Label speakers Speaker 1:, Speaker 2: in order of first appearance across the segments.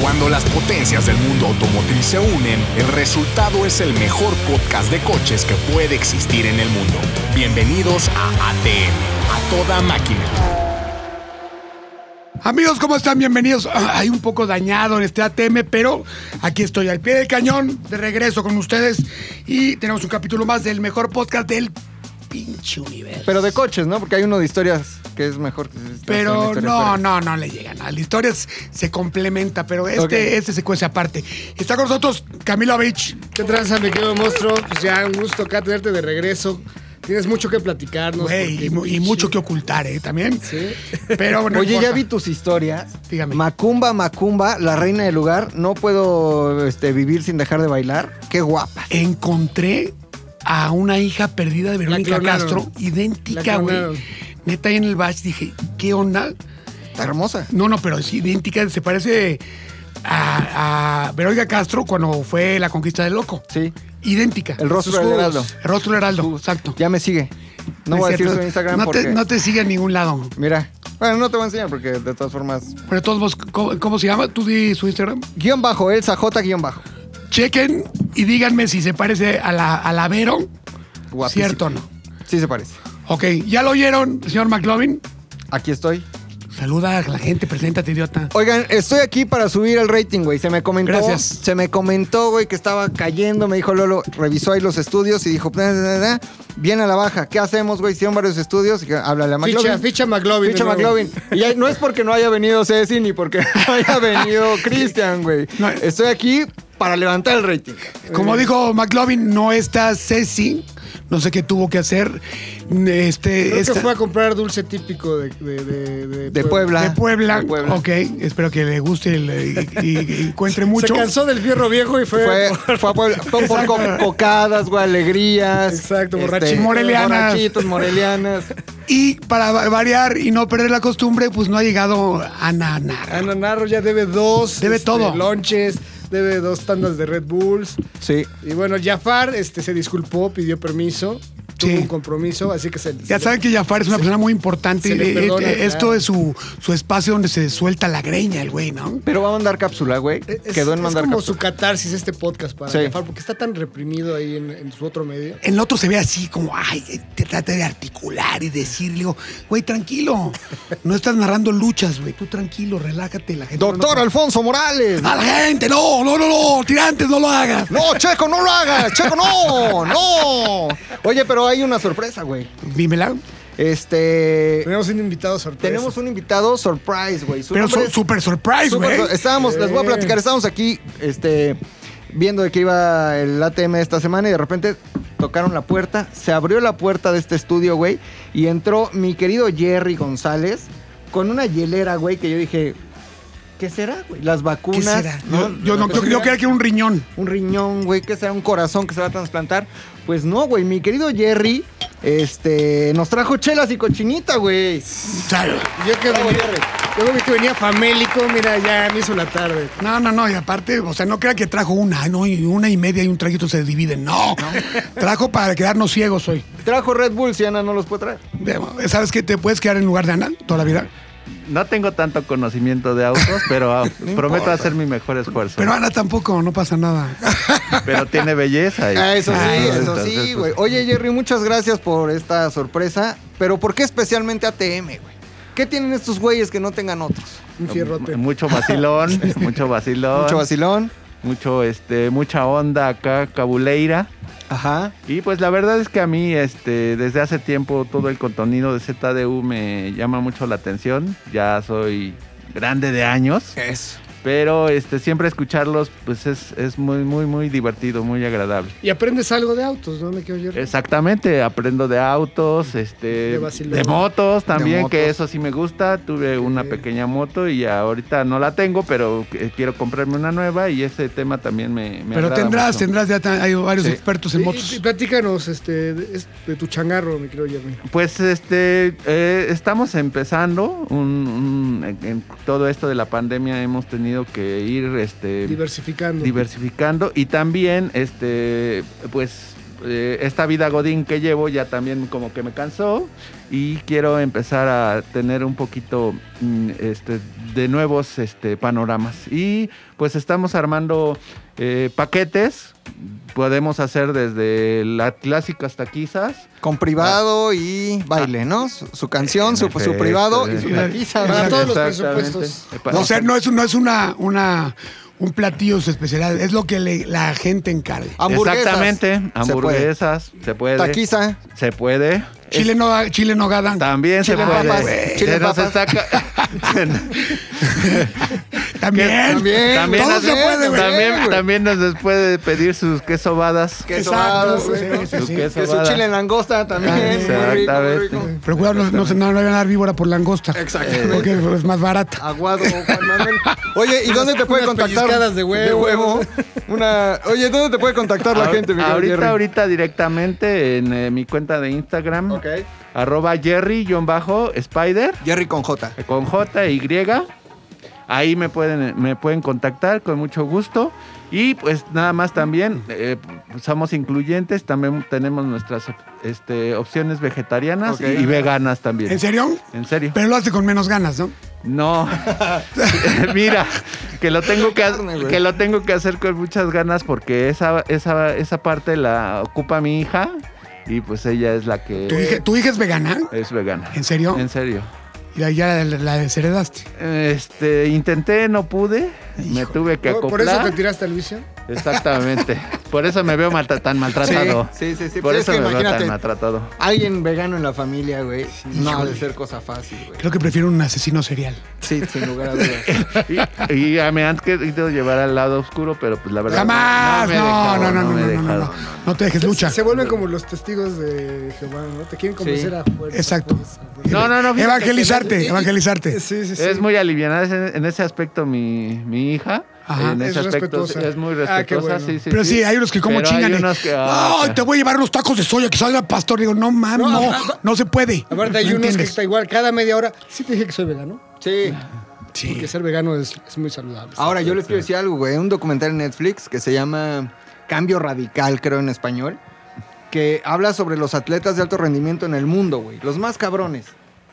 Speaker 1: Cuando las potencias del mundo automotriz se unen, el resultado es el mejor podcast de coches que puede existir en el mundo. Bienvenidos a ATM, a toda máquina.
Speaker 2: Amigos, ¿cómo están? Bienvenidos. Ah, Hay un poco dañado en este ATM, pero aquí estoy al pie del cañón, de regreso con ustedes y tenemos un capítulo más del mejor podcast del pinche universo.
Speaker 3: Pero de coches, ¿no? Porque hay uno de historias que es mejor que
Speaker 2: Pero
Speaker 3: historias
Speaker 2: no,
Speaker 3: fuertes.
Speaker 2: no, no le llega nada. La historia es- se complementa, pero este,
Speaker 3: Ok.
Speaker 2: este se cuece aparte. Está con nosotros Camilo Avich.
Speaker 4: ¿Qué tranza, mi querido monstruo? Pues ya, un gusto acá tenerte de regreso. Tienes mucho que
Speaker 3: Pues,
Speaker 4: platicarnos.
Speaker 2: Güey,
Speaker 4: porque-
Speaker 2: y, mu- y mucho que ocultar, ¿eh? También.
Speaker 4: Sí.
Speaker 2: Pero bueno. no
Speaker 3: Oye, ya
Speaker 2: importa.
Speaker 3: vi tus historias.
Speaker 2: Dígame.
Speaker 3: Macumba, Macumba, la reina del lugar. No puedo este, vivir sin dejar de bailar. Qué guapa.
Speaker 2: encontré a una hija perdida de Verónica
Speaker 4: clonaron.
Speaker 2: Castro, idéntica,
Speaker 4: La
Speaker 2: güey.
Speaker 4: clonaron.
Speaker 2: Neta, ahí en el batch dije, ¿qué onda?
Speaker 3: Está hermosa.
Speaker 2: No, no, pero es idéntica, se parece a, a Verónica Castro cuando fue la conquista del loco.
Speaker 3: Sí.
Speaker 2: Idéntica.
Speaker 3: El rostro
Speaker 2: Sus
Speaker 3: del
Speaker 2: jugos.
Speaker 3: Heraldo.
Speaker 2: El rostro del Heraldo,
Speaker 3: Tú-
Speaker 2: exacto.
Speaker 3: Ya me sigue. No
Speaker 2: Es
Speaker 3: voy a decir
Speaker 2: cierto.
Speaker 3: su Instagram
Speaker 2: no
Speaker 3: porque...
Speaker 2: Te, no te sigue a ningún lado.
Speaker 3: Mira. Bueno, no te voy a enseñar porque de todas formas...
Speaker 2: Pero de todos vos, ¿cómo, cómo se llama? ¿Tú di su Instagram?
Speaker 3: Guión bajo, Elsa J guión bajo.
Speaker 2: Chequen y díganme si se parece a la, a la Vero.
Speaker 3: Guapísima.
Speaker 2: ¿Cierto o no?
Speaker 3: Sí se parece.
Speaker 2: Ok, ¿ya lo oyeron, señor McLovin?
Speaker 3: Aquí estoy.
Speaker 2: Saluda a la gente, preséntate, idiota.
Speaker 3: Oigan, estoy aquí para subir el rating, güey. Se me comentó.
Speaker 2: Gracias.
Speaker 3: Se me comentó, güey, que estaba cayendo. Me dijo Lolo, revisó ahí los estudios y dijo, "Na, na, na, viene a la baja. ¿Qué hacemos, güey? Hicieron varios estudios. Y que, háblale a McLovin.
Speaker 4: Ficha, ficha McLovin.
Speaker 3: Ficha
Speaker 4: de nuevo.
Speaker 3: McLovin. Y ahí- no es porque no haya venido Ceci ni porque no haya venido Cristian, güey.
Speaker 2: No.
Speaker 3: Estoy aquí para levantar el rating.
Speaker 2: Como dijo McLovin, no está Ceci. No sé qué tuvo que hacer. Este,
Speaker 4: Creo
Speaker 2: esta-
Speaker 4: que fue a comprar dulce típico de, de, de,
Speaker 3: De Puebla.
Speaker 2: de Puebla.
Speaker 3: De Puebla.
Speaker 2: Ok, espero que le guste y, le- y- y encuentre mucho.
Speaker 4: Se cansó del fierro viejo y fue.
Speaker 3: Fue, fue a Puebla. Fue por
Speaker 2: Exacto.
Speaker 3: co- cocadas, güey, alegrías. este,
Speaker 4: Exacto, borrachos.
Speaker 2: Morelianas.
Speaker 3: Borrachitos, morelianas.
Speaker 2: Y para va- variar y no perder la costumbre, pues no ha llegado a nada.
Speaker 4: Ana Ah, Narro ya debe dos. este,
Speaker 2: Debe todo.
Speaker 4: Lonches, debe dos tandas de Red Bulls.
Speaker 3: Sí.
Speaker 4: Y bueno, Jafar este, se disculpó, pidió permiso.
Speaker 2: Sí.
Speaker 4: Tuvo un compromiso, así que se.
Speaker 2: Ya saben que Jafar es una persona muy importante.
Speaker 4: se le
Speaker 2: Eh, eh,
Speaker 4: perdona,
Speaker 2: Esto
Speaker 4: claro.
Speaker 2: es su, su espacio donde se suelta la greña, el güey, ¿no?
Speaker 3: Pero va a mandar cápsula, güey.
Speaker 4: Es-
Speaker 3: Quedó en
Speaker 4: es
Speaker 3: mandar
Speaker 4: como
Speaker 3: cápsula.
Speaker 4: su catarsis este podcast para
Speaker 3: Sí.
Speaker 4: Jafar, porque está tan reprimido ahí en, en su otro medio.
Speaker 2: El otro se ve así como, ay, eh, te trata de articular y decirle, digo, güey, tranquilo. No estás narrando luchas, güey. Tú tranquilo, relájate. La gente no-
Speaker 3: Doctor
Speaker 2: no-
Speaker 3: Alfonso Morales.
Speaker 2: A la gente, no, no, no, no. Tirantes, no lo hagas.
Speaker 3: No, Checo, no lo hagas. Checo, no. No. Oye, pero hay una sorpresa, güey.
Speaker 2: Dímela.
Speaker 3: Este.
Speaker 4: Tenemos un invitado sorpresa.
Speaker 3: Tenemos un invitado surprise, güey. Su
Speaker 2: Pero
Speaker 3: nombre
Speaker 2: su-
Speaker 3: es-
Speaker 2: super surprise,
Speaker 3: Súper
Speaker 2: güey.
Speaker 3: so- Estábamos, les voy a platicar, estábamos aquí, este, viendo de qué iba el ATM esta semana y de repente tocaron la puerta, se abrió la puerta de este estudio, güey, y entró mi querido Jerry González con una hielera, güey, que yo dije, ¿qué será, güey? Las
Speaker 2: ¿Qué
Speaker 3: vacunas.
Speaker 2: será?
Speaker 3: ¿no?
Speaker 2: Yo- yo no creo yo creía que era un riñón.
Speaker 3: un riñón, güey, que será un corazón que se va a trasplantar. Pues no, güey, mi querido Jerry, este, nos trajo chelas y cochinita, güey.
Speaker 2: O sea,
Speaker 4: Yo que venía, yo vi que venía famélico, mira, ya me hizo la tarde.
Speaker 2: No, no, no. Y aparte, o sea, no crea que trajo una, no, y una y media y un traguito se dividen. No. Trajo para quedarnos ciegos hoy.
Speaker 3: Trajo Red Bull, si Ana no los puede traer.
Speaker 2: ¿Sabes que te puedes quedar en lugar de Ana toda la vida?
Speaker 5: No tengo tanto conocimiento de autos, pero ah, prometo hacer mi mejor esfuerzo.
Speaker 2: Pero Ana tampoco, no pasa nada.
Speaker 5: Pero tiene belleza. y-
Speaker 3: Ah, eso sí,
Speaker 5: Entonces,
Speaker 3: eso sí,
Speaker 5: pues,
Speaker 3: güey. Oh, Oye, Jerry, muchas gracias por esta sorpresa. Pero ¿por qué especialmente ATM, güey? ¿Qué tienen estos güeyes que no tengan otros?
Speaker 4: Un fierrote.
Speaker 5: m- Mucho vacilón, mucho vacilón.
Speaker 3: Mucho vacilón.
Speaker 5: mucho, este, mucha onda acá, cabuleira.
Speaker 3: Ajá.
Speaker 5: Y pues la verdad es que a mí, este, desde hace tiempo todo el contenido de ZDU me llama mucho la atención. Ya soy grande de años.
Speaker 3: Eso.
Speaker 5: Pero este, siempre escucharlos, pues es, es muy, muy, muy divertido, muy agradable.
Speaker 4: Y aprendes algo de autos, ¿no? Me quiero yo.
Speaker 5: Exactamente, aprendo de autos, este,
Speaker 4: De
Speaker 5: de,
Speaker 4: vacilón.
Speaker 5: motos también,
Speaker 3: De motos.
Speaker 5: que eso sí me gusta. Tuve una pequeña moto y ahorita no la tengo, pero eh, quiero comprarme una nueva y ese tema también me, me
Speaker 2: Pero
Speaker 5: agrada
Speaker 2: tendrás,
Speaker 5: mucho.
Speaker 2: tendrás, ya ta- hay varios
Speaker 5: Sí.
Speaker 2: expertos
Speaker 4: Y,
Speaker 2: en
Speaker 4: y- y
Speaker 2: motos.
Speaker 4: platícanos este, de, es- de tu changarro, me quiero Jeremy.
Speaker 5: Pues este, eh, estamos empezando un- un- en, en todo esto de la pandemia hemos tenido que ir este,
Speaker 4: Diversificando.
Speaker 5: diversificando y también este pues eh, esta vida Godín que llevo ya también como que me cansó y quiero empezar a tener un poquito mm, este, de nuevos este, panoramas. Y pues estamos armando eh, paquetes, podemos hacer desde la clásica hasta quizás.
Speaker 3: Con
Speaker 5: Ah.
Speaker 3: privado y baile, ¿no? Su, su canción, su, su
Speaker 5: Perfecto,
Speaker 3: privado y su
Speaker 5: bien.
Speaker 3: taquiza.
Speaker 4: Para todos los
Speaker 5: Exactamente.
Speaker 4: presupuestos.
Speaker 5: Eh, pa-
Speaker 2: No, o sea, no es, un- no es una, una, un platillo su especialidad, es lo que le- la gente encargue.
Speaker 5: Ah,
Speaker 3: Hamburguesas.
Speaker 5: Exactamente,
Speaker 3: Se puede.
Speaker 5: hamburguesas, se puede.
Speaker 3: Taquiza.
Speaker 5: Se puede.
Speaker 2: Chile no, chile no gadan.
Speaker 5: También
Speaker 3: Chile
Speaker 5: se
Speaker 3: en
Speaker 5: puede.
Speaker 3: papas,
Speaker 5: Se
Speaker 3: chile en
Speaker 5: nos
Speaker 3: papas.
Speaker 5: está ca- se nos-
Speaker 2: También.
Speaker 3: También.
Speaker 5: también,
Speaker 2: Todo
Speaker 5: nos-
Speaker 2: se puede, güey.
Speaker 5: también, también nos puede pedir sus quesobadas.
Speaker 3: Queso
Speaker 2: Exacto,
Speaker 3: vadas,
Speaker 2: güey.
Speaker 3: ¿no?
Speaker 2: Sí,
Speaker 5: Sus
Speaker 2: sí.
Speaker 3: Que su
Speaker 5: quesobadas.
Speaker 3: chile en langosta también. Muy rico, muy
Speaker 5: Exactamente.
Speaker 3: rico.
Speaker 2: Pero cuidado, no, no se no, le van a dar víbora por langosta.
Speaker 3: Exactamente.
Speaker 2: Porque es más
Speaker 5: Ah,
Speaker 2: barata.
Speaker 3: Aguado, Juan Manuel. Oye, ¿y dónde te puede
Speaker 4: Unas
Speaker 3: contactar?
Speaker 4: pellizcadas de huevo.
Speaker 3: Una... Oye, ¿dónde te puede contactar la
Speaker 5: Ahor-
Speaker 3: gente, mi querido
Speaker 5: ahorita,
Speaker 3: Jerry?
Speaker 5: ahorita directamente en eh, mi cuenta de Instagram.
Speaker 3: Ok.
Speaker 5: Arroba Jerry-Spider
Speaker 3: Jerry con J.
Speaker 5: con J y Ahí me pueden, me pueden contactar con mucho gusto. Y pues nada más también, eh, somos incluyentes, también tenemos nuestras este, opciones
Speaker 3: Ok.
Speaker 5: vegetarianas y, y veganas también.
Speaker 2: ¿En serio?
Speaker 5: ¿En serio?
Speaker 2: Pero lo hace con menos ganas, ¿no?
Speaker 5: No. Mira, que lo tengo que, ha-
Speaker 3: Carne, güey.
Speaker 5: que lo tengo que hacer con muchas ganas porque esa, esa, esa parte la ocupa mi hija y pues ella es la que
Speaker 2: ¿Tu hija, tu hija es vegana?
Speaker 5: es vegana.
Speaker 2: ¿En serio?
Speaker 5: En serio.
Speaker 2: Y ahí ya la, la desheredaste.
Speaker 5: Este, intenté, no pude, me tuve que
Speaker 4: ¿Por, por
Speaker 5: acoplar.
Speaker 4: eso te tiraste al vicio?
Speaker 5: Exactamente. Por eso me veo malta- tan maltratado.
Speaker 3: Sí, sí, sí, sí.
Speaker 5: Por
Speaker 3: Pues
Speaker 5: eso
Speaker 3: es que
Speaker 5: me veo
Speaker 3: imagínate.
Speaker 5: tan maltratado.
Speaker 3: Alguien vegano en la familia, güey. no ha de ser cosa fácil, güey.
Speaker 2: Creo que prefiero un asesino serial.
Speaker 3: Sí, sin lugar a dudas.
Speaker 5: Y, y ya me han querido llevar al lado oscuro, pero pues la verdad.
Speaker 2: Jamás.
Speaker 5: me he
Speaker 2: No,
Speaker 5: dejado,
Speaker 2: no, no, no,
Speaker 5: me he
Speaker 2: no, no, no,
Speaker 5: dejado.
Speaker 2: no. No te dejes lucha.
Speaker 4: Se vuelven como los testigos de Jehová, ¿no? Te quieren convencer
Speaker 3: Sí.
Speaker 4: a fuerza.
Speaker 2: Exacto.
Speaker 4: fuerza, fuerza.
Speaker 5: No, no, no, fíjate que
Speaker 2: Evangelizarte, evangelizarte.
Speaker 4: Sí, sí, sí.
Speaker 5: Es muy aliviada en, en ese aspecto mi, mi hija.
Speaker 2: Ajá.
Speaker 5: en
Speaker 4: Es
Speaker 5: ese aspecto
Speaker 4: respetuosa.
Speaker 5: es muy
Speaker 4: Ah,
Speaker 5: respetuosa.
Speaker 4: qué bueno.
Speaker 5: sí, sí,
Speaker 2: Pero sí, hay unos que como
Speaker 5: Pero hay
Speaker 2: chingan. eh.
Speaker 5: unos que, ah,
Speaker 2: Ay, te voy a llevar unos tacos de soya que salga pastor. Digo, no mames,
Speaker 4: No,
Speaker 2: no,
Speaker 4: aparte-
Speaker 2: no se puede.
Speaker 4: Aparte hay
Speaker 2: ¿No
Speaker 4: unos que
Speaker 2: entiendes?
Speaker 4: está igual, cada media hora. Sí te dije que soy vegano,
Speaker 3: Sí.
Speaker 2: Sí.
Speaker 4: porque ser vegano es, es muy saludable.
Speaker 3: Ahora, yo les quiero decir algo, güey. Un documental en Netflix que se llama Cambio Radical, creo en español, que habla sobre los atletas de alto rendimiento en el mundo, güey. Los más cabrones.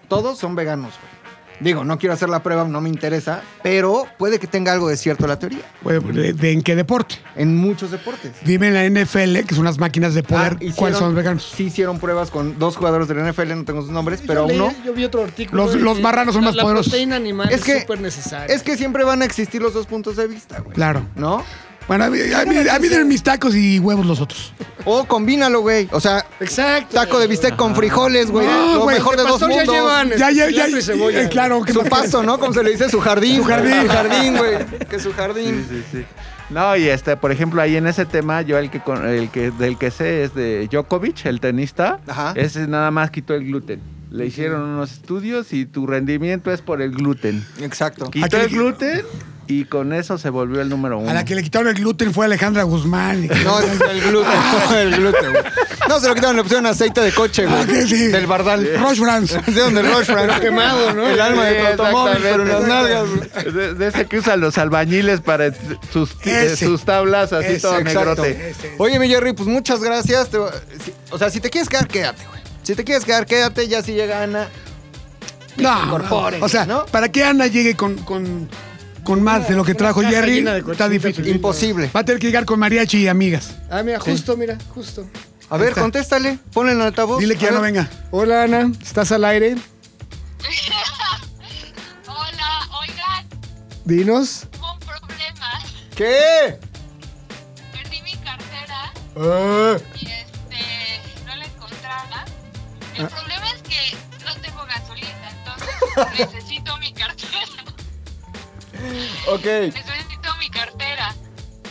Speaker 3: Todos son veganos, güey. Digo, no quiero hacer la prueba, no me interesa, pero puede que tenga algo de cierto la teoría.
Speaker 2: Bueno, ¿de- de en qué deporte?
Speaker 3: En muchos deportes.
Speaker 2: Dime en la NFL, que son unas máquinas de poder,
Speaker 3: Ah, hicieron-
Speaker 2: ¿cuáles son los veganos?
Speaker 3: Sí hicieron pruebas con dos jugadores de la NFL, no tengo sus nombres, pero
Speaker 4: yo leí-
Speaker 3: uno...
Speaker 4: Yo vi otro artículo.
Speaker 2: Los-
Speaker 4: de
Speaker 2: los
Speaker 4: que
Speaker 2: marranos son
Speaker 4: la-
Speaker 2: más poderosos.
Speaker 4: La proteína animal
Speaker 3: Es
Speaker 4: Ah, es
Speaker 3: que-
Speaker 4: súper necesaria.
Speaker 3: Es que siempre van a existir los dos puntos de vista, güey.
Speaker 2: Claro.
Speaker 3: ¿No?
Speaker 2: Bueno, a mí, a mí- a mí denme mis tacos y huevos los otros.
Speaker 3: O combínalo, güey. O sea,
Speaker 4: Exacto.
Speaker 3: taco de bistec con frijoles, güey.
Speaker 2: No,
Speaker 3: Lo
Speaker 2: güey,
Speaker 3: mejor de
Speaker 4: de
Speaker 3: dos
Speaker 4: pastor ya
Speaker 3: mundos.
Speaker 4: llevan.
Speaker 2: Ya, ya, ya.
Speaker 4: Ah, cilantro y cebolla.
Speaker 2: eh, claro, que
Speaker 3: Su
Speaker 2: más-
Speaker 3: pasto, ¿no? Como se le dice, su jardín. Su
Speaker 2: jardín.
Speaker 3: jardín, güey. Que su jardín.
Speaker 5: Sí, sí, sí. No, y este, por ejemplo, ahí en ese tema, yo el que, con- el que del que sé es de Djokovic, el tenista.
Speaker 3: Ajá.
Speaker 5: Ese nada más quitó el gluten. Le hicieron unos estudios y tu rendimiento es por el gluten.
Speaker 3: Exacto.
Speaker 5: Quitó
Speaker 2: Aquí-
Speaker 5: el gluten y con eso se volvió el número uno.
Speaker 2: A la que le quitaron el gluten fue Alejandra Guzmán. Y-
Speaker 3: No, es el gluten. el gluten, güey. No, se lo quitaron, le pusieron aceite de coche,
Speaker 2: Ah,
Speaker 3: güey.
Speaker 2: que sí.
Speaker 3: Del bardal.
Speaker 2: Roche France.
Speaker 3: De donde el Roche, Frank.
Speaker 4: quemado, ¿no?
Speaker 3: El alma de tu automóvil, pero en las
Speaker 5: exactamente.
Speaker 3: nalgas, güey.
Speaker 5: De, de ese que usan los albañiles para eh, sus,
Speaker 2: Ese.
Speaker 5: sus tablas así
Speaker 2: Ese,
Speaker 5: todo
Speaker 3: Exacto.
Speaker 5: negrote.
Speaker 3: Oye, mi Jerry, pues muchas gracias. Te- si- o sea, si te quieres quedar, quédate, güey. Si te quieres quedar, quédate. Ya si llega Ana.
Speaker 2: No,
Speaker 3: incorporen,
Speaker 2: o sea,
Speaker 3: ¿no?
Speaker 2: para que Ana llegue con, con, con más de lo que trajo
Speaker 4: caja
Speaker 2: Jerry,
Speaker 4: llena de
Speaker 2: está
Speaker 4: cochinitas,
Speaker 2: difícil.
Speaker 4: Felipe.
Speaker 3: Imposible.
Speaker 2: Va a tener que llegar con mariachi y amigas.
Speaker 4: Ah, mira, justo, mira, justo.
Speaker 3: A ver, contéstale. Ponle en altavoz.
Speaker 2: Dile que
Speaker 3: A
Speaker 2: ya no
Speaker 3: ver.
Speaker 2: venga.
Speaker 4: Hola, Ana. ¿Estás al aire?
Speaker 6: Hola, oigan,
Speaker 4: Dinos.
Speaker 6: hubo un problema.
Speaker 3: ¿Qué?
Speaker 6: Perdí mi cartera
Speaker 3: Ah,
Speaker 6: y este no la encontraba. El
Speaker 2: Ah.
Speaker 6: problema es que no tengo gasolina, entonces necesito mi cartera.
Speaker 3: Ok.
Speaker 6: Necesito mi cartera.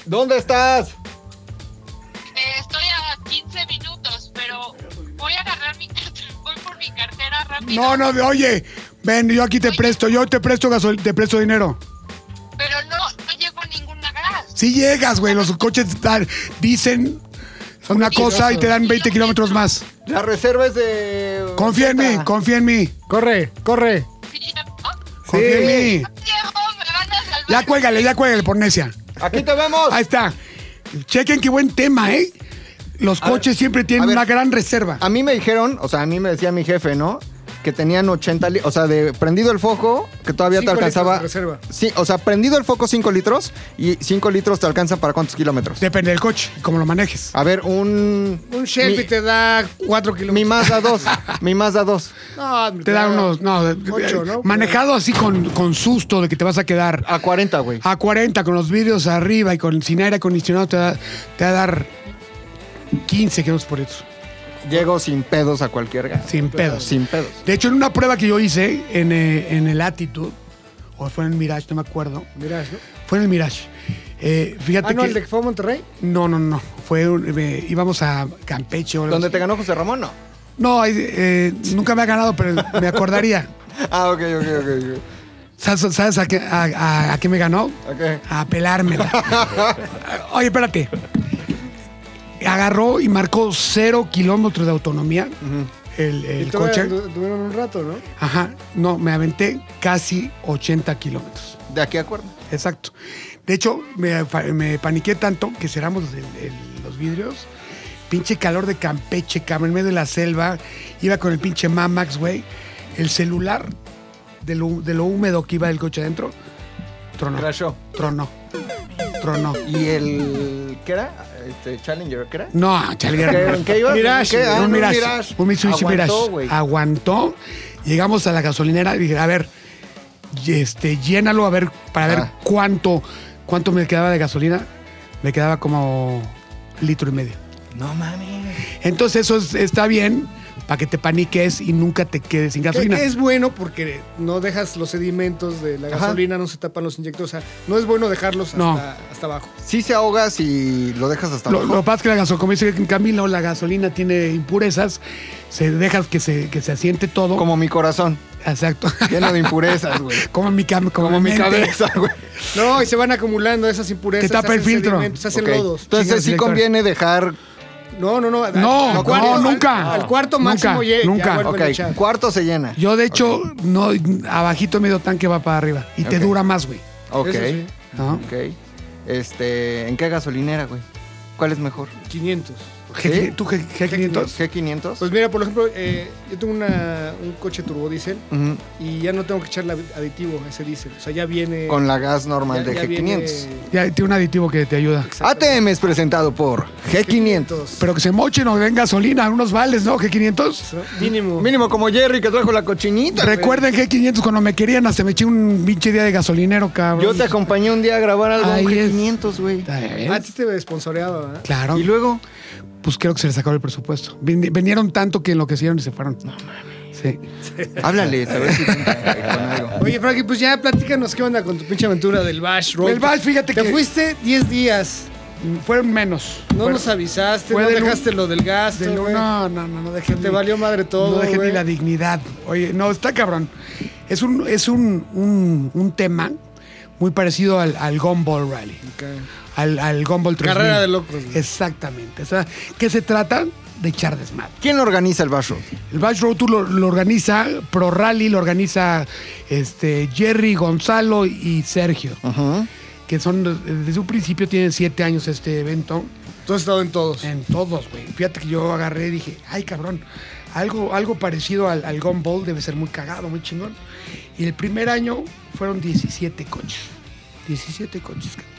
Speaker 3: ¿Dónde estás?
Speaker 6: Eh, estoy a 15 minutos, pero voy a agarrar mi cartera. Voy por mi cartera rápido.
Speaker 2: No, no, de- oye, ven, yo aquí te presto, yo te presto gasol, te presto dinero.
Speaker 6: Pero no, no llego a ninguna gas.
Speaker 2: Si llegas, güey, los coches dan- dicen una cosa y te dan 20 kilómetros más.
Speaker 3: La reserva es de.
Speaker 2: Confía en mí,
Speaker 3: Zeta.
Speaker 2: confía en mí,
Speaker 4: Corre, corre.
Speaker 6: ¿Sí llego?
Speaker 2: confía en mí.
Speaker 6: Llego, me van a salvar.
Speaker 2: Ya cuélgale, ya cuélgale por necia.
Speaker 3: Aquí te vemos.
Speaker 2: Ahí está. Chequen qué buen tema, ¿eh? Los coches siempre tienen
Speaker 3: a ver.
Speaker 2: una gran reserva.
Speaker 3: A mí me dijeron, o sea, a mí me decía mi jefe, ¿no? Que tenían 80 litros, o sea, de prendido el foco, que todavía te
Speaker 4: Cinco
Speaker 3: alcanzaba.
Speaker 4: litros de reserva.
Speaker 3: Sí, o sea, prendido el foco 5 litros y 5 litros te alcanzan para cuántos kilómetros.
Speaker 2: Depende del coche y cómo lo manejes.
Speaker 3: A ver, un.
Speaker 4: Un Shelby
Speaker 3: mi-
Speaker 4: te da 4
Speaker 3: Mi
Speaker 4: kilómetros.
Speaker 3: Mazda 2. mi Mazda 2.
Speaker 4: No,
Speaker 2: Te da unos. No,
Speaker 4: Ocho,
Speaker 2: eh,
Speaker 4: ¿no?
Speaker 2: manejado así con, con susto de que te vas a quedar
Speaker 3: A 40, güey.
Speaker 2: a 40 con los vidrios arriba y con sin aire acondicionado te, da- te va a dar 15 kilómetros por litro.
Speaker 3: Llego sin pedos a cualquier gas.
Speaker 2: Sin pedos.
Speaker 3: Sin pedos.
Speaker 2: De hecho, en una prueba que yo hice en, eh, en el Attitude, o fue en el Mirage, no me acuerdo.
Speaker 4: Mira, ¿no?
Speaker 2: Fue en el Mirage. Eh, fíjate
Speaker 4: Ah, no,
Speaker 2: que.
Speaker 4: el de que fue a Monterrey.
Speaker 2: No, no, no. Fue un- eh, íbamos a Campeche o algo
Speaker 3: ¿Dónde
Speaker 2: así.
Speaker 3: te ganó José Ramón? No.
Speaker 2: No, ahí, eh, nunca me ha ganado, pero me acordaría.
Speaker 3: Ah, ok, ok, ok.
Speaker 2: ¿Sabes, sabes a, qué, a- a- a qué me ganó?
Speaker 3: ok. okay.
Speaker 2: A pelármela. Oye, espérate. Agarró y marcó cero kilómetros de autonomía el, el
Speaker 4: Y todavía
Speaker 2: coche.
Speaker 4: du- Tuvieron un rato, ¿no?
Speaker 2: Ajá. No, me aventé casi 80 kilómetros.
Speaker 3: De aquí a acuerdo.
Speaker 2: Exacto. De hecho, me, fa- me paniqué tanto que cerramos el- el- los vidrios. Pinche calor de Campeche, cabrón, en medio de la selva. Iba con el pinche Mamax, güey. El celular, de lo, de lo húmedo que iba el coche adentro, tronó.
Speaker 3: Crashó.
Speaker 2: Tronó. Tronó.
Speaker 3: ¿Y el. ¿Qué era? Este, Challenger, ¿qué era?
Speaker 2: No, Chalguero.
Speaker 3: ¿Qué- en qué ibas?
Speaker 2: Mirage,
Speaker 3: ¿En qué? Ah,
Speaker 2: un,
Speaker 3: en un
Speaker 2: Mirage,
Speaker 3: Mirage.
Speaker 2: un Mitsubishi
Speaker 3: Aguantó,
Speaker 2: Mirage.
Speaker 3: güey.
Speaker 2: Aguantó. Llegamos a la gasolinera y dije, a ver, y este, llénalo a ver para ver
Speaker 3: Ah.
Speaker 2: cuánto, cuánto me quedaba de gasolina. Me quedaba como litro y medio.
Speaker 3: No mames.
Speaker 2: Entonces eso es- está bien para que te paniques y nunca te quedes sin
Speaker 4: Que,
Speaker 2: gasolina.
Speaker 4: que es bueno porque no dejas los sedimentos de la
Speaker 3: Ajá.
Speaker 4: gasolina, no se tapan los inyectos. O sea, no es bueno dejarlos hasta,
Speaker 2: No.
Speaker 4: hasta abajo.
Speaker 3: Sí se ahogas y lo dejas hasta
Speaker 2: Lo,
Speaker 3: abajo.
Speaker 2: lo que pasa es que la gasolina, como dice Camilo, la gasolina tiene impurezas, se deja que se, que se asiente todo.
Speaker 3: Como mi corazón,
Speaker 2: Exacto.
Speaker 3: lleno de impurezas, güey.
Speaker 2: como mi, cam- como
Speaker 3: Como
Speaker 2: mi
Speaker 3: mi
Speaker 2: mente.
Speaker 3: cabeza, güey.
Speaker 4: No, y se van acumulando esas impurezas.
Speaker 2: Te tapa
Speaker 4: se
Speaker 2: el
Speaker 4: hacen
Speaker 2: filtro.
Speaker 4: sedimentos, Se hacen
Speaker 3: Ok.
Speaker 4: lodos.
Speaker 3: Entonces
Speaker 2: Chingas,
Speaker 3: sí
Speaker 2: director.
Speaker 3: conviene dejar.
Speaker 4: No, no, no. al-
Speaker 2: No,
Speaker 4: al
Speaker 2: no,
Speaker 4: al-
Speaker 2: nunca.
Speaker 4: Al cuarto
Speaker 2: Nunca,
Speaker 4: máximo ye- ya
Speaker 2: nunca.
Speaker 4: vuelven
Speaker 3: Ok,
Speaker 4: a echar.
Speaker 3: cuarto se llena.
Speaker 2: Yo, de hecho, no, abajito medio tanque va para arriba. Y te
Speaker 3: Ok.
Speaker 2: dura más, güey.
Speaker 3: Ok.
Speaker 4: Eso sí.
Speaker 2: ¿no?
Speaker 3: Ok. Este, ¿en qué gasolinera, güey? ¿Cuál es mejor?
Speaker 4: 500.
Speaker 2: G-
Speaker 3: ¿Sí?
Speaker 2: ¿Tú G- G500?
Speaker 3: G500.
Speaker 4: Pues mira, por ejemplo, eh, yo tengo una, un coche turbodiesel
Speaker 3: Ujú.
Speaker 4: y ya no tengo que echarle ad- aditivo a ese diésel. O sea, ya
Speaker 2: eh,
Speaker 4: viene.
Speaker 3: Con la gas normal
Speaker 4: ya-
Speaker 3: de
Speaker 4: ya
Speaker 3: G500.
Speaker 4: viene-
Speaker 2: Ya tiene un aditivo que te ayuda.
Speaker 3: ATM es presentado por G500.
Speaker 2: Pero que se mochen o den gasolina, unos vales, ¿no? G500.
Speaker 4: ¿no? Mínimo.
Speaker 3: Mínimo como Jerry que trajo la cochinita. güey.
Speaker 2: Recuerden G500 cuando me querían, hasta me eché un pinche día de gasolinero, cabrón.
Speaker 3: Yo te acompañé un día a grabar algo en
Speaker 2: Ahí es.
Speaker 3: G500, güey.
Speaker 2: ¿Ya ves?
Speaker 4: A ti te sponsoreaba, ¿verdad?
Speaker 2: ¿Eh? Claro.
Speaker 3: Y luego,
Speaker 2: Pues creo que se les acabó el presupuesto. Vin- Vinieron tanto que enloquecieron y se fueron. No mames. Sí.
Speaker 3: háblale, a ver si te con algo.
Speaker 4: Oye, Frankie, pues ya platícanos qué onda con tu pinche aventura del Bash Road.
Speaker 2: El Bash, fíjate
Speaker 4: te
Speaker 2: que-
Speaker 4: fuiste 10 días.
Speaker 2: Fueron menos.
Speaker 4: No
Speaker 2: Fueron-
Speaker 4: nos avisaste,
Speaker 2: fue
Speaker 4: no
Speaker 2: del un-
Speaker 4: dejaste lo del gasto.
Speaker 2: Del-
Speaker 4: güey.
Speaker 2: no, no, no, no dejé.
Speaker 4: Te valió madre todo,
Speaker 2: No dejé
Speaker 4: güey.
Speaker 2: ni la dignidad. Oye, no, está cabrón. Es un, es un, un, un tema muy parecido al, al Gumball Rally. Al, al Gumball 3000.
Speaker 4: Carrera de locos, güey.
Speaker 2: Exactamente. O sea, ¿qué se trata? De echar desmadre.
Speaker 3: ¿Quién organiza el vaso?
Speaker 2: El Bash Road Tour lo, lo organiza Pro Rally, lo organiza este, Jerry, Gonzalo y Sergio. Que son, desde un principio tienen siete años este evento.
Speaker 4: Tú has estado en todos.
Speaker 2: En todos, güey. Fíjate que yo agarré y dije, ay, cabrón, algo, algo parecido al, al Gumball debe ser muy cagado, muy chingón. Y el primer año fueron 17 coches. 17 coches. cabrón.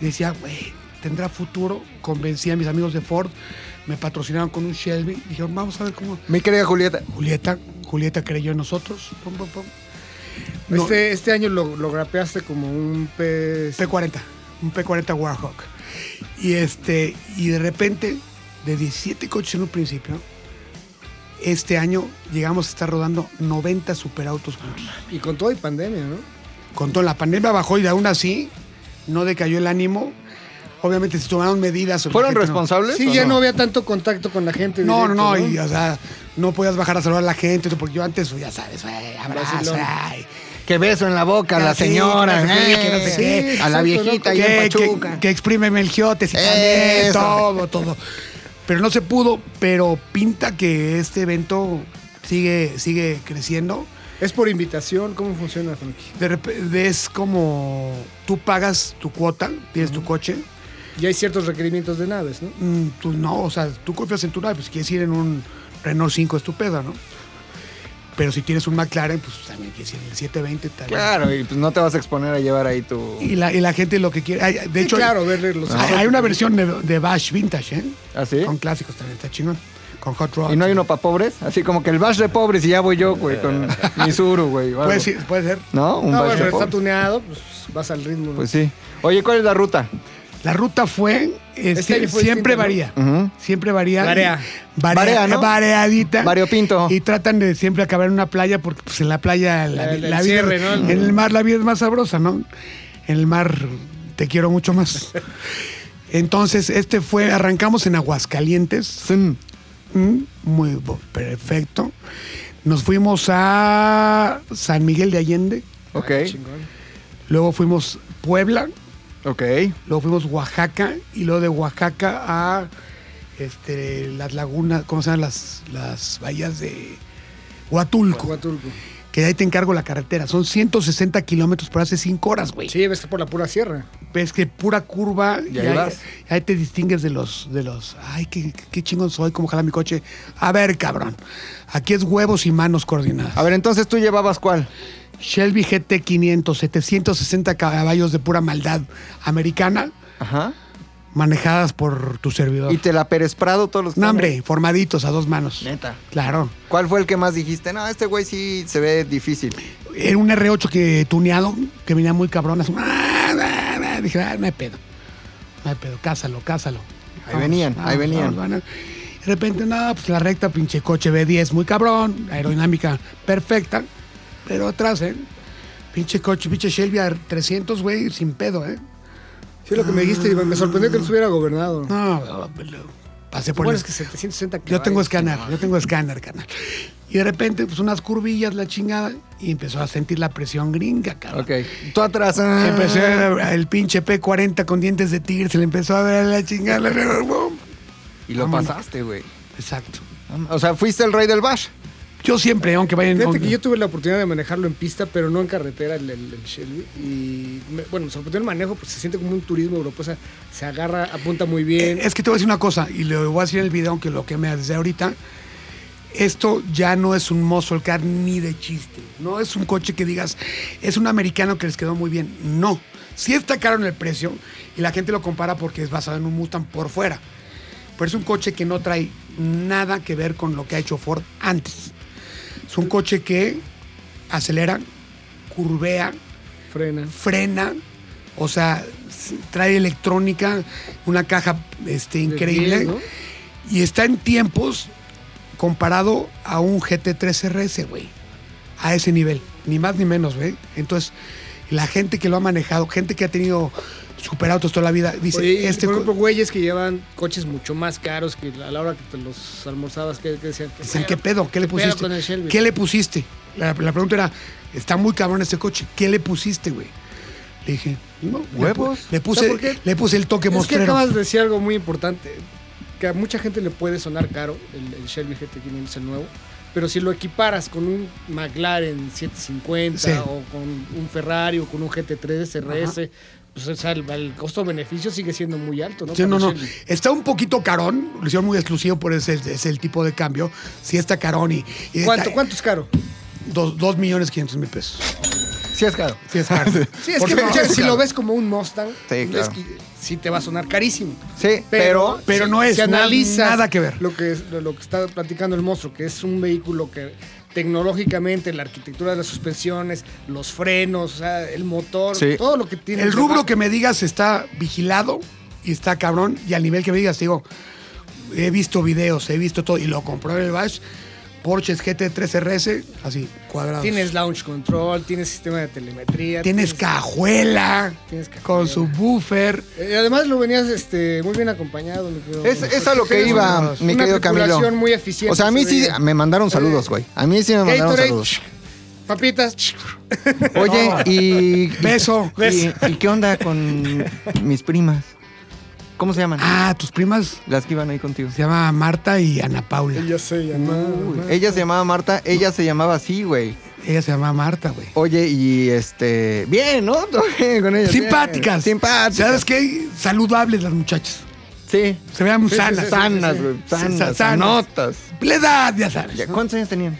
Speaker 2: Y decía, güey, tendrá futuro. Convencí a mis amigos de Ford, me patrocinaron con un Shelby. Dijeron, vamos a ver cómo.
Speaker 3: Mi querida Julieta.
Speaker 2: Julieta, Julieta creyó en nosotros. Pum, pum, pum. No,
Speaker 4: Este, este año lo, lo grapeaste como un pez.
Speaker 2: P40, un P40 Warhawk. Y este, y de repente, de 17 coches en un principio, este año llegamos a estar rodando 90 superautos juntos.
Speaker 4: Y con todo y pandemia, ¿no?
Speaker 2: Con toda la pandemia bajó y aún así no decayó el ánimo. Obviamente se tomaron medidas.
Speaker 3: ¿Fueron
Speaker 2: obviamente no.
Speaker 3: responsables?
Speaker 4: Sí,
Speaker 3: o
Speaker 4: ya no? había tanto contacto con la gente.
Speaker 2: No, no,
Speaker 4: directo,
Speaker 2: no, y, o sea, no podías bajar a saludar a la gente, porque yo antes, pues, ya sabes, ay, abrazo,
Speaker 4: Vacilón.
Speaker 2: ay,
Speaker 3: Que beso en la boca a
Speaker 2: Ah,
Speaker 3: la
Speaker 2: sí,
Speaker 3: señora.
Speaker 2: que no sé qué,
Speaker 3: eh,
Speaker 2: que no sé qué.
Speaker 3: A la
Speaker 4: Exacto,
Speaker 3: viejita ahí en
Speaker 2: que,
Speaker 3: Pachuca.
Speaker 2: que, que exprímeme el giote, si también,
Speaker 3: Eso.
Speaker 2: todo, todo. Pero no se pudo, pero pinta que este evento sigue, sigue creciendo.
Speaker 4: Es por invitación. ¿Cómo funciona, Frankie?
Speaker 2: De repente es como tú pagas tu cuota, tienes tu coche,
Speaker 4: Y hay ciertos requerimientos de naves, ¿no?
Speaker 2: Mm, tú no, o sea, tú confías en tu nave, pues quieres ir en un Renault 5 estupendo, ¿no? Pero si tienes un McLaren, pues también quieres ir en el 720 tal.
Speaker 3: Claro, y pues no te vas a exponer a llevar ahí tu.
Speaker 2: Y la, y la gente lo que quiere. ay, De
Speaker 4: Sí,
Speaker 2: hecho,
Speaker 4: claro, ver los.
Speaker 2: hay, hay una versión de, de Bash Vintage, ¿eh?
Speaker 3: ¿Ah, sí?
Speaker 2: Con clásicos también, está chingón. Con Hot Rod.
Speaker 3: Y no hay uno para pobres, así como que el bash de pobres y ya voy yo, güey, con mi Zuru, güey. o algo.
Speaker 2: Puede ser, puede ser.
Speaker 3: ¿No? Un
Speaker 4: Pues No,
Speaker 3: bash
Speaker 4: bueno,
Speaker 3: de
Speaker 4: pero está
Speaker 3: pobres.
Speaker 4: tuneado, pues vas al ritmo. ¿no?
Speaker 3: Pues sí. Oye, ¿cuál es la ruta?
Speaker 4: Ah,
Speaker 2: La ruta fue. este,
Speaker 4: Este fue
Speaker 2: siempre
Speaker 4: distinto, ¿no?
Speaker 2: varía.
Speaker 3: Ujú.
Speaker 2: Siempre varía.
Speaker 4: Varea.
Speaker 2: Varea,
Speaker 3: Varea, ¿no?
Speaker 2: Vareadita.
Speaker 3: Variopinto.
Speaker 2: Y tratan de siempre acabar en una playa porque pues, en la playa la,
Speaker 4: La- el
Speaker 2: la vida
Speaker 4: cierre, ¿no?
Speaker 2: en el mar la vida es más sabrosa, ¿no? En el mar te quiero mucho más. Entonces, este fue arrancamos en Aguascalientes,
Speaker 3: Zun.
Speaker 2: Mm, muy bo- perfecto. Nos fuimos a San Miguel de Allende,
Speaker 3: Ok,
Speaker 4: Ah, chingón.
Speaker 2: luego fuimos Puebla,
Speaker 3: ok.
Speaker 2: luego fuimos Oaxaca y luego de Oaxaca a este, las lagunas, ¿cómo se llaman las las bahías de Huatulco?
Speaker 4: Huatulco.
Speaker 2: que ahí te encargo la carretera. Son 160 kilómetros por hace 5 horas, güey.
Speaker 4: Sí, ves que por la pura sierra.
Speaker 2: Ves que pura curva. Y
Speaker 3: ahí
Speaker 2: ahí,
Speaker 3: vas.
Speaker 2: ahí te distingues de los, de los. Ay, qué, qué chingón soy, cómo jala mi coche. A ver, cabrón. Aquí es huevos y manos coordinadas.
Speaker 3: A ver, entonces tú llevabas cuál?
Speaker 2: Shelby GT500, 760 caballos de pura maldad americana,
Speaker 3: Ajá.
Speaker 2: manejadas por tu servidor.
Speaker 3: Y te la Pérez Prado todos los que
Speaker 2: Pues, No,
Speaker 3: están
Speaker 2: hombre, formaditos a dos manos.
Speaker 3: Neta.
Speaker 2: Claro.
Speaker 3: ahí. ¿Cuál fue el que más dijiste? No, este güey sí se ve difícil.
Speaker 2: Era un R8 que tuneado, que venía muy cabrón. así, Dije, ah, no hay pedo. No hay pedo, cásalo, cásalo.
Speaker 3: Ahí venían, ahí venían.
Speaker 2: van a- De repente, nada, pues la recta, pinche coche B10, muy cabrón, aerodinámica perfecta, pero atrás, ¿eh? Pinche coche, pinche Shelby a 300, güey, sin pedo, ¿eh?
Speaker 4: Sí, lo que me dijiste, Iván, me sorprendió que no estuviera gobernado.
Speaker 2: Ah. No,
Speaker 3: Ah,
Speaker 2: lo- pasé por
Speaker 4: Bueno,
Speaker 2: el-
Speaker 4: es que 760
Speaker 2: Yo tengo
Speaker 4: caballos.
Speaker 2: escáner, yo tengo escáner, canal. Y de repente, pues unas curvillas, la chingada, y empezó a sentir la presión gringa, cabrón.
Speaker 3: Ok. Tú atrás. ah.
Speaker 2: Empezó el pinche P40 con dientes de tigre, se le empezó a ver la chingada.
Speaker 3: Y lo
Speaker 2: Vámonos.
Speaker 3: pasaste, güey.
Speaker 2: Exacto.
Speaker 3: O sea, fuiste el rey del bash.
Speaker 2: Yo siempre, aunque vayan...
Speaker 4: Fíjate que yo tuve la oportunidad de manejarlo en pista, pero no en carretera, el, el- el Shelby. Y me- bueno, me sorprendió el manejo porque se siente como un turismo europeo. O sea, se agarra, apunta muy bien.
Speaker 2: Es que te voy a decir una cosa, y lo voy a decir en el video, aunque lo que me desde ahorita. Esto ya no es un muscle car ni de chiste. No es un coche que digas, es un americano que les quedó muy bien. No. Sí está caro en el precio y la gente lo compara porque es basado en un Mustang por fuera. Pero es un coche que no trae nada que ver con lo que ha hecho Ford antes. Es un coche que acelera, curvea,
Speaker 4: Frena.
Speaker 2: frena, o sea, s- trae electrónica, una caja este, increíble.
Speaker 4: Bien, ¿no?
Speaker 2: Y está en tiempos comparado a un GT3 RS, güey. A ese nivel. Ni más ni menos, güey. Entonces, la gente que lo ha manejado, gente que ha tenido superautos toda la vida, dice,
Speaker 4: Oye, y
Speaker 2: este...
Speaker 4: por ejemplo,
Speaker 2: co-
Speaker 4: güeyes que llevan coches mucho más caros que a la hora que te los almorzabas, que, que decían,
Speaker 2: Dicen, ¿qué pedo? ¿Qué le
Speaker 4: pedo
Speaker 2: pusiste?
Speaker 4: con el Shelby?
Speaker 2: ¿Qué le pusiste? La, la pregunta era, está muy cabrón este coche, ¿qué le pusiste, güey? Le dije, no, le pu-
Speaker 3: Huevos.
Speaker 2: Le
Speaker 4: ¿Sabes por
Speaker 2: puse,
Speaker 4: qué?
Speaker 2: le puse el toque
Speaker 4: Es que
Speaker 2: mostrero.
Speaker 4: acabas de decir algo muy importante, que a mucha gente le puede sonar caro el, el Shelby GT500, el nuevo, pero si lo equiparas con un McLaren 750
Speaker 2: Sí.
Speaker 4: o con un Ferrari o con un GT3 SRS, pues o sea, el, el costo-beneficio sigue siendo muy alto, ¿no?
Speaker 2: Sí,
Speaker 4: Para
Speaker 2: no,
Speaker 4: el
Speaker 2: no.
Speaker 4: Shelby.
Speaker 2: Está un poquito carón. Lo hicieron muy exclusivo por ese, ese el tipo de cambio. Sí está carón y... y
Speaker 4: ¿Cuánto,
Speaker 2: está-
Speaker 4: ¿Cuánto es caro?
Speaker 2: Dos, dos millones quinientos mil pesos.
Speaker 3: Sí, es caro.
Speaker 2: Sí es caro.
Speaker 4: Sí, es
Speaker 2: Porque
Speaker 4: que
Speaker 2: no,
Speaker 4: ya,
Speaker 2: es
Speaker 4: si
Speaker 2: caro.
Speaker 4: lo ves como un Mustang,
Speaker 3: Sí, claro.
Speaker 4: es que sí te va a sonar carísimo.
Speaker 3: Sí, pero.
Speaker 2: pero
Speaker 4: si-
Speaker 2: no es,
Speaker 4: si
Speaker 2: no-
Speaker 4: analizas
Speaker 2: nada que ver.
Speaker 4: Lo que, es- lo que está platicando el monstruo, que es un vehículo que tecnológicamente, la arquitectura de las suspensiones, los frenos, o sea, el motor,
Speaker 3: Sí.
Speaker 4: todo lo que tiene.
Speaker 2: El rubro
Speaker 4: debajo.
Speaker 2: que me digas está vigilado y está cabrón. Y al nivel que me digas, digo, he visto videos, he visto todo. Y lo compró en el Bash. Porsche GT3 RS, así, cuadrado.
Speaker 4: Tienes launch control, tienes sistema de telemetría.
Speaker 2: Tienes cajuela.
Speaker 4: Tienes
Speaker 2: Con
Speaker 4: cajuela.
Speaker 2: su buffer.
Speaker 4: Eh, además lo venías este, muy bien acompañado. mi querido
Speaker 3: Es,
Speaker 4: monstruo.
Speaker 3: es a lo que
Speaker 4: Tienes una-
Speaker 3: iba, mi
Speaker 4: una
Speaker 3: querido Camilo.
Speaker 4: tripulación muy eficiente.
Speaker 3: O sea, a mí
Speaker 4: se
Speaker 3: sí
Speaker 4: veía.
Speaker 3: me mandaron saludos, güey. A mí sí me mandaron
Speaker 4: Gatorade,
Speaker 3: saludos.
Speaker 4: Papitas.
Speaker 3: Oye, y. y-
Speaker 2: Beso.
Speaker 3: Y, y qué onda con mis primas? ¿Cómo se llaman?
Speaker 2: Ah, tus primas
Speaker 3: Las que iban ahí contigo.
Speaker 2: se llama Marta y Ana Paula.
Speaker 4: Ya sé, ya no.
Speaker 3: Uy, ella se llamaba Marta, ella se llamaba así, güey.
Speaker 2: Ella se llama Marta, güey.
Speaker 3: Oye, y este. Bien, ¿no? Todo bien con ellos. bien.
Speaker 2: Simpáticas.
Speaker 3: Simpáticas.
Speaker 2: ¿Sabes qué? Saludables las muchachas.
Speaker 3: Sí.
Speaker 2: Se vean sanas.
Speaker 3: Sanas, güey. Sanas. Sanotas.
Speaker 2: La edad, ya sabes.
Speaker 3: Ya, ¿Cuántos años tenían?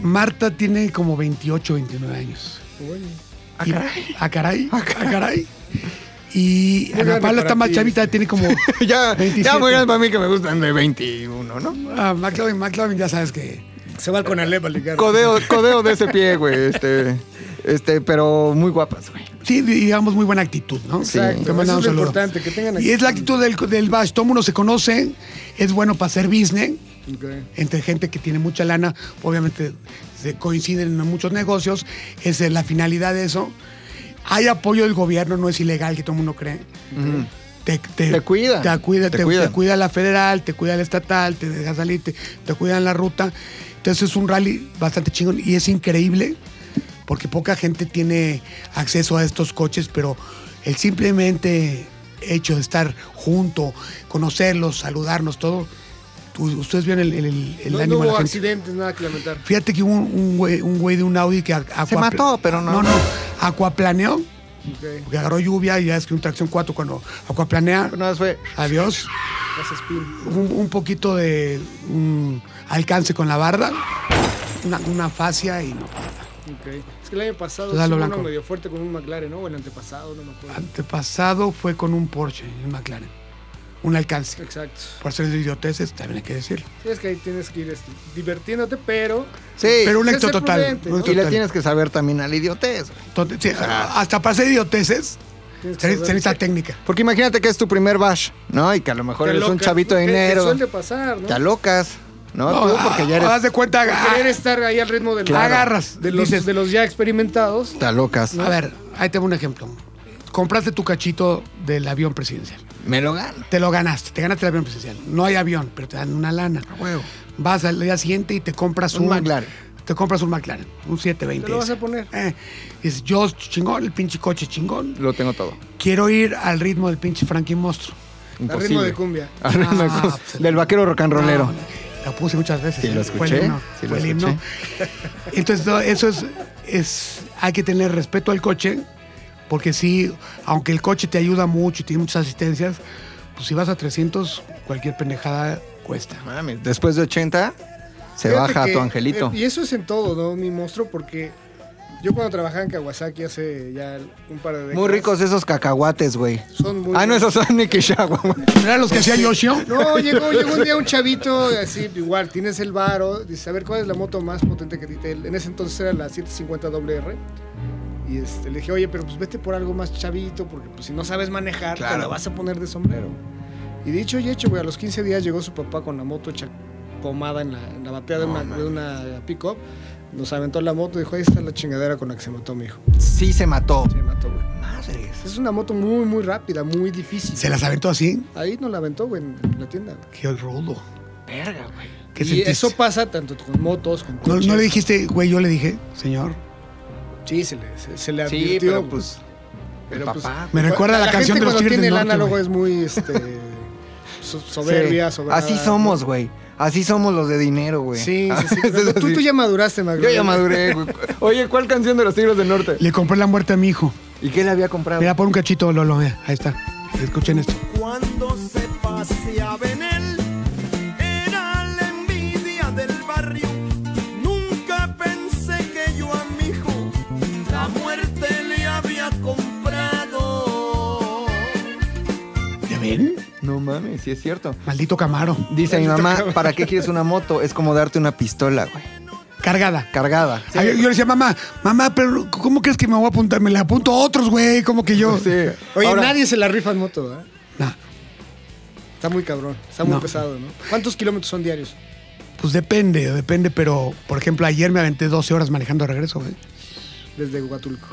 Speaker 2: Marta tiene como 28, 29 años.
Speaker 4: Oye,
Speaker 2: Y- ¿A caray? ¿A caray? Y
Speaker 4: Muy
Speaker 2: Ana
Speaker 4: grande
Speaker 2: Paula está
Speaker 4: para
Speaker 2: más
Speaker 4: ti,
Speaker 2: chavita, tiene como...
Speaker 3: ya, ya
Speaker 2: 27.
Speaker 3: muy grande para mí que me gustan de 21, ¿no?
Speaker 2: Ah, McLovin, McLovin, ya sabes que...
Speaker 4: Se va con Alep a ligar.
Speaker 3: Codeo, codeo de ese pie, güey. Este, este, pero muy guapas, güey.
Speaker 2: Sí, digamos, muy buena actitud, ¿no?
Speaker 3: Sí.
Speaker 4: Exacto.
Speaker 2: Te
Speaker 4: Eso es
Speaker 2: mandamos
Speaker 4: lo
Speaker 2: saludos.
Speaker 4: importante, que tengan
Speaker 2: Y es la actitud del, del bash. Todo mundo se conoce, es bueno para hacer business.
Speaker 4: Ok.
Speaker 2: Entre gente que tiene mucha lana, obviamente se coinciden en muchos negocios. Esa es eh, la finalidad de eso. Hay apoyo del gobierno, no es ilegal, que todo el mundo cree. Te,
Speaker 3: Te cuida.
Speaker 2: Te cuida,
Speaker 3: Te
Speaker 2: te, te
Speaker 3: cuida.
Speaker 2: cuida. la federal, te cuida la estatal, te deja salir, te, te cuidan la ruta. Entonces es un rally bastante chingón y es increíble porque poca gente tiene acceso a estos coches, pero el simplemente hecho de estar junto, conocerlos, saludarnos, todo, tú- ustedes ven el, el- el- el
Speaker 4: No, no
Speaker 2: ánimo de
Speaker 4: hubo
Speaker 2: la gente.
Speaker 4: accidentes, nada que lamentar.
Speaker 2: Fíjate que hubo un, un güey, un güey de un Audi que... a- aquapla-
Speaker 3: mató, pero no.
Speaker 2: No, no, acuaplaneó,
Speaker 4: Ok.
Speaker 2: porque agarró lluvia y ya es que un tracción 4 cuando acuaplanea,
Speaker 3: Pero nada más fue.
Speaker 2: adiós
Speaker 4: Haces pin.
Speaker 2: un, un poquito de mm, alcance con la barda, una, una fascia y no.
Speaker 4: Ok. Es que el año pasado
Speaker 2: Dale,
Speaker 4: sí hubo
Speaker 2: Blanco. Ah.
Speaker 4: uno medio fuerte con un McLaren, ¿no? O el antepasado, no me acuerdo.
Speaker 2: Antepasado fue con un Porsche, un McLaren, un alcance.
Speaker 4: Exacto.
Speaker 2: Por ser de idioteces, también hay que decirlo.
Speaker 4: Sí, es que ahí tienes que ir este, divirtiéndote, pero
Speaker 3: Sí.
Speaker 2: Pero un
Speaker 4: sé
Speaker 2: éxito
Speaker 4: ser
Speaker 2: total.
Speaker 4: prudente,
Speaker 2: un
Speaker 4: ¿no?
Speaker 2: éxito
Speaker 3: y le
Speaker 2: total.
Speaker 3: tienes Ah. que saber también al idiotez, güey.
Speaker 2: Entonces, sí, hasta para ser idioteces,
Speaker 4: Tienes que
Speaker 2: se ne-
Speaker 4: saber
Speaker 2: se necesita
Speaker 4: que-
Speaker 2: técnica.
Speaker 3: Porque imagínate que es tu primer bash, ¿no? Y que a lo mejor
Speaker 4: te
Speaker 3: eres un
Speaker 4: aloca-
Speaker 3: chavito de
Speaker 4: que- que
Speaker 3: dinero.
Speaker 4: suele pasar, ¿no?
Speaker 3: Te alocas, ¿no? Tú, porque ya
Speaker 2: Haz
Speaker 3: eres.
Speaker 2: de cuenta, ah,
Speaker 4: Querer estar ahí al ritmo de los,
Speaker 2: Agarras,
Speaker 4: de los,
Speaker 2: dices-
Speaker 4: de los ya experimentados.
Speaker 3: Te alocas.
Speaker 2: ah, a ver, ahí te un ejemplo. Compraste tu cachito del avión presidencial.
Speaker 3: Me lo gano.
Speaker 2: Te lo ganaste, te ganaste el avión presidencial. No hay avión, pero te dan una lana.
Speaker 3: huevo.
Speaker 2: Vas al día siguiente y te compras
Speaker 3: Un
Speaker 2: un,
Speaker 3: McLaren.
Speaker 2: Te compras un McLaren, un 720.
Speaker 4: Te lo vas
Speaker 2: ese.
Speaker 4: a poner.
Speaker 2: Eh, dices, yo chingón, el pinche coche chingón.
Speaker 3: Lo tengo todo.
Speaker 2: Quiero ir al ritmo del pinche Frankie Monstruo.
Speaker 4: Al ritmo de cumbia.
Speaker 3: Al ritmo de
Speaker 2: Ah,
Speaker 3: cumbia.
Speaker 2: pues,
Speaker 3: Del vaquero rock and rollero.
Speaker 2: No, la puse muchas veces. ¿eh?
Speaker 3: Sí, lo
Speaker 2: Fue el
Speaker 3: escuché,
Speaker 2: himno,
Speaker 3: sí, lo
Speaker 2: fue el himno. Entonces, no, eso es, es. Hay que tener respeto al coche, porque sí, aunque el coche te ayuda mucho y tiene muchas asistencias, pues si vas a 300, cualquier pendejada cuesta.
Speaker 3: Mami, después de 80, se
Speaker 4: Fíjate
Speaker 3: baja
Speaker 4: que-
Speaker 3: tu angelito.
Speaker 4: eh, Y eso es en todo, ¿no? Mi monstruo, porque yo cuando trabajaba en Kawasaki hace ya un par de décadas.
Speaker 3: Muy ricos esos cacahuates, güey.
Speaker 4: Son muy
Speaker 3: Ah, no,
Speaker 4: ricos.
Speaker 3: esos son Nikishawa, güey.
Speaker 2: ¿Eran los que hacía Yoshio?
Speaker 4: No, llegó, llegó un día un chavito, así, igual, tienes el varo, dice, a ver, ¿cuál es la moto más potente que tiene? En ese entonces era la 750WR. Y este, le dije, oye, pero pues vete por algo más chavito, porque pues, si no sabes manejar, te la vas a poner de sombrero. Y dicho y hecho, güey, a los 15 días llegó su papá con la moto hecha pomada en la, en la batea de una, de una pick-up. Nos aventó la moto y dijo, ahí está la chingadera con la que se mató mi hijo.
Speaker 3: Sí se mató.
Speaker 4: Se mató, güey.
Speaker 3: Madres.
Speaker 4: Es una moto muy, muy rápida, muy difícil.
Speaker 2: Se las aventó así.
Speaker 4: Ahí nos la aventó, güey, en en la tienda. güey.
Speaker 2: Qué rudo.
Speaker 3: Verga, güey.
Speaker 2: ¿Qué
Speaker 4: y
Speaker 2: sentiste?
Speaker 4: eso pasa tanto con motos, con
Speaker 2: ¿No,
Speaker 4: coches.
Speaker 2: no le dijiste, güey, yo le dije, señor?
Speaker 4: Sí, se le, se, se le
Speaker 3: Sí,
Speaker 4: advirtió.
Speaker 3: pero
Speaker 4: güey.
Speaker 3: pues.
Speaker 4: Pero,
Speaker 3: el
Speaker 4: pues,
Speaker 3: papá.
Speaker 2: Me recuerda a la, canción de
Speaker 4: gente
Speaker 2: los
Speaker 4: cuando
Speaker 2: Tigres
Speaker 4: tiene
Speaker 2: del
Speaker 4: el
Speaker 2: Norte,
Speaker 4: análogo
Speaker 2: güey.
Speaker 4: es muy este, so- soberbia,
Speaker 3: Sí.
Speaker 4: sobrada.
Speaker 3: Así somos, güey. Así somos los de dinero, güey.
Speaker 4: Sí, sí, sí.
Speaker 3: Eso
Speaker 4: Pero
Speaker 3: es
Speaker 4: tú,
Speaker 3: así.
Speaker 4: tú ya maduraste, Magro.
Speaker 3: Yo ya maduré, güey. Oye, ¿cuál canción de los Tigres del Norte?
Speaker 2: Le compré la muerte a mi hijo.
Speaker 3: ¿Y qué le había comprado?
Speaker 2: Mira, pon un cachito, Lolo, mira, ahí está. Escuchen esto.
Speaker 7: Cuando se paseaba en él, era la envidia del barrio. Nunca pensé que yo a mi hijo la muerte le había comprado.
Speaker 2: ¿Ya ven?
Speaker 3: No mames, sí es cierto.
Speaker 2: Maldito Camaro.
Speaker 3: Dice mi mamá, ¿para qué quieres una moto? Es como darte una pistola, güey.
Speaker 2: Cargada.
Speaker 3: Cargada. Sí.
Speaker 2: Ay, yo le decía, mamá, mamá, pero ¿cómo crees que me voy a apuntar? Me la apunto a otros, güey, como que yo.
Speaker 3: Sí.
Speaker 4: Oye,
Speaker 3: Ahora-
Speaker 4: nadie se la rifa en moto, ¿verdad?
Speaker 2: Nah,
Speaker 4: Está muy cabrón, está muy
Speaker 2: No.
Speaker 4: pesado, ¿no? ¿Cuántos kilómetros son diarios?
Speaker 2: pues depende, depende, pero por ejemplo, ayer me aventé 12 horas manejando de regreso, güey.
Speaker 4: Desde Huatulco.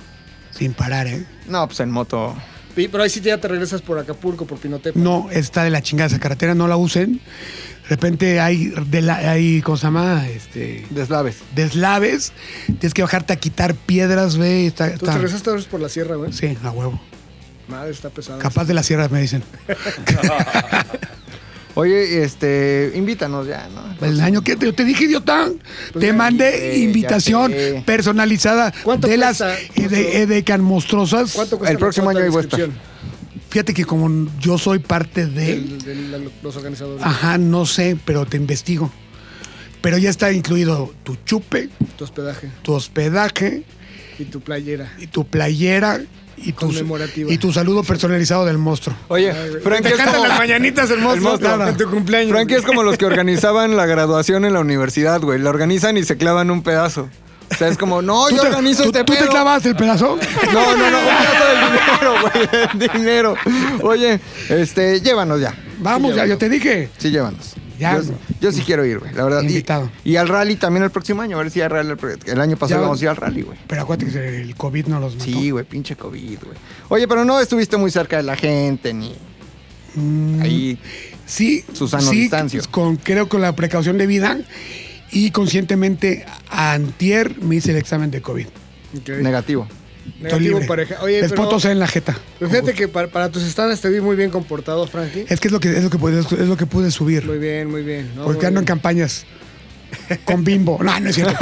Speaker 2: Sin parar, ¿eh?
Speaker 3: No, pues en moto.
Speaker 4: Sí, pero ahí sí ya te regresas por Acapulco, por Pinotepa.
Speaker 2: No, está de la chingada esa carretera, no la usen. De repente hay, de la, hay ¿cómo se llama? Este,
Speaker 3: Deslaves.
Speaker 2: deslaves. Tienes que bajarte a quitar piedras, güey. Está,
Speaker 4: Tú
Speaker 2: está-
Speaker 4: te regresaste a veces por la sierra, güey.
Speaker 2: Sí, a huevo.
Speaker 4: Madre, está pesado.
Speaker 2: Capaz de las sierras, me dicen.
Speaker 3: Oye, este, invítanos ya, ¿no?
Speaker 2: El año que te, yo te dije, idiota, te
Speaker 4: ya
Speaker 2: mandé
Speaker 3: te- Pues ya
Speaker 2: invitación
Speaker 3: te-
Speaker 2: personalizada
Speaker 4: ¿Cuánto
Speaker 2: de las
Speaker 4: cuesta?
Speaker 2: eh, de- eh, de can monstruosas.
Speaker 4: ¿Cuánto cuesta
Speaker 3: El
Speaker 4: la
Speaker 3: próximo
Speaker 4: cuota
Speaker 3: año
Speaker 4: de
Speaker 3: hay vuelta.
Speaker 4: inscripción
Speaker 2: Fíjate que como yo soy parte de,
Speaker 4: del- del- de los organizadores?
Speaker 2: ajá, no sé, pero te investigo. Pero ya está incluido tu chupe,
Speaker 4: Tu hospedaje
Speaker 2: tu hospedaje,
Speaker 4: y tu playera.
Speaker 2: y tu playera y tu,
Speaker 4: Conmemorativa.
Speaker 2: y tu saludo personalizado del monstruo.
Speaker 3: Oye, Frankie es como...
Speaker 2: mañanitas del
Speaker 3: El monstruo,
Speaker 2: Nada.
Speaker 3: en tu cumpleaños. Frankie es como los que organizaban la graduación en la universidad, güey. La organizan y se clavan un pedazo. O sea, es como, no,
Speaker 2: ¿Tú,
Speaker 3: yo
Speaker 2: te,
Speaker 3: organizo
Speaker 2: tú-
Speaker 3: este
Speaker 2: tú te
Speaker 3: pedo.
Speaker 2: clavas el pedazo?
Speaker 3: No, no, no, un pedazo del dinero, güey. del dinero. Oye, este, llévanos ya.
Speaker 2: Vamos, ya, yo te dije.
Speaker 3: Sí, llévanos.
Speaker 2: Ya.
Speaker 3: Yo, yo sí quiero ir, güey, la verdad. Y-
Speaker 2: Invitado.
Speaker 3: Y, al rally también el próximo año, a ver si al rally. El año pasado
Speaker 2: Ya.
Speaker 3: vamos a ir al rally, güey.
Speaker 2: Pero acuérdate que el COVID no los mató.
Speaker 3: Sí, güey, pinche COVID, güey. Oye, pero no estuviste muy cerca de la gente, ni.
Speaker 2: Mm.
Speaker 3: Ahí.
Speaker 2: Sí,
Speaker 3: Susano
Speaker 2: sí,
Speaker 3: Distancio.
Speaker 2: Con, creo con la precaución de vida y conscientemente antier me hice el examen de COVID. Estoy
Speaker 4: Ok.
Speaker 3: Negativo.
Speaker 4: Negativo
Speaker 2: libre.
Speaker 4: pareja. Oye,
Speaker 2: Les
Speaker 4: pero,
Speaker 2: puedo toser en la jeta.
Speaker 4: pero fíjate que para, para tus estándares te vi muy bien comportado, Frankie.
Speaker 2: Es que es lo que, es lo que, pude, es lo que pude subir.
Speaker 4: Muy bien, muy bien. ¿no?
Speaker 2: porque
Speaker 4: Muy
Speaker 2: ando en
Speaker 4: bien.
Speaker 2: campañas con bimbo. No, no es cierto.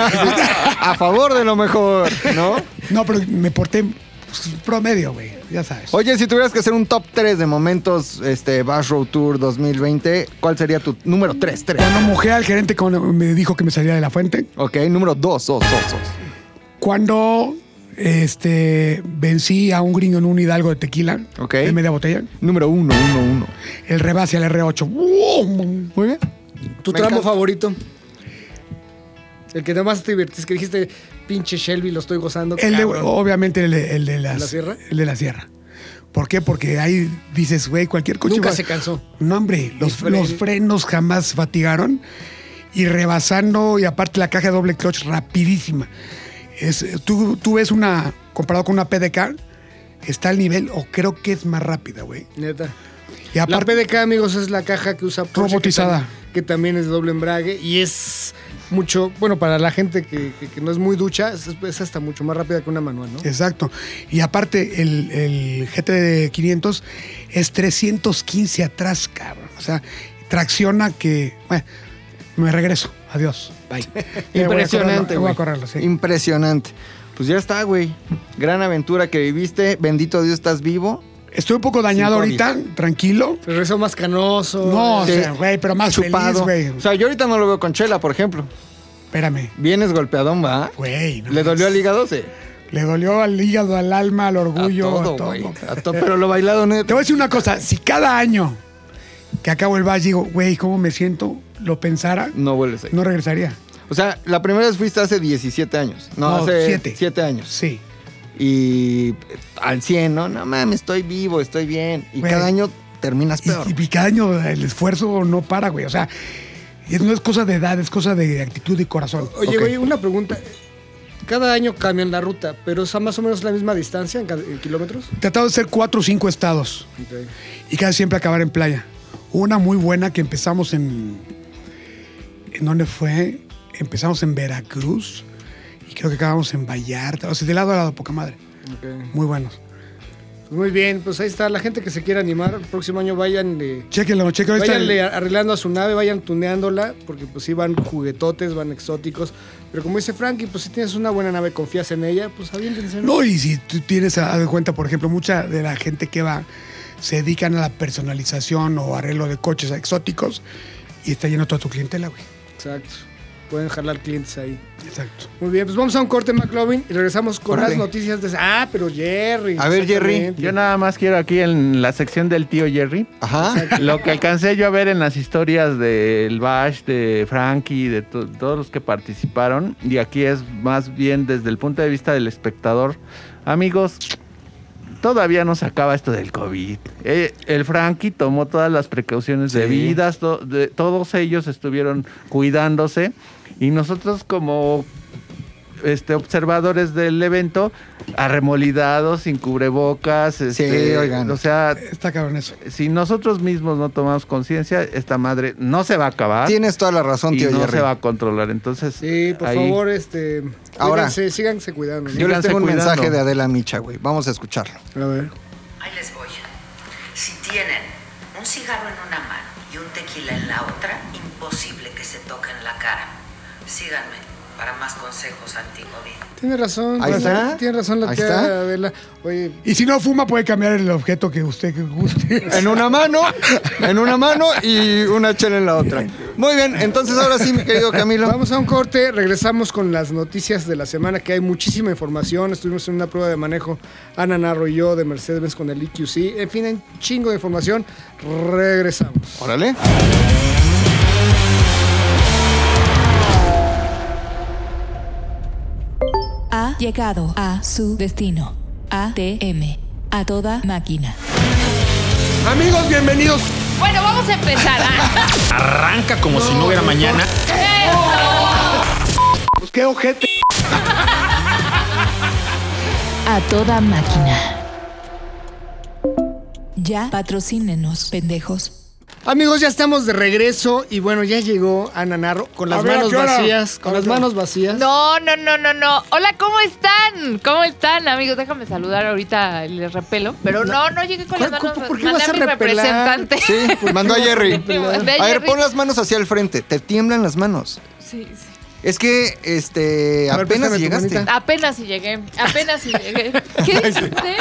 Speaker 3: A favor de lo mejor, ¿no?
Speaker 2: no, pero me porté pues, promedio, güey. Ya sabes.
Speaker 3: Oye, si tuvieras que hacer un top 3 de momentos, este, Bash Road Tour 2020, ¿cuál sería tu número 3? 3.
Speaker 2: Cuando mojé al gerente cuando me dijo que me salía de la fuente.
Speaker 3: Ok, número 2, 2, 2,
Speaker 2: Cuando este, vencí a un gringo en un hidalgo de tequila
Speaker 3: Ok.
Speaker 2: de media botella.
Speaker 3: Número 1, 1, 1.
Speaker 2: El rebase al R8. ¡Bum!
Speaker 3: Muy bien.
Speaker 4: ¿Tu
Speaker 3: Me
Speaker 4: tramo
Speaker 3: encanta.
Speaker 4: favorito? El que nomás te divertiste, que dijiste, pinche Shelby, lo estoy gozando.
Speaker 2: El de,
Speaker 4: cabrón".
Speaker 2: obviamente el de, el de las-
Speaker 4: ¿La sierra?
Speaker 2: El de la sierra. ¿Por qué? Porque ahí dices, güey, cualquier coche.
Speaker 4: Nunca
Speaker 2: va-
Speaker 4: se cansó.
Speaker 2: No, hombre, los,
Speaker 4: fre-
Speaker 2: los frenos jamás fatigaron. Y rebasando, y aparte la caja de doble clutch rapidísima. Es, tú, tú ves una, comparado con una PDK, está al nivel, o creo que es más rápida, güey.
Speaker 4: Neta.
Speaker 2: Y
Speaker 4: La
Speaker 2: aparte,
Speaker 4: PDK, amigos, es la caja que usa Porsche,
Speaker 2: Robotizada.
Speaker 4: Que, tam- que también es de doble embrague y es mucho, bueno, para la gente que, que- que no es muy ducha, es, es hasta mucho más rápida que una manual, ¿no?
Speaker 2: exacto. Y aparte, el, el GT500 es 315 atrás, cabrón. O sea, tracciona que. Bueno, me regreso. Adiós. Bye. Eh, voy a
Speaker 3: Impresionante,
Speaker 2: correrlo, Voy a
Speaker 3: güey.
Speaker 2: correrlo, sí.
Speaker 3: Impresionante. Pues ya está, güey. Gran aventura que viviste. Bendito Dios, estás vivo.
Speaker 2: Estoy un poco dañado
Speaker 3: Sin
Speaker 2: ahorita, tranquilo.
Speaker 4: Regresó más canoso. eh.
Speaker 2: No, o
Speaker 3: Sí.
Speaker 2: sea, güey, pero más
Speaker 3: Chupado.
Speaker 2: feliz,
Speaker 3: o
Speaker 2: güey.
Speaker 3: sea, yo ahorita no lo veo con Chela, por ejemplo.
Speaker 2: Espérame.
Speaker 3: Vienes golpeadón, va.
Speaker 2: Güey, no
Speaker 3: ¿Le dolió al hígado? Sí.
Speaker 2: Le dolió al hígado, al alma, al orgullo,
Speaker 3: a
Speaker 2: a
Speaker 3: todo,
Speaker 2: todo.
Speaker 3: güey. A todo, pero lo bailado,
Speaker 2: Te
Speaker 3: neta.
Speaker 2: voy a decir una cosa, si cada año que acabo el valle digo, güey, ¿cómo me siento? Lo pensara,
Speaker 3: No vuelves ahí.
Speaker 2: no regresaría.
Speaker 3: O sea, la primera vez fuiste hace 17 años. No,
Speaker 2: No,
Speaker 3: hace
Speaker 2: siete.
Speaker 3: 7 años.
Speaker 2: Sí.
Speaker 3: y eh, al 100, ¿no? No mames, estoy vivo, estoy bien. Y
Speaker 2: Güey.
Speaker 3: cada año terminas
Speaker 2: Y,
Speaker 3: peor.
Speaker 2: y- y cada año el esfuerzo no para, güey. O sea, es- no es cosa de edad, es cosa de actitud y corazón.
Speaker 4: Oye,
Speaker 3: Ok.
Speaker 4: güey, una pregunta. Cada año cambian la ruta, pero es a más o menos la misma distancia en, ca- en kilómetros.
Speaker 2: Tratado de hacer cuatro o cinco estados y casi siempre acabar en playa. Hubo Una muy buena que empezamos en... ¿En dónde fue? Empezamos en Veracruz y creo que acabamos en Vallarta. O sea, de lado a lado, poca madre.
Speaker 4: Ok.
Speaker 2: Muy buenos.
Speaker 4: Pues muy bien, pues ahí está. La gente que se quiera animar, el próximo año vayan de...
Speaker 2: Chéquenlo, chéquenlo. Ahí está el-
Speaker 4: Vayan arreglando a su nave, vayan tuneándola, porque pues sí van juguetotes, van exóticos. Pero como dice Frankie, pues si tienes una buena nave, confías en ella, pues aviéntense.
Speaker 2: No, y si tú tienes a- haz de cuenta, por ejemplo, mucha de la gente que va se dedican a la personalización o arreglo de coches exóticos y está lleno toda tu clientela, güey.
Speaker 4: Exacto. Pueden jalar clientes ahí.
Speaker 2: Exacto.
Speaker 4: Muy bien, pues vamos a un corte, McLovin, y regresamos con
Speaker 3: Órale.
Speaker 4: las noticias de... Ah, pero Jerry.
Speaker 3: A ver, Jerry.
Speaker 4: exactamente.
Speaker 5: Yo nada más quiero aquí en la sección del tío Jerry.
Speaker 3: Ajá.
Speaker 5: Lo que alcancé yo a ver en las historias del Bash, de Frankie, de to- todos los que participaron, y aquí es más bien desde el punto de vista del espectador. Amigos, todavía no se acaba esto del COVID. Eh, el Frankie tomó todas las precauciones debidas, to- de- todos ellos estuvieron cuidándose, y nosotros como este, observadores del evento, arremolidados, sin cubrebocas, este,
Speaker 3: oigan.
Speaker 5: o sea,
Speaker 2: Está cabrón eso.
Speaker 5: si nosotros mismos no tomamos conciencia, esta madre no se va a acabar
Speaker 3: Tienes toda la razón,
Speaker 5: y
Speaker 3: tío
Speaker 5: no
Speaker 3: Jerry.
Speaker 5: se va a controlar. Entonces,
Speaker 4: Sí, por
Speaker 5: ahí-
Speaker 4: favor, este...
Speaker 3: Ahora.
Speaker 4: Ahora. síganse cuidando. ¿no?
Speaker 3: Yo les
Speaker 5: Síganse
Speaker 3: tengo un
Speaker 5: cuidando.
Speaker 3: mensaje de Adela Micha, güey. Vamos a escucharlo.
Speaker 4: A ver.
Speaker 8: Ahí les voy. Si tienen un cigarro en una mano y y un tequila en la otra, imposible que se toquen la cara. Síganme para más consejos anti-COVID.
Speaker 4: Tienes razón.
Speaker 3: Ahí
Speaker 4: tiene-
Speaker 3: está.
Speaker 4: Tiene razón la
Speaker 3: Ahí
Speaker 4: tía
Speaker 3: está.
Speaker 4: Adela. Oye,
Speaker 2: Y si no fuma, puede cambiar el objeto que usted guste.
Speaker 3: En una mano, en una mano y una chela en la otra. Muy bien, entonces ahora sí, mi querido Camilo.
Speaker 4: Vamos a un corte, regresamos con las noticias de la semana, que hay muchísima información. Estuvimos en una prueba de manejo, Ana Narro y yo, de Mercedes-Benz con el EQC. En fin, hay un chingo de información. Regresamos.
Speaker 3: Órale.
Speaker 9: Ha llegado a su destino. ATM. A toda máquina.
Speaker 2: Amigos, bienvenidos.
Speaker 10: Bueno, vamos a empezar. ah.
Speaker 1: Arranca como si no hubiera mañana.
Speaker 2: Pues qué ojete.
Speaker 9: A toda máquina. Ya patrocínenos, pendejos.
Speaker 4: Amigos, ya estamos de regreso y bueno, ya llegó Ana Narro con las
Speaker 2: A ver, ¿a
Speaker 4: manos
Speaker 2: qué hora?
Speaker 4: vacías. Con
Speaker 2: ¿A
Speaker 4: las
Speaker 2: qué hora?
Speaker 4: manos vacías.
Speaker 10: No, no, no, no, no. Hola, ¿cómo están? ¿Cómo están, amigos? Déjame saludar ahorita, les repelo. Pero no, no llegué con las
Speaker 4: ¿Cuál-
Speaker 10: manos.
Speaker 4: cu- por qué
Speaker 10: mandé
Speaker 4: vas a
Speaker 10: mi
Speaker 4: repelar?
Speaker 10: representante.
Speaker 3: Sí, mandó a Jerry.
Speaker 10: Mandé a
Speaker 3: A ver,
Speaker 10: Jerry.
Speaker 3: pon las manos hacia el frente. Te tiemblan las manos.
Speaker 10: Sí, Ah, sí.
Speaker 3: Es que, este,
Speaker 4: A ver, préstame
Speaker 3: apenas
Speaker 4: tu
Speaker 3: llegaste.
Speaker 4: manita.
Speaker 10: Apenas si llegué, apenas si llegué. ¿Qué dijiste?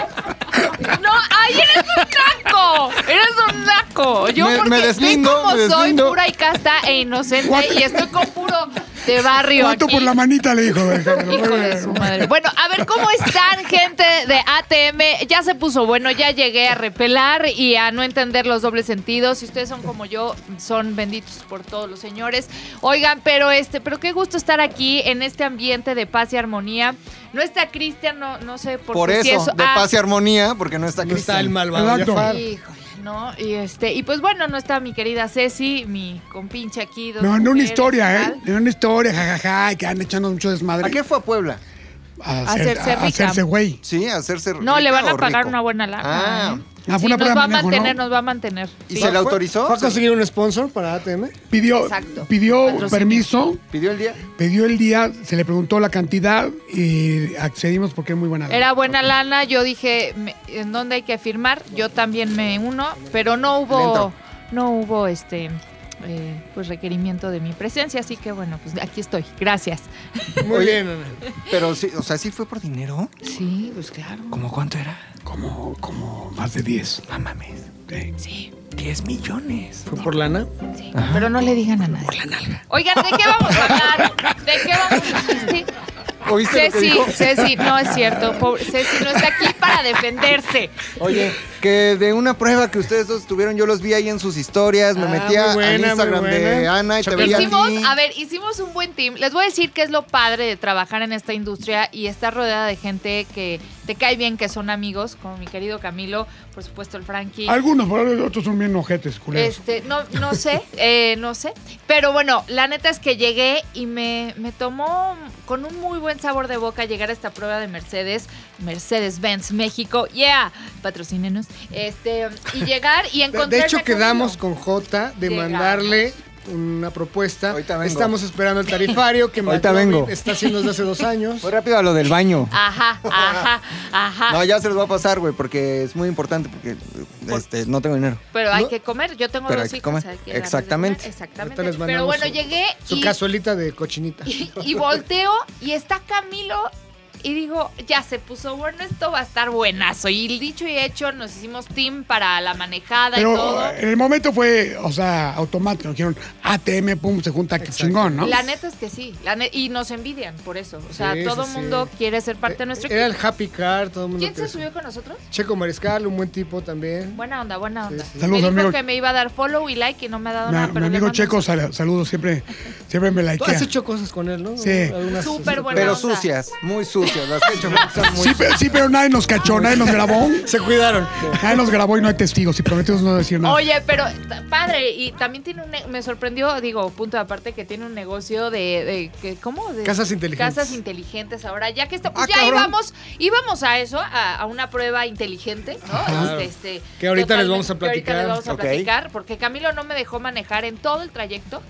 Speaker 10: No, ay, eres un naco, eres un naco. Yo
Speaker 3: Me- me
Speaker 10: porque
Speaker 3: deslindo,
Speaker 10: soy como
Speaker 3: me
Speaker 10: soy,
Speaker 3: deslindo.
Speaker 10: pura y casta e inocente y estoy con puro de barrio
Speaker 2: ¿Cuánto
Speaker 10: aquí.
Speaker 2: por la manita le dijo?
Speaker 10: Hijo de su madre. Bueno, a ver, ¿cómo están, gente de ATM? Ya se puso bueno, ya llegué a repelar y a no entender los dobles sentidos. Si ustedes son como yo, son benditos por todos los señores. Oigan, pero este, pero qué gusto estar aquí en este ambiente de paz y armonía. No está Cristian, no, no sé por,
Speaker 3: Por
Speaker 10: qué si
Speaker 3: eso, de
Speaker 10: ah,
Speaker 3: paz y armonía, porque no está
Speaker 4: No está el
Speaker 3: Cristian.
Speaker 4: malvado.
Speaker 2: Exacto.
Speaker 4: Jafar.
Speaker 10: Híjole, ¿no? Y este, y pues bueno, no está mi querida Ceci, mi compinche aquí. dos
Speaker 2: No, en una
Speaker 10: mujeres,
Speaker 2: historia, ¿eh?
Speaker 10: tal.
Speaker 2: En una historia, jajaja, que han echando mucho desmadre.
Speaker 3: ¿A qué fue a Puebla?
Speaker 2: A
Speaker 10: Hacerse
Speaker 2: hacer- a
Speaker 10: rica.
Speaker 2: hacerse güey.
Speaker 3: Sí, a hacerse
Speaker 10: No, le
Speaker 3: rica
Speaker 10: van a
Speaker 3: o
Speaker 10: pagar
Speaker 3: rico?
Speaker 10: una buena lana.
Speaker 3: Ah,
Speaker 2: Ah, fue
Speaker 10: Sí,
Speaker 2: una
Speaker 10: nos
Speaker 2: prueba
Speaker 10: va a
Speaker 2: de manejo,
Speaker 10: mantener,
Speaker 2: ¿no?
Speaker 10: nos va a mantener.
Speaker 3: ¿y
Speaker 10: Sí.
Speaker 3: se le
Speaker 4: ¿Fue-
Speaker 3: autorizó?
Speaker 4: ¿Fue a
Speaker 3: ¿Se
Speaker 4: conseguir un sponsor para ATM?
Speaker 2: Pidió,
Speaker 10: Exacto.
Speaker 2: pidió
Speaker 10: Patrocinio.
Speaker 2: permiso,
Speaker 3: ¿Pidió el día?
Speaker 2: pidió el día, se le preguntó la cantidad y accedimos porque es muy buena.
Speaker 10: Era buena lana, yo dije, me- ¿en dónde hay que firmar? Yo también me uno, pero no
Speaker 3: Lento.
Speaker 10: hubo, no hubo este eh, pues requerimiento de mi presencia, así que bueno, pues aquí estoy. Gracias.
Speaker 4: Muy
Speaker 3: Oye.
Speaker 4: bien, Ana.
Speaker 3: Pero sí, o sea, sí fue por dinero.
Speaker 10: Sí, pues claro.
Speaker 3: ¿Cómo cuánto era?
Speaker 2: Como, como más de 10.
Speaker 3: No mames.
Speaker 2: Sí.
Speaker 10: Sí,
Speaker 3: 10 millones.
Speaker 4: ¿Fue por lana?
Speaker 10: sí. Pero no le digan a nadie. Oigan, ¿de qué vamos a hablar? ¿De qué vamos a hablar? Sí.
Speaker 3: ¿Oíste lo que
Speaker 10: Ceci,
Speaker 3: dijo?
Speaker 10: Ceci, no es cierto. Pobre, Ceci no está aquí para defenderse.
Speaker 3: Oye, que de una prueba que ustedes dos tuvieron, yo los vi ahí en sus historias, me
Speaker 4: Ah,
Speaker 3: metía
Speaker 4: muy buena,
Speaker 3: al
Speaker 4: muy
Speaker 3: Instagram de
Speaker 4: buena.
Speaker 3: Ana y te
Speaker 4: Chocolate.
Speaker 3: veía.
Speaker 10: Hicimos,
Speaker 3: ti.
Speaker 10: a ver, hicimos un buen team. Les voy a decir qué es lo padre de trabajar en esta industria y estar rodeada de gente que te cae bien, que son amigos, como mi querido Camilo, por supuesto el Frankie.
Speaker 2: Algunos, pero otros son bien ojetes, culeros.
Speaker 10: Este, no, no sé, eh, no sé. Pero bueno, la neta es que llegué y me, me tomó con un muy buen sabor de boca llegar a esta prueba de Mercedes, Mercedes-Benz México, yeah, patrocínenos. Este, y llegar y
Speaker 4: De,
Speaker 10: encontrar.
Speaker 4: de hecho, quedamos con J de
Speaker 10: Llegamos.
Speaker 4: mandarle una propuesta.
Speaker 3: Ahorita vengo.
Speaker 4: Estamos esperando el tarifario que
Speaker 3: Ahorita
Speaker 4: McLovin
Speaker 3: vengo.
Speaker 4: está haciendo desde hace dos años.
Speaker 3: Voy rápido a lo del baño.
Speaker 10: Ajá, ajá, ajá.
Speaker 3: No, ya se los va a pasar, güey, porque es muy importante, porque este, no tengo dinero.
Speaker 10: Pero hay
Speaker 4: No.
Speaker 10: que comer, yo tengo
Speaker 3: Pero
Speaker 10: dos
Speaker 3: hay que
Speaker 10: hijos.
Speaker 3: comer.
Speaker 10: hay que darles de
Speaker 3: Exactamente.
Speaker 4: Ahorita
Speaker 10: comer,
Speaker 4: les
Speaker 10: Exactamente. Pero
Speaker 4: mandamos
Speaker 10: bueno,
Speaker 4: su-
Speaker 10: llegué
Speaker 4: Su
Speaker 10: y,
Speaker 4: cazuelita de cochinita.
Speaker 10: y- y volteo y está Camilo y digo, ya se puso bueno, esto va a estar buenazo. Y dicho y hecho, nos hicimos team para la manejada y todo.
Speaker 2: Pero eh, en el momento fue, o sea, automático. Dijeron ATM, pum, se junta, qué chingón, ¿no?
Speaker 10: La neta es que sí, la ne- y nos envidian por eso. O sea,
Speaker 4: Sí,
Speaker 10: todo el
Speaker 4: sí,
Speaker 10: mundo
Speaker 4: sí. Eh,
Speaker 10: quiere ser parte de nuestro
Speaker 4: Era
Speaker 10: equipo.
Speaker 4: el happy car, todo el mundo.
Speaker 10: ¿Quién se
Speaker 4: quería-
Speaker 10: subió con nosotros?
Speaker 4: Checo Mariscal, un buen tipo también.
Speaker 10: Buena onda, buena onda.
Speaker 2: Saludos,
Speaker 10: me dijo
Speaker 2: amigo.
Speaker 10: que me iba a dar follow y like y no me ha dado
Speaker 2: Mi-
Speaker 10: nada.
Speaker 2: mi
Speaker 10: pero le
Speaker 2: amigo
Speaker 10: mando
Speaker 2: Checo, sal- saludos, siempre, siempre me
Speaker 4: Tú
Speaker 2: likea.
Speaker 4: has hecho cosas con él, ¿no?
Speaker 2: Sí.
Speaker 4: Algunas-
Speaker 10: Súper buena
Speaker 3: Pero
Speaker 10: onda.
Speaker 3: sucias, muy sucias. Las que he hecho son muy
Speaker 2: Sí, pero, sí, pero nadie nos cachó, nadie nos grabó.
Speaker 4: Se cuidaron.
Speaker 2: Nadie nos grabó y no hay testigos y prometimos no decir nada.
Speaker 10: Oye, pero t- padre, y también tiene un. ne- Me sorprendió, digo, punto de aparte, que tiene un negocio de. de que, ¿Cómo? De,
Speaker 4: Casas inteligentes.
Speaker 10: Casas inteligentes. Ahora, ya que está.
Speaker 4: Ah,
Speaker 10: Pues ya
Speaker 4: cabrón.
Speaker 10: íbamos, íbamos a eso, a, a una prueba inteligente, ¿no?
Speaker 4: Claro.
Speaker 10: Este,
Speaker 4: Que ahorita les vamos a
Speaker 10: totalmente- Que
Speaker 4: platicar.
Speaker 10: ahorita les vamos a
Speaker 3: Ok.
Speaker 10: platicar, porque Camilo no me dejó manejar en todo el trayecto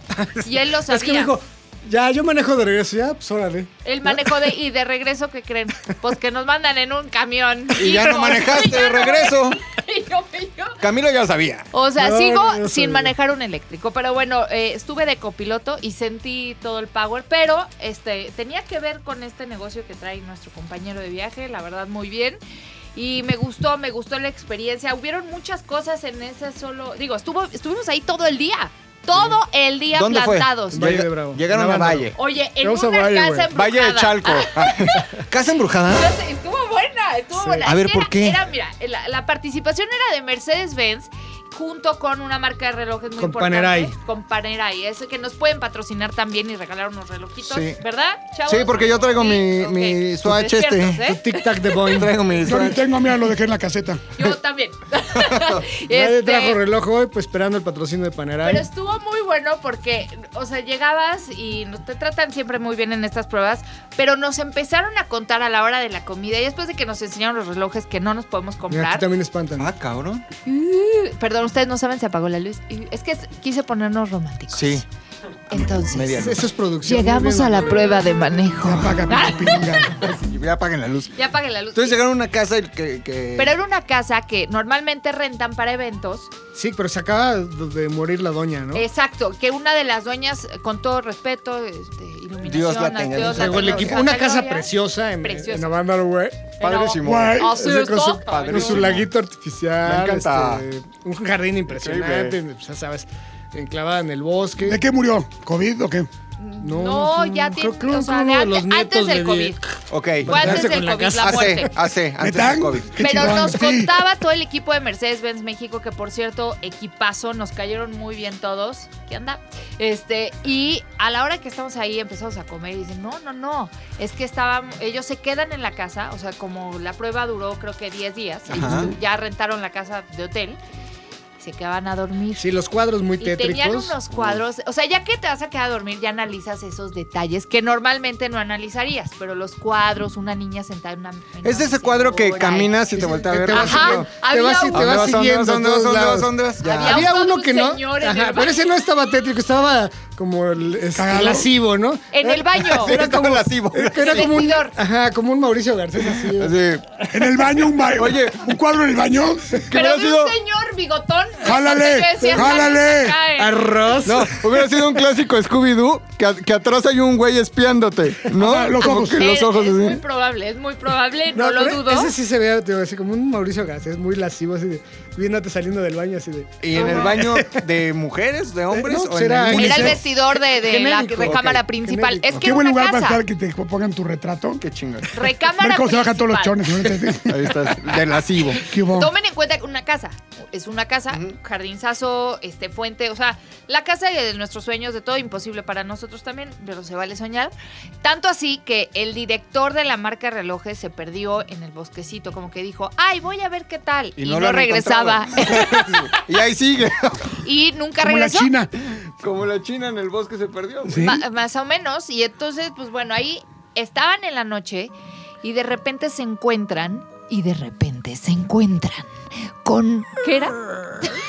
Speaker 10: y él lo sabía.
Speaker 4: Es que me dijo, ya, yo manejo de regreso, ya, pues órale.
Speaker 10: El manejo de y de regreso que creen, pues que nos mandan en un camión.
Speaker 3: Y ya no
Speaker 10: Hijos.
Speaker 3: manejaste
Speaker 10: Y ya
Speaker 3: de
Speaker 10: no-
Speaker 3: regreso.
Speaker 10: Y dígame yo.
Speaker 11: Camilo ya lo sabía.
Speaker 10: O sea,
Speaker 4: No,
Speaker 10: sigo
Speaker 4: no, no
Speaker 10: sin
Speaker 4: sabía.
Speaker 10: manejar un eléctrico, pero bueno, eh, estuve de copiloto y sentí todo el power, pero este tenía que ver con este negocio que trae nuestro compañero de viaje, la verdad muy bien. Y me gustó, me gustó la experiencia. Hubieron muchas cosas en ese solo, digo, estuvo estuvimos ahí todo el día, todo el día
Speaker 3: ¿Dónde fue?
Speaker 10: plantados.
Speaker 4: Valle de Bravo.
Speaker 3: Llegaron a
Speaker 4: Navándaro.
Speaker 3: Valle.
Speaker 10: Oye, en
Speaker 4: Vamos a
Speaker 10: una
Speaker 4: Valle,
Speaker 10: casa
Speaker 4: güey.
Speaker 10: embrujada.
Speaker 11: Valle de Chalco.
Speaker 3: ¿Casa embrujada?
Speaker 10: No sé, Estuvo buena, estuvo
Speaker 4: Sí.
Speaker 10: buena.
Speaker 3: A
Speaker 10: Es
Speaker 3: ver,
Speaker 10: que
Speaker 3: ¿por
Speaker 10: era-
Speaker 3: qué?
Speaker 10: Era, mira, la, la participación era de Mercedes-Benz junto con una marca de relojes muy
Speaker 4: Con
Speaker 10: importante.
Speaker 4: Panerai.
Speaker 10: Con Panerai. Eso que nos pueden patrocinar también y regalar unos relojitos,
Speaker 3: Sí.
Speaker 10: ¿verdad, chavos?
Speaker 3: Sí, porque yo traigo mi-
Speaker 10: ok.
Speaker 3: mi swatch
Speaker 10: Despiertos,
Speaker 3: este.
Speaker 10: ¿eh?
Speaker 4: Tic Tac de Boeing.
Speaker 3: Traigo mi
Speaker 2: Yo ni
Speaker 3: suéter.
Speaker 2: tengo, mira, lo dejé en la caseta.
Speaker 10: Yo también.
Speaker 4: Nadie
Speaker 10: Este,
Speaker 4: trajo reloj hoy, pues esperando el patrocinio de Panerai.
Speaker 10: Pero estuvo muy bueno porque, o sea, llegabas y no- te tratan siempre muy bien en estas pruebas, pero nos empezaron a contar a la hora de la comida y después de que nos enseñaron los relojes que no nos podemos
Speaker 4: Mira, aquí
Speaker 10: comprar.
Speaker 4: también espantan.
Speaker 3: Ah, cabrón.
Speaker 10: Uh, Perdón, ustedes no saben, se apagó la luz. Y Es que es- quise ponernos románticos.
Speaker 3: Sí.
Speaker 10: Entonces,
Speaker 3: Media luz.
Speaker 4: Eso es producción.
Speaker 10: llegamos a la prueba de manejo. Ah,
Speaker 2: Ya paga, pinche pilinga.
Speaker 3: Ya apaguen la luz.
Speaker 10: Ya apague la luz.
Speaker 3: Entonces llegaron a una casa y que. que-
Speaker 10: Pero era una casa que normalmente rentan para eventos.
Speaker 4: Sí, pero se acaba de morir la doña, ¿no?
Speaker 10: Exacto, que una de las dueñas, con todo respeto, este, iluminación,
Speaker 3: Dios la tenga,
Speaker 10: Dios
Speaker 3: Dios
Speaker 10: la
Speaker 3: la
Speaker 4: Llegó el
Speaker 10: tenga,
Speaker 4: equipo.
Speaker 10: Santa
Speaker 4: Una casa
Speaker 10: Gloria.
Speaker 4: preciosa en,
Speaker 10: Preciosa.
Speaker 4: en Navándaro, güey.
Speaker 11: Padre
Speaker 10: Pero-
Speaker 11: Simón.
Speaker 2: Guay.
Speaker 10: Así
Speaker 4: Así Pues, con su-
Speaker 10: está.
Speaker 4: Con su laguito artificial.
Speaker 11: Me encanta.
Speaker 4: este, un jardín impresionante,
Speaker 11: Increíble.
Speaker 4: pues, ya sabes, enclavada en el bosque.
Speaker 2: ¿De qué murió? ¿COVID o qué?
Speaker 10: No,
Speaker 4: no,
Speaker 10: ya
Speaker 4: creo-
Speaker 10: tiene.
Speaker 4: creo
Speaker 10: o
Speaker 4: que
Speaker 10: sea,
Speaker 4: uno
Speaker 10: de
Speaker 4: de
Speaker 10: antes,
Speaker 4: los nietos
Speaker 10: antes del
Speaker 4: de
Speaker 10: COVID.
Speaker 4: Diego.
Speaker 3: Ok.
Speaker 10: Fue antes
Speaker 4: Quedarse
Speaker 10: del
Speaker 4: con la
Speaker 10: COVID, la
Speaker 4: casa.
Speaker 3: Hace,
Speaker 10: muerte.
Speaker 3: hace, antes del
Speaker 2: ¿Metán?
Speaker 3: COVID.
Speaker 2: Qué
Speaker 10: Pero
Speaker 2: chingón,
Speaker 10: nos
Speaker 2: sí.
Speaker 10: contaba todo el equipo de Mercedes-Benz México, que por cierto, equipazo, nos cayeron muy bien todos. ¿Qué anda? Este, y a la hora que estamos ahí empezamos a comer y dicen, no, no, no, es que estaban, ellos se quedan en la casa, o sea, como la prueba duró creo que 10 días, y
Speaker 3: Ajá.
Speaker 10: ya rentaron la casa de hotel, se quedaban a dormir.
Speaker 4: Sí, los cuadros muy
Speaker 10: Y tenían
Speaker 4: tétricos.
Speaker 10: unos cuadros, o sea, ya que te vas a quedar a dormir, ya analizas esos detalles que normalmente no analizarías, pero los cuadros, una niña sentada en una... en
Speaker 3: Es
Speaker 10: una
Speaker 3: ese cuadro que
Speaker 10: mecedora y-
Speaker 3: caminas y te voltea a
Speaker 4: Que
Speaker 3: ver.
Speaker 4: te vas
Speaker 10: Ajá,
Speaker 4: siguiendo.
Speaker 10: había
Speaker 4: te vas, y-
Speaker 10: uno.
Speaker 4: te vas siguiendo. a
Speaker 3: ¿Dónde vas?
Speaker 4: todos
Speaker 3: ¿Dónde vas?
Speaker 4: lados.
Speaker 3: ¿Dónde vas? Ya.
Speaker 10: Había-
Speaker 4: Había
Speaker 10: Todos
Speaker 4: uno
Speaker 10: los
Speaker 4: que no.
Speaker 10: señores
Speaker 4: Ajá,
Speaker 10: del
Speaker 4: pero ese no estaba tétrico, estaba como el este,
Speaker 2: Cagado.
Speaker 4: lascivo, ¿no?
Speaker 10: En el baño.
Speaker 4: Era como
Speaker 3: lascivo.
Speaker 4: Era
Speaker 10: el
Speaker 4: como un,
Speaker 10: vestidor.
Speaker 4: ajá, como un Mauricio Garcés así.
Speaker 3: Así.
Speaker 2: En el baño, un baño.
Speaker 3: Oye.
Speaker 2: un cuadro en el baño.
Speaker 10: Pero
Speaker 3: hubiera
Speaker 10: de un señor bigotón.
Speaker 2: Jálale,
Speaker 10: que decía,
Speaker 2: jálale.
Speaker 10: "Cae".
Speaker 4: Arroz.
Speaker 3: No, hubiera sido un clásico Scooby-Doo que, a- que atrás hay un güey espiándote, ¿no?
Speaker 2: Ajá, los
Speaker 3: Como
Speaker 2: ojos.
Speaker 3: que los
Speaker 10: Es-
Speaker 3: ojos
Speaker 10: Eh, es muy
Speaker 3: así.
Speaker 10: probable, es muy probable, no, lo
Speaker 4: pero
Speaker 10: dudo.
Speaker 4: Ese sí se ve, te digo, así como un Mauricio Garcés, muy lascivo, así de, viéndote saliendo del baño, así de.
Speaker 3: ¿Y en el baño de mujeres, de hombres
Speaker 4: No,
Speaker 3: o Eh, en
Speaker 4: será-
Speaker 3: el
Speaker 10: Era
Speaker 4: Unicef.
Speaker 10: el vestidor de, de la
Speaker 4: Genérico.
Speaker 10: recámara
Speaker 4: Ok,
Speaker 10: principal.
Speaker 4: genérico.
Speaker 10: Es que
Speaker 2: Qué buen
Speaker 10: era una
Speaker 2: lugar para
Speaker 10: casa.
Speaker 2: estar que te pongan tu retrato.
Speaker 3: Qué chingón.
Speaker 10: Recámara
Speaker 2: Ver cómo se bajan todos los
Speaker 10: principal.
Speaker 2: chones. ¿no?
Speaker 3: Ahí estás, de lascivo.
Speaker 2: ¿Qué hubo?
Speaker 10: Tomen en cuenta que una casa. Es una casa, jardinzazo, este, fuente, o sea, la casa de nuestros sueños, de todo, imposible para nosotros también, pero se vale soñar. Tanto así que el director de la marca de relojes se perdió en el bosquecito, como que dijo, ay, voy a ver qué tal. Y, no,
Speaker 3: lo han
Speaker 10: regresaba.
Speaker 3: encontrado. y ahí sigue.
Speaker 10: y nunca
Speaker 2: Como la
Speaker 10: regresó.
Speaker 2: China.
Speaker 3: Como la china en el bosque se perdió. güey.
Speaker 2: Sí.
Speaker 10: Ma- más o menos. Y entonces, pues bueno, ahí estaban en la noche y de repente se encuentran y de repente se encuentran con ¿qué era?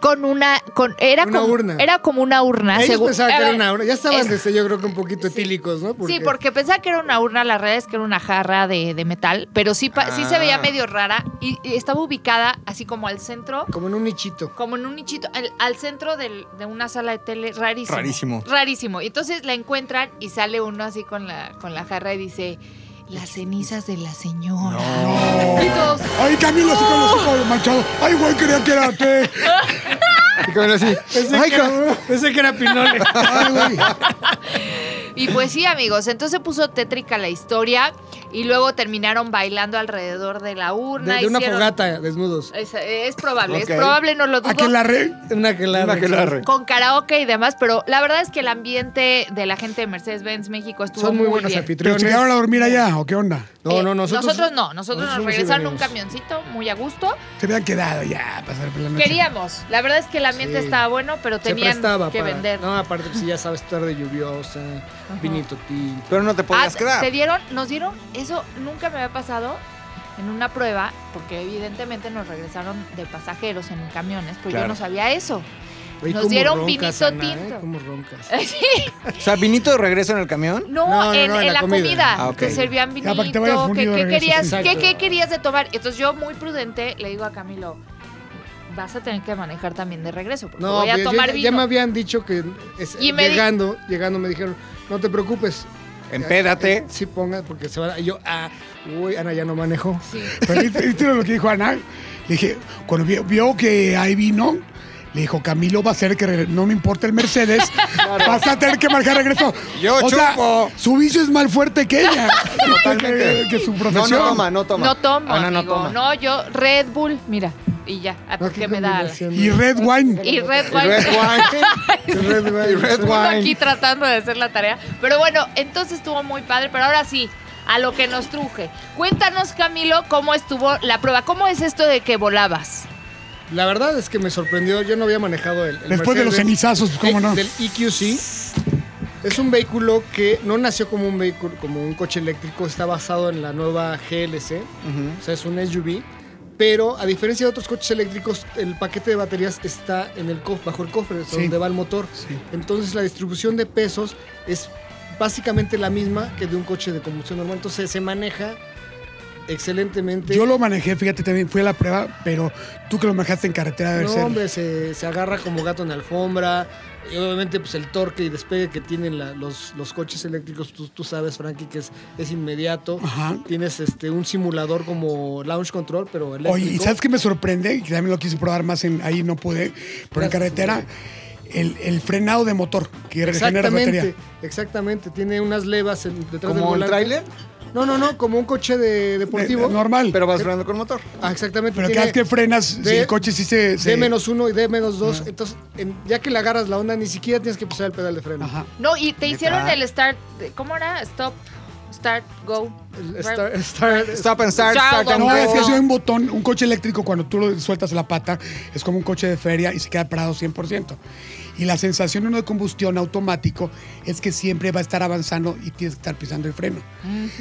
Speaker 10: con una con era
Speaker 4: Una
Speaker 10: como
Speaker 4: urna.
Speaker 10: era como una urna,
Speaker 4: Ellos
Speaker 10: según-
Speaker 4: pensaban que
Speaker 10: eh,
Speaker 4: era una hora. Ya estaban,
Speaker 10: es-
Speaker 4: desde, yo creo que un poquito etílicos, ¿no?
Speaker 10: Sí, porque pensaba que era una urna, la realidad es que era una jarra de, de metal, pero sí, pa- sí se veía
Speaker 3: Ah.
Speaker 10: medio rara y, y estaba ubicada así como al centro,
Speaker 4: Como en un nichito.
Speaker 10: como en un nichito, al, al centro del- de una sala de tele, rarísimo.
Speaker 3: Rarísimo.
Speaker 10: Rarísimo. Y entonces la encuentran y sale uno así con la, con la jarra y dice, las cenizas de la señora. Y todos,
Speaker 2: Ay, Camilo, así con los ojos manchados. Ay, güey, quería que era té.
Speaker 3: Y que ven así.
Speaker 4: Pensé,
Speaker 3: Ay,
Speaker 4: que,
Speaker 3: cabrón.
Speaker 4: era, pensé que era Pinole.
Speaker 2: Ay, güey.
Speaker 10: Y pues sí, amigos, entonces se puso tétrica la historia y luego terminaron bailando alrededor de la
Speaker 4: De,
Speaker 10: urna.
Speaker 4: de una
Speaker 10: hicieron-
Speaker 4: fogata, desnudos.
Speaker 10: Es, es probable,
Speaker 3: Ok.
Speaker 10: es probable, no lo dudo.
Speaker 2: ¿A que la re?
Speaker 4: Una que la.
Speaker 3: Una que la re-
Speaker 10: Con karaoke y demás, pero la verdad es que el ambiente de la gente de Mercedes-Benz México estuvo
Speaker 4: Son muy buenos
Speaker 10: bien.
Speaker 2: ¿Pero
Speaker 4: anfitriones.
Speaker 2: se quedaron a dormir allá o qué onda?
Speaker 4: No,
Speaker 10: Eh,
Speaker 4: no, nosotros.
Speaker 10: no, nosotros nos
Speaker 4: nosotros sí
Speaker 10: regresaron un
Speaker 4: venimos.
Speaker 10: camioncito muy a gusto.
Speaker 2: Se habían quedado ya a pasar por la noche.
Speaker 10: Queríamos. La verdad es que el ambiente
Speaker 4: Sí.
Speaker 10: estaba bueno, pero
Speaker 4: Se
Speaker 10: tenían
Speaker 4: prestaba
Speaker 10: que
Speaker 4: para-
Speaker 10: vender. Ah,
Speaker 4: No, aparte, si ya sabes, tarde lluviosa, vinito tinto.
Speaker 3: Pero no te podías
Speaker 10: Ah,
Speaker 3: quedar.
Speaker 10: te dieron, nos dieron, eso nunca me había pasado en una prueba, porque evidentemente nos regresaron de pasajeros en camiones, pero yo
Speaker 3: Claro.
Speaker 10: no sabía eso.
Speaker 4: Oye,
Speaker 10: Nos
Speaker 4: cómo
Speaker 10: dieron
Speaker 4: roncas,
Speaker 10: vinito
Speaker 4: Ana, ¿eh?
Speaker 10: tinto.
Speaker 4: ¿Cómo roncas?
Speaker 3: O sea, vinito de regreso en el camión.
Speaker 10: No,
Speaker 4: No, no,
Speaker 10: en,
Speaker 4: no,
Speaker 10: en la comida.
Speaker 3: Ah, ok.
Speaker 10: Te servían
Speaker 2: Ya,
Speaker 10: vinito.
Speaker 2: para que te vayas
Speaker 10: ¿qué,
Speaker 2: fundido
Speaker 10: qué
Speaker 2: de regreso.
Speaker 10: querías, qué-
Speaker 4: Exacto.
Speaker 10: qué querías de tomar? Entonces yo, muy prudente, le digo a Camilo, vas a tener que manejar también de regreso, porque
Speaker 4: No, pues,
Speaker 10: voy a
Speaker 4: yo-
Speaker 10: tomar
Speaker 4: ya,
Speaker 10: vino.
Speaker 4: ya me habían dicho que es-
Speaker 10: Y me di-
Speaker 4: llegando, llegando me dijeron, no te preocupes.
Speaker 11: Empédate.
Speaker 4: Eh, eh, sí, ponga, porque se van a... y yo, ah, uy, Ana ya no manejó.
Speaker 10: Sí.
Speaker 2: Pero ¿viste- ¿Viste lo que dijo Ana? Le dije, cuando vio, vio que ahí vino, le dijo, Camilo va a ser que re- no me importa el Mercedes, vas a tener que marcar regreso.
Speaker 11: Yo
Speaker 2: o sea,
Speaker 11: chupo.
Speaker 2: su vicio es más fuerte que ella, que, que su
Speaker 3: No,
Speaker 2: profesión.
Speaker 3: no toma, no toma.
Speaker 10: Ah, No tomo,
Speaker 3: Ana Ah, no
Speaker 10: amigo.
Speaker 3: toma.
Speaker 10: No, yo Red Bull, mira, y ya, a
Speaker 4: No,
Speaker 10: ti que me da. alas.
Speaker 4: combinación.
Speaker 2: Y Red Wine.
Speaker 10: Y Red Bull.
Speaker 3: Red
Speaker 4: Y Red Wine.
Speaker 10: Uno aquí tratando de hacer la tarea. Pero bueno, entonces estuvo muy padre, pero ahora sí, a lo que nos truje. Cuéntanos, Camilo, cómo estuvo la prueba. ¿Cómo es esto de que volabas?
Speaker 4: La verdad es que me sorprendió, yo no había manejado el, el
Speaker 2: Después de los
Speaker 4: Mercedes.
Speaker 2: cenizazos, ¿cómo
Speaker 4: Eh,
Speaker 2: no?
Speaker 4: Del EQC. Es un vehículo que no nació como un vehículo, como un coche eléctrico, está basado en la nueva GLC, o sea, es un SUV, pero a diferencia de otros coches eléctricos, el paquete de baterías está en el cof- bajo el cofre, es
Speaker 2: Sí.
Speaker 4: donde va el motor. Entonces la distribución de pesos es básicamente la misma que de un coche de combustión normal, entonces se maneja excelentemente.
Speaker 2: Yo lo manejé, fíjate, también fui a la prueba, pero tú que lo manejaste en carretera debe
Speaker 4: No,
Speaker 2: ser.
Speaker 4: hombre, se, se agarra como gato en la alfombra. Y obviamente, pues el torque y despegue que tienen la- los, los coches eléctricos, tú, tú sabes, Frankie, que es, es inmediato.
Speaker 2: Ajá.
Speaker 4: Tienes este un simulador como launch control, pero eléctrico.
Speaker 2: Oye, ¿y sabes qué me sorprende? Y Que también lo quise probar más en, ahí, no pude, pero en carretera, el, el frenado de motor que regenera
Speaker 4: Exactamente,
Speaker 2: batería.
Speaker 4: exactamente. Tiene unas levas en- detrás del
Speaker 3: ¿Como un
Speaker 4: volante.
Speaker 3: tráiler?
Speaker 4: No, no, no, como un coche de deportivo.
Speaker 2: Eh, Normal.
Speaker 3: Pero vas frenando con motor.
Speaker 4: Ah, exactamente.
Speaker 2: Pero cada
Speaker 4: tiene-
Speaker 2: vez que frenas,
Speaker 4: de-
Speaker 2: si el coche sí se. se-
Speaker 4: D-1 y D-2. Entonces, en- ya que le agarras la onda, ni siquiera tienes que pisar el pedal de freno.
Speaker 2: Ajá.
Speaker 10: No, y te hicieron el start, ¿cómo era? Stop, start, go.
Speaker 4: El Star, Star-
Speaker 3: Stop and start,
Speaker 10: Chao,
Speaker 3: start and
Speaker 2: No,
Speaker 10: Pero-
Speaker 2: es que
Speaker 3: go.
Speaker 2: es un botón, un coche eléctrico, cuando tú lo sueltas la pata, es como un coche de feria y se queda parado 100%. Y la sensación de uno de combustión automático es que siempre va a estar avanzando y tienes que estar pisando el freno.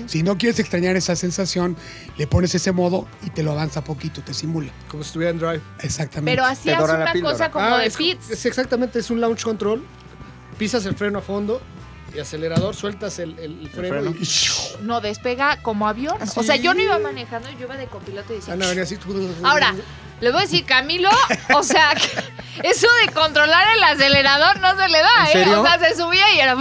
Speaker 2: Si no quieres extrañar esa sensación, le pones ese modo y te lo avanza poquito, te simula.
Speaker 4: como si estuviera en drive.
Speaker 2: Exactamente.
Speaker 10: Pero hacías
Speaker 3: dora la
Speaker 10: una
Speaker 3: píldora.
Speaker 10: cosa como
Speaker 4: Ah,
Speaker 10: de
Speaker 4: es-
Speaker 10: pits.
Speaker 4: Es exactamente, es un launch control. Pisas el freno a fondo y acelerador, sueltas el, el- el freno.
Speaker 3: freno.
Speaker 4: Y
Speaker 10: No despega como avión. O sea, yo no iba manejando, yo iba de copiloto y decía,
Speaker 4: Ana Ah, venía así.
Speaker 10: Ahora, le voy a decir, Camilo, o sea, que eso de controlar el acelerador no se le da, ¿eh?
Speaker 3: serio?
Speaker 10: O sea, se subía y era.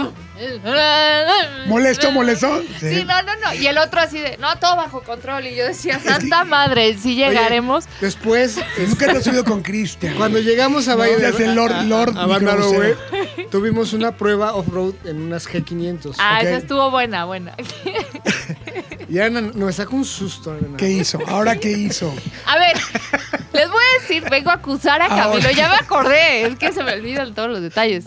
Speaker 2: ¿Molesto, molesto?
Speaker 10: Sí, no, no, no. Y el otro así de, no, todo bajo control. Y yo decía, santa madre, si
Speaker 4: Oye,
Speaker 10: llegaremos.
Speaker 4: Después, es-
Speaker 2: Nunca te has subido con Christian.
Speaker 4: cuando llegamos a
Speaker 2: No,
Speaker 4: Valle
Speaker 2: ya es el Lord-
Speaker 4: a- a-
Speaker 2: Lord
Speaker 4: a Van Narrowway,
Speaker 2: Microbusero.
Speaker 4: tuvimos una prueba off-road en unas G500.
Speaker 10: Ah,
Speaker 2: ok.
Speaker 10: esa estuvo buena, buena.
Speaker 4: Y Ana nos sacó un susto, Ana.
Speaker 2: ¿Qué hizo? ¿Ahora qué hizo?
Speaker 10: A ver, les voy a decir, vengo a acusar a Camilo, ya me acordé, es que se me olvidan todos los detalles.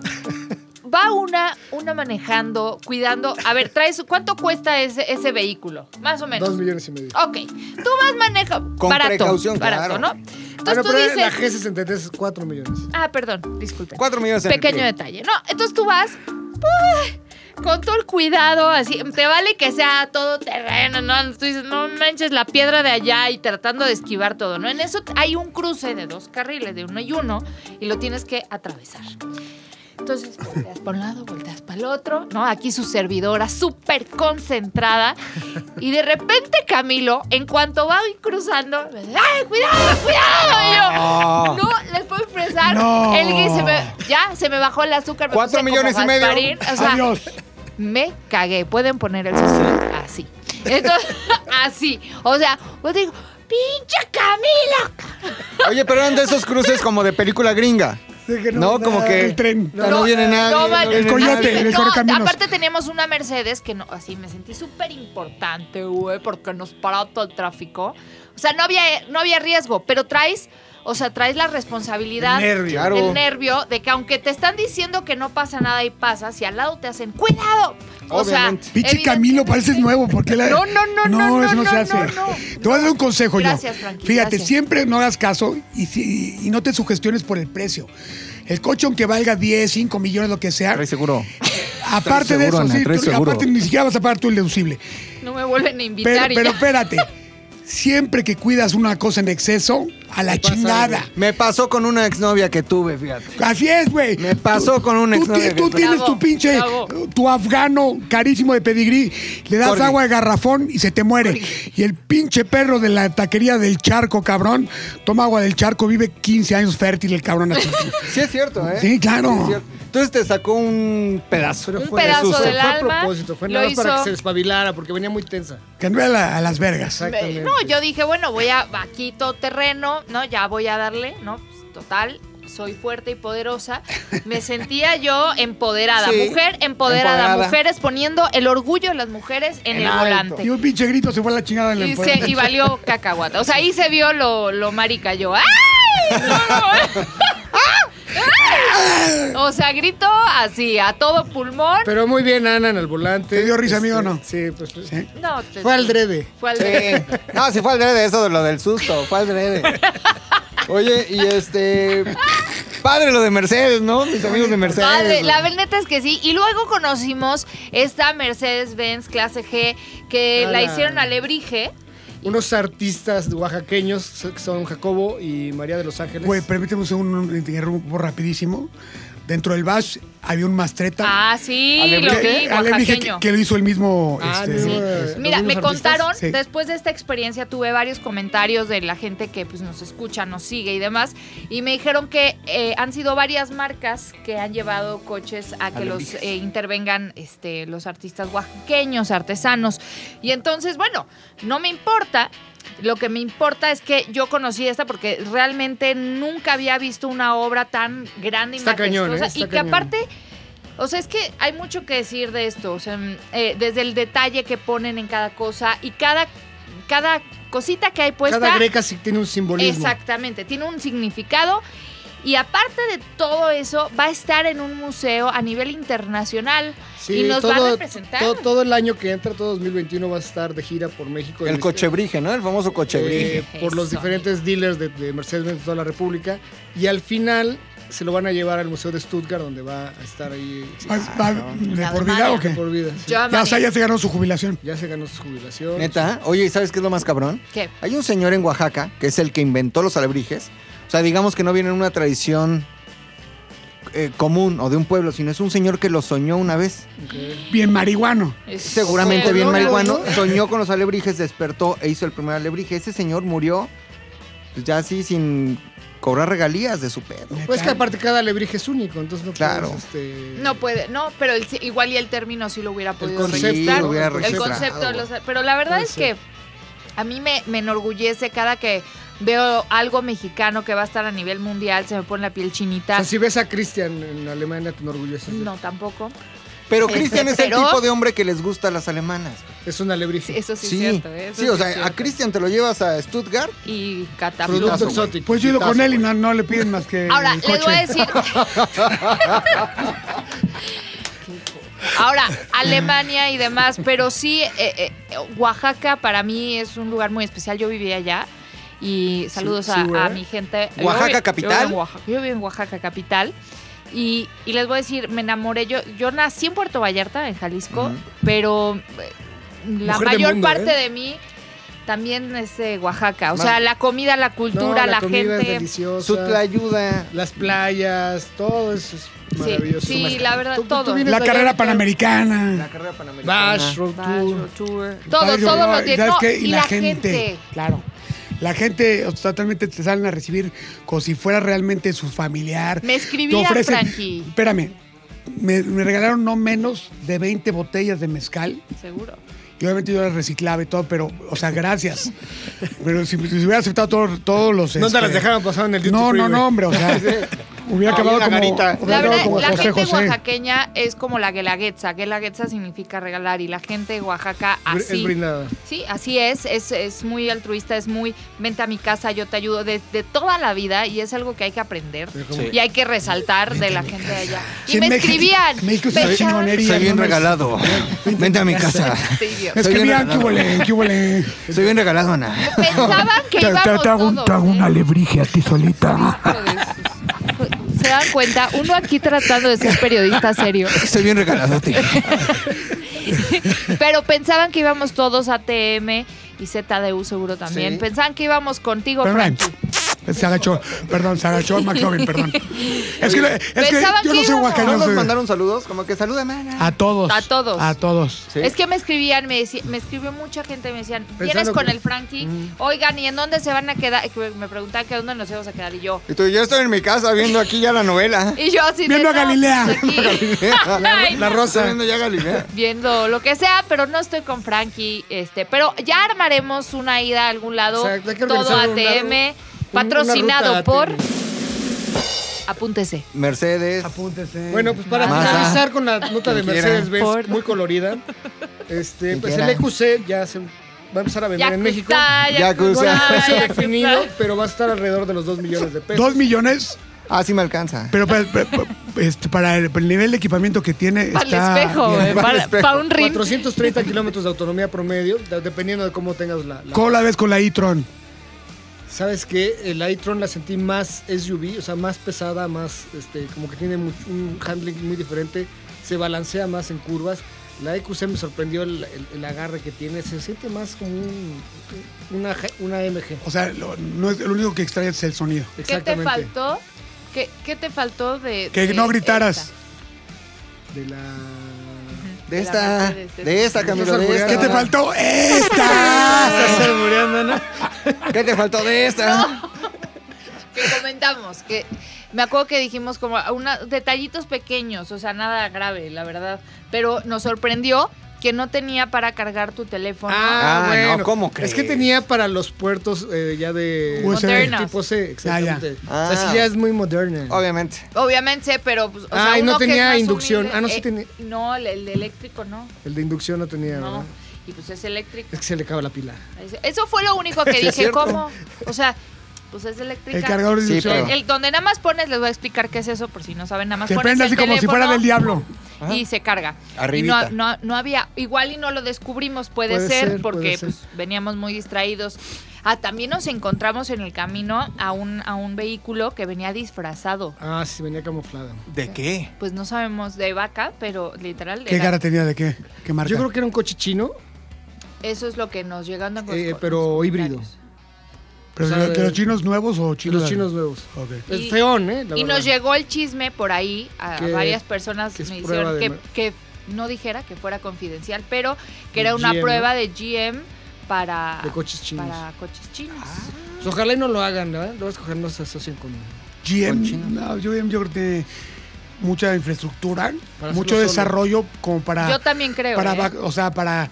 Speaker 10: Va una, una manejando, cuidando. A ver, traes, ¿cuánto cuesta ese, ese vehículo? Más o menos.
Speaker 4: Dos millones y medio.
Speaker 10: Ok, tú vas maneja
Speaker 3: Con
Speaker 10: barato,
Speaker 3: precaución,
Speaker 10: barato,
Speaker 3: claro.
Speaker 10: ¿no?
Speaker 4: Ah,
Speaker 10: Entonces
Speaker 4: no,
Speaker 10: tú
Speaker 4: pero la
Speaker 10: dices,
Speaker 4: G63 es 4 millones.
Speaker 10: ah, perdón, disculpe.
Speaker 3: Cuatro millones en el
Speaker 10: Pequeño
Speaker 3: pie.
Speaker 10: detalle. No, entonces tú vas ¡ay! con todo el cuidado, así, te vale que sea todo terreno, ¿no? Tú dices, no manches la piedra de allá y tratando de esquivar todo, ¿no? En eso hay un cruce de dos carriles, de uno y uno, y lo tienes que atravesar. Entonces, volteas para un lado, volteas para el otro, ¿no? Aquí su servidora súper concentrada. Y de repente Camilo, en cuanto va cruzando, me dice, ¡ay, cuidado,
Speaker 3: Ah.
Speaker 10: cuidado! Y yo, no, les puedo expresar.
Speaker 2: No.
Speaker 10: El gui se me, ya, se me bajó el azúcar. me
Speaker 3: Cuatro
Speaker 10: puse como
Speaker 3: millones y medio.
Speaker 10: Gasparín, O sea,
Speaker 2: Adiós.
Speaker 10: me cagué. Pueden poner el sonido así. Entonces, así. O sea, yo digo, ¡pinche Camilo!
Speaker 3: Oye, pero eran de esos cruces como de película gringa. No, como que.
Speaker 2: El tren.
Speaker 3: No, no viene nadie. no
Speaker 10: no, man-
Speaker 3: viene
Speaker 2: El coyote,
Speaker 10: así de-
Speaker 2: el correcaminos.
Speaker 10: aparte teníamos una Mercedes que no, así me sentí súper importante, güey, porque nos paró todo el tráfico. O sea, no había, no había riesgo, pero traes, o sea, traes la responsabilidad.
Speaker 3: nervio. Claro.
Speaker 10: el nervio de que aunque te están diciendo que no pasa nada y pasa, si al lado te hacen ¡cuidado! O sea,
Speaker 3: Obviamente.
Speaker 2: Pinche
Speaker 10: evidente-
Speaker 2: Camilo, pareces nuevo. porque la...
Speaker 10: No, no, no, no,
Speaker 2: eso
Speaker 10: no,
Speaker 2: no, se
Speaker 10: no,
Speaker 2: hace.
Speaker 10: no, no.
Speaker 2: Te voy a dar un consejo
Speaker 10: Gracias,
Speaker 2: yo.
Speaker 10: Frankie,
Speaker 2: Fíjate,
Speaker 10: gracias.
Speaker 2: siempre no hagas caso y, si- y no te sugestiones por el precio. El coche, aunque valga 10, 5 millones, lo que sea,
Speaker 3: Trae seguro.
Speaker 2: aparte
Speaker 3: trae
Speaker 2: de
Speaker 3: seguro,
Speaker 2: eso,
Speaker 3: Ana,
Speaker 2: sí,
Speaker 3: trae
Speaker 2: tú-
Speaker 3: seguro.
Speaker 2: aparte ni siquiera vas a pagar tu deducible.
Speaker 10: No me vuelven a invitar
Speaker 2: Pero,
Speaker 10: y
Speaker 2: pero
Speaker 10: ya.
Speaker 2: espérate, siempre que cuidas una cosa en exceso, a la
Speaker 4: pasa,
Speaker 2: chingada.
Speaker 3: Me pasó con una exnovia que tuve, fíjate.
Speaker 2: Así es, güey.
Speaker 3: Me pasó
Speaker 2: Tú-
Speaker 3: con un
Speaker 2: Tú,
Speaker 3: exnovio
Speaker 2: ti-
Speaker 3: que
Speaker 2: tú
Speaker 3: tuve.
Speaker 2: tienes
Speaker 10: Bravo,
Speaker 2: tu pinche,
Speaker 10: bravo.
Speaker 2: tu afgano carísimo de pedigrí, le das
Speaker 3: Corgi.
Speaker 2: agua de garrafón y se te muere. Y el pinche perro de la taquería del charco, cabrón, toma agua del charco, vive 15 años fértil el cabrón. así.
Speaker 3: Sí es cierto, ¿eh?
Speaker 2: Sí, claro.
Speaker 3: es cierto. Entonces te sacó un pedazo.
Speaker 4: Pero
Speaker 10: Un
Speaker 4: fue,
Speaker 10: pedazo
Speaker 4: fue
Speaker 10: del
Speaker 4: a
Speaker 10: alma,
Speaker 4: propósito, fue
Speaker 10: lo
Speaker 4: nada más para
Speaker 10: hizo.
Speaker 4: que se despabilara porque venía muy tensa.
Speaker 2: que anda a, la- a las vergas.
Speaker 4: Exactamente.
Speaker 10: No, yo dije, bueno, voy a aquí todo terreno, ¿no? Ya voy a darle, ¿no? Pues, total, soy fuerte y poderosa. Me sentía yo empoderada,
Speaker 3: Sí,
Speaker 10: mujer empoderada,
Speaker 3: empoderada.
Speaker 10: mujeres poniendo el orgullo de las mujeres en,
Speaker 3: En
Speaker 10: el
Speaker 3: alto.
Speaker 10: volante.
Speaker 2: Y un pinche grito se fue a la chingada del
Speaker 10: Y,
Speaker 2: empoder-
Speaker 10: se- y valió cacahuata. O sea, ahí se vio lo, lo marica yo. ¡Ay! No, no. O sea, gritó así, a todo pulmón.
Speaker 4: Pero muy bien, Ana, en el volante.
Speaker 2: ¿Te dio risa, amigo, o no?
Speaker 4: Sí, pues. pues,
Speaker 10: No, te-
Speaker 4: Fue al drede.
Speaker 10: Fue al
Speaker 3: Sí.
Speaker 10: drede.
Speaker 3: No, sí fue al drede eso de lo del susto, fue al drede. Oye, y este. Padre lo de Mercedes, ¿no? Mis amigos de Mercedes.
Speaker 10: Padre,
Speaker 3: güey.
Speaker 10: la verdad es que sí. Y luego conocimos esta Mercedes-Benz clase G que
Speaker 4: Ah, la-
Speaker 10: la hicieron a Lebrige.
Speaker 4: Unos artistas oaxaqueños que son Jacobo y María de los Ángeles.
Speaker 2: Güey, permíteme un segundo, un- te interrumpo rapidísimo. Dentro del bash había un mastreta.
Speaker 10: Ah, sí, lo
Speaker 2: Que-
Speaker 10: vi,
Speaker 2: Alebrije, que,
Speaker 10: oaxaqueño.
Speaker 2: que lo hizo el mismo.
Speaker 4: Ah,
Speaker 2: este,
Speaker 4: sí.
Speaker 10: Mira,
Speaker 4: ¿Algunos
Speaker 10: me
Speaker 4: artistas?
Speaker 10: contaron,
Speaker 2: Sí.
Speaker 10: después de esta experiencia tuve varios comentarios de la gente que pues, nos escucha, nos sigue y demás, y me dijeron que eh, han sido varias marcas que han llevado coches a que los eh, intervengan este, los artistas oaxaqueños, artesanos. Y entonces, bueno, no me importa. Lo que me importa es que yo conocí esta porque realmente nunca había visto una obra tan grande y
Speaker 4: Está cañón,
Speaker 10: majestuosa.
Speaker 4: ¿eh? Está
Speaker 10: y que
Speaker 4: cañón.
Speaker 10: aparte o sea, es que hay mucho que decir de esto. o sea, mm, eh, desde el detalle que ponen en cada cosa y cada, cada cosita que hay puesta.
Speaker 4: Cada greca sí tiene un simbolismo.
Speaker 10: exactamente, tiene un significado. Y aparte de todo eso, va a estar en un museo a nivel internacional.
Speaker 4: Sí,
Speaker 10: y nos va a
Speaker 4: todo-
Speaker 10: representar.
Speaker 4: Todo, todo el año que entra, todo 2021, va a estar de gira por México.
Speaker 3: El
Speaker 4: En-
Speaker 3: cochebrige, ¿no? El famoso cochebrige.
Speaker 4: eh, por los
Speaker 10: Eso.
Speaker 4: diferentes dealers de, de Mercedes-Benz de toda la República. Y al final se lo van a llevar al Museo de Stuttgart, donde va a estar ahí.
Speaker 2: va- va- ¿De
Speaker 10: La
Speaker 2: por vida o
Speaker 10: Alemania.
Speaker 2: qué?
Speaker 4: Por vida. sí.
Speaker 10: Yo
Speaker 2: Ya, o sea,
Speaker 10: amaría-
Speaker 2: ya se ganó su jubilación.
Speaker 4: Ya se ganó su jubilación.
Speaker 3: Neta. Oye, ¿y sabes qué es lo más cabrón?
Speaker 10: ¿Qué?
Speaker 3: Hay un señor en Oaxaca que es el que inventó los alebrijes. O sea, digamos que no viene en una tradición eh, común o de un pueblo, sino es un señor que lo soñó una vez.
Speaker 2: Bien marihuano.
Speaker 10: Es-
Speaker 3: Seguramente
Speaker 10: Pero
Speaker 3: bien
Speaker 10: no,
Speaker 3: marihuano. Soñó con los alebrijes, despertó e hizo el primer alebrije. Ese señor murió pues, ya así sin cobrar regalías de su pedo.
Speaker 4: Pues que aparte cada alebrije es único, entonces no
Speaker 3: Claro.
Speaker 4: puedes, este,
Speaker 10: No puede, no, pero el- igual y el término sí lo hubiera podido
Speaker 4: concepto,
Speaker 10: registrar.
Speaker 4: lo hubiera
Speaker 10: el
Speaker 4: registrado,
Speaker 10: concepto, de
Speaker 3: güey.
Speaker 10: los- pero la verdad
Speaker 4: Puede
Speaker 10: es que a mí me, me enorgullece cada que veo algo mexicano que va a estar a nivel mundial, se me pone la piel
Speaker 4: O
Speaker 10: chinita.
Speaker 4: sea, si ves a Cristian en Alemania, te enorgulleces. de él.
Speaker 10: No, tampoco.
Speaker 3: Pero
Speaker 10: Este,
Speaker 3: Cristian es el
Speaker 10: pero-
Speaker 3: tipo de hombre que les gusta a las alemanas.
Speaker 4: Es un alebrije.
Speaker 10: Eso sí,
Speaker 3: Sí,
Speaker 10: es cierto. ¿eh? eso
Speaker 3: sí, o
Speaker 10: es
Speaker 3: sea, a
Speaker 10: cierto.
Speaker 3: Cristian te lo llevas a Stuttgart.
Speaker 10: Y
Speaker 4: Producto
Speaker 10: catapulta.
Speaker 3: Frutazo, güey.
Speaker 4: exótico.
Speaker 2: Pues yo he ido con
Speaker 4: Frutazo,
Speaker 2: él y
Speaker 4: güey.
Speaker 2: no, no le piden más que.
Speaker 10: Ahora,
Speaker 2: el
Speaker 10: les voy a
Speaker 2: coche.
Speaker 10: decir. Ahora, Alemania y demás, pero sí, eh, eh, Oaxaca para mí es un lugar muy especial. Yo vivía allá y saludos
Speaker 4: sí,
Speaker 10: a- a,
Speaker 4: güey.
Speaker 10: mi gente. Yo
Speaker 3: Oaxaca
Speaker 10: vi- yo
Speaker 3: capital.
Speaker 10: vivo en Oaxaca, Yo vivo en Oaxaca capital. Y, y les voy a decir, me enamoré. Yo, yo nací en Puerto Vallarta, en Jalisco, pero eh, la
Speaker 4: Mujer de
Speaker 10: mayor
Speaker 4: mundo,
Speaker 10: parte
Speaker 4: ¿eh?
Speaker 10: de mí también es de Oaxaca. O
Speaker 3: Más-
Speaker 10: sea, la comida, la
Speaker 4: No,
Speaker 10: cultura, la,
Speaker 4: comida es
Speaker 10: gente.
Speaker 4: deliciosa,
Speaker 3: Su ayuda.
Speaker 4: las playas, todo eso es maravilloso.
Speaker 10: sí, la verdad, todo.
Speaker 4: vienes
Speaker 2: La
Speaker 4: de allá,
Speaker 2: carrera
Speaker 4: ¿no?
Speaker 2: panamericana.
Speaker 3: carrera panamericana.
Speaker 10: Ah,
Speaker 4: Bash, Road Tour.
Speaker 10: Todo,
Speaker 2: Padre,
Speaker 10: todo
Speaker 2: no,
Speaker 10: lo tiene.
Speaker 2: ¿sabes
Speaker 10: No,
Speaker 2: qué?
Speaker 10: y la gente.
Speaker 2: Claro. La gente o sea, totalmente te salen a recibir como si fuera realmente su familiar.
Speaker 10: Me escribía
Speaker 2: Te ofrecen-
Speaker 10: Frankie.
Speaker 2: Espérame. Me, me regalaron no menos de 20 botellas de mezcal.
Speaker 10: Seguro.
Speaker 2: Y obviamente yo las reciclaba y todo, pero, o sea, gracias. Pero si, si hubiera aceptado todo- todos los.
Speaker 4: No te
Speaker 2: este,
Speaker 4: las dejaron pues. pasar en el duty
Speaker 2: No,
Speaker 4: free,
Speaker 2: no,
Speaker 4: güey.
Speaker 2: no, hombre, o sea, hubiera
Speaker 3: Había
Speaker 2: acabado
Speaker 3: una
Speaker 2: como,
Speaker 3: garita.
Speaker 2: hubiera
Speaker 10: La
Speaker 2: acabado
Speaker 10: verdad,
Speaker 2: como
Speaker 10: la
Speaker 2: José
Speaker 10: gente
Speaker 2: José.
Speaker 10: oaxaqueña es como la guelaguetza. Guelaguetza significa regalar y la gente de Oaxaca
Speaker 4: Br-
Speaker 10: así.
Speaker 4: Es brindada.
Speaker 10: Ah, Sí, así es, es, es muy altruista, es muy, vente a mi casa, yo te ayudo, de, de toda la vida y es algo que hay que aprender y hay que resaltar de la gente de allá. Y
Speaker 2: Sí,
Speaker 10: me
Speaker 2: México-
Speaker 10: escribían,
Speaker 2: México es una
Speaker 10: "Vete a-
Speaker 2: chingonería.
Speaker 3: Soy bien
Speaker 2: no me-
Speaker 3: regalado. Vente a mi casa.
Speaker 10: Este idiota.
Speaker 2: Es
Speaker 3: Soy
Speaker 2: que
Speaker 3: bien
Speaker 2: miran, ¿qué
Speaker 3: regalado.
Speaker 2: huele? ¿Qué huele?
Speaker 3: Soy bien regalado, Ana.
Speaker 10: Pensaban que íbamos todos. ¿eh?
Speaker 2: alebrije a ti solita.
Speaker 10: Hijo de sus- Se dan cuenta, uno aquí tratando de ser periodista serio,
Speaker 3: Soy bien regalado, tío.
Speaker 10: pero pensaban que íbamos todos a TM y ZDU seguro también.
Speaker 3: Sí.
Speaker 10: Pensaban que íbamos contigo,
Speaker 2: Pero no hay.
Speaker 10: Frankie.
Speaker 2: Se agachó. Perdón, se agachó McLovin, perdón. Es que, es que
Speaker 10: Pensaba
Speaker 2: yo
Speaker 10: que
Speaker 2: no soy
Speaker 10: íbamos.
Speaker 3: ¿No
Speaker 2: guacañoso.
Speaker 3: nos mandaron saludos? Como que salúdame.
Speaker 2: A todos.
Speaker 10: A todos.
Speaker 2: A todos.
Speaker 3: Sí.
Speaker 10: Ah, Es que me escribían, me, decí- me escribió mucha gente, me decían, ¿vienes
Speaker 4: Pensando
Speaker 10: con
Speaker 4: que- Mm.
Speaker 10: el Frankie? Oigan, ¿y en dónde se van a quedar? Que Me preguntaban que dónde nos íbamos a quedar y yo.
Speaker 3: Y tú, yo estoy en mi casa viendo aquí ya la novela.
Speaker 10: Y yo así de,
Speaker 2: Viendo a
Speaker 10: "No,
Speaker 2: Galilea".
Speaker 10: pues aquí. Ay,
Speaker 3: La rosa. Estoy viendo ya Galilea.
Speaker 10: Viendo lo que sea, pero no estoy con Frankie. este Pero ya armaremos una ida a algún lado.
Speaker 4: Exacto, hay que
Speaker 10: todo
Speaker 4: organizar un
Speaker 10: ATM,
Speaker 4: lado-
Speaker 10: patrocinado
Speaker 4: una ruta
Speaker 10: por...
Speaker 4: ATM.
Speaker 10: Apúntese.
Speaker 3: Mercedes.
Speaker 2: Apúntese.
Speaker 4: Bueno, pues para
Speaker 3: Masa.
Speaker 4: finalizar con la nota de
Speaker 3: Quien quiera.
Speaker 4: Mercedes-Benz,
Speaker 10: Por-
Speaker 4: muy colorida, este,
Speaker 3: Quien
Speaker 4: pues
Speaker 3: quiera.
Speaker 4: el EQC ya se va a empezar a vender en México.
Speaker 3: Yakuza.
Speaker 4: Con
Speaker 10: Yakuza,
Speaker 4: un precio
Speaker 10: Yakuza.
Speaker 4: definido, pero va a estar alrededor de los 2 millones de pesos.
Speaker 2: Dos millones,
Speaker 3: Ah, sí me alcanza.
Speaker 2: pero para, para- este, para el, para el nivel de equipamiento que tiene.
Speaker 10: Para
Speaker 2: está
Speaker 10: el espejo,
Speaker 2: bien.
Speaker 10: eh, para, para un ring.
Speaker 4: 430 kilómetros de autonomía promedio, de- dependiendo de cómo tengas la. la-
Speaker 2: ¿Cómo la ves con la e-tron?
Speaker 4: Sabes que el i-tron la sentí más SUV, o sea, más pesada, más, este, como que tiene much- un handling muy diferente, se balancea más en curvas. La EQC me sorprendió el, el- el agarre que tiene, se siente más como un- una, G- una MG.
Speaker 2: O sea, lo, no es, lo único que extrae es el sonido.
Speaker 10: ¿Qué te
Speaker 4: Exactamente.
Speaker 10: faltó? ¿Qué, qué te faltó de...?
Speaker 2: Que
Speaker 10: de
Speaker 2: no gritaras.
Speaker 10: esta?
Speaker 4: De la...
Speaker 3: De esta. De esta, Camilo. De esta.
Speaker 2: ¿Qué te faltó? ¡Esta!
Speaker 3: Estás albureando, ¿no? ¿Qué te faltó de esta?
Speaker 10: que comentamos, que me acuerdo que dijimos como una, detallitos pequeños, o sea, nada grave, la verdad. Pero nos sorprendió que no tenía para cargar tu teléfono.
Speaker 3: Ah, no, ¿cómo crees?
Speaker 4: Es que tenía para los puertos eh, ya de...
Speaker 2: USB.
Speaker 10: Modernas.
Speaker 4: Tipo C, exactamente.
Speaker 3: Ah, ya.
Speaker 4: O sea, sí ya es muy moderna.
Speaker 3: Obviamente.
Speaker 10: Obviamente, pero pues, o sea,
Speaker 4: Ah, y no
Speaker 10: uno que
Speaker 4: tenía
Speaker 10: es más
Speaker 4: inducción.
Speaker 10: humilde,
Speaker 4: Ah, no, sí
Speaker 10: eh,
Speaker 4: tenía.
Speaker 10: No, el, el eléctrico no.
Speaker 4: El de inducción no tenía,
Speaker 10: No.
Speaker 4: ¿verdad?
Speaker 10: Y pues es eléctrico.
Speaker 4: Es que se le acaba la pila.
Speaker 10: Eso fue lo único que
Speaker 3: Sí, es
Speaker 10: dije,
Speaker 3: cierto.
Speaker 10: ¿cómo? O sea, pues es eléctrica.
Speaker 2: El cargador de
Speaker 3: Sí,
Speaker 2: inducción.
Speaker 3: pero-
Speaker 10: El donde nada más pones, les voy a explicar qué es eso, por si no saben, nada más
Speaker 2: Se
Speaker 10: pones
Speaker 2: prende
Speaker 10: el
Speaker 2: así como si fuera
Speaker 10: teléfono.
Speaker 2: del diablo.
Speaker 10: y se carga.
Speaker 3: Arribita.
Speaker 10: Y no, no- no había, igual y no lo descubrimos, puede,
Speaker 4: Puede
Speaker 10: ser,
Speaker 4: ser,
Speaker 10: porque
Speaker 4: puede ser.
Speaker 10: pues, veníamos muy distraídos. Ah, también nos encontramos en el camino a un, a un vehículo que venía disfrazado.
Speaker 4: Ah, sí, venía camuflada.
Speaker 3: ¿De qué?
Speaker 10: Pues no sabemos de vaca, pero literal.
Speaker 2: ¿Qué
Speaker 10: era-
Speaker 2: cara tenía de qué? ¿Qué marca?
Speaker 4: Yo creo que era un coche chino.
Speaker 10: Eso es lo que nos llegan a
Speaker 4: Eh, pero híbrido.
Speaker 2: ¿Pero
Speaker 4: o sea,
Speaker 2: de, de los
Speaker 4: de-
Speaker 2: chinos nuevos o
Speaker 4: Y
Speaker 2: chinos?
Speaker 4: los chinos nuevos.
Speaker 2: Ok.
Speaker 10: Y-
Speaker 4: Es feón, ¿eh? La
Speaker 10: Y
Speaker 4: verdad.
Speaker 10: nos llegó el chisme por ahí, a
Speaker 4: Que-
Speaker 10: varias personas
Speaker 4: que es
Speaker 10: me
Speaker 4: prueba
Speaker 10: hicieron
Speaker 4: de ma-
Speaker 10: que, que no dijera que fuera confidencial, pero que era
Speaker 4: De
Speaker 10: una
Speaker 4: GM, ¿no?
Speaker 10: prueba de GM para,
Speaker 4: De coches chinos.
Speaker 10: para coches chinos.
Speaker 4: Pues ojalá y no lo hagan, ¿verdad? Lo vas a escoger, no se asocien con.
Speaker 2: GM, no, GM yo creo que tiene mucha infraestructura,
Speaker 4: Para
Speaker 2: mucho
Speaker 4: hacerlo
Speaker 2: desarrollo como para...
Speaker 10: Yo también creo.
Speaker 2: para
Speaker 10: ¿eh?
Speaker 2: va- O sea, para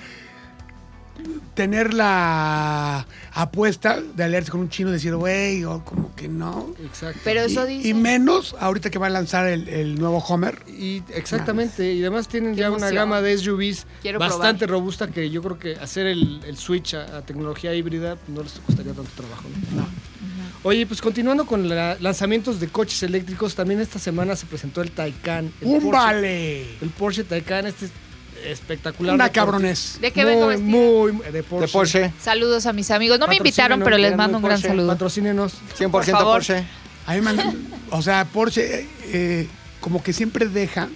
Speaker 2: tener la apuesta de aliarse con un chino y decir, güey, o como que no.
Speaker 4: Exacto.
Speaker 10: Pero eso
Speaker 2: Y-
Speaker 10: dice.
Speaker 2: y, menos ahorita que va a lanzar el, el nuevo Homer.
Speaker 4: Y exactamente, y además tienen
Speaker 10: Qué
Speaker 4: ya una
Speaker 10: emoción.
Speaker 4: gama de SUVs
Speaker 10: Quiero
Speaker 4: bastante robusta que yo creo que hacer el, el switch a, a tecnología híbrida pues, no les costaría tanto trabajo. ¿no? Oye, pues continuando con la- lanzamientos de coches eléctricos, también esta semana se presentó el Taycan. El
Speaker 2: ¡Un
Speaker 4: Porsche-
Speaker 2: vale!
Speaker 4: El Porsche Taycan, este es espectacular.
Speaker 2: Una
Speaker 4: deportivo.
Speaker 2: cabrones.
Speaker 10: ¿De qué vengo vestido?
Speaker 4: Muy, muy, de Porsche.
Speaker 3: De Porsche.
Speaker 10: Saludos a mis amigos. No me invitaron,
Speaker 4: Patrocínenos,
Speaker 10: pero les
Speaker 4: quedan
Speaker 10: mando
Speaker 4: muy
Speaker 10: un gran
Speaker 4: Porsche.
Speaker 10: saludo.
Speaker 4: Patrocínenos.
Speaker 3: 100%
Speaker 10: Por favor.
Speaker 3: Porsche.
Speaker 2: A mí me han- o sea, Porsche eh, eh, como que siempre deja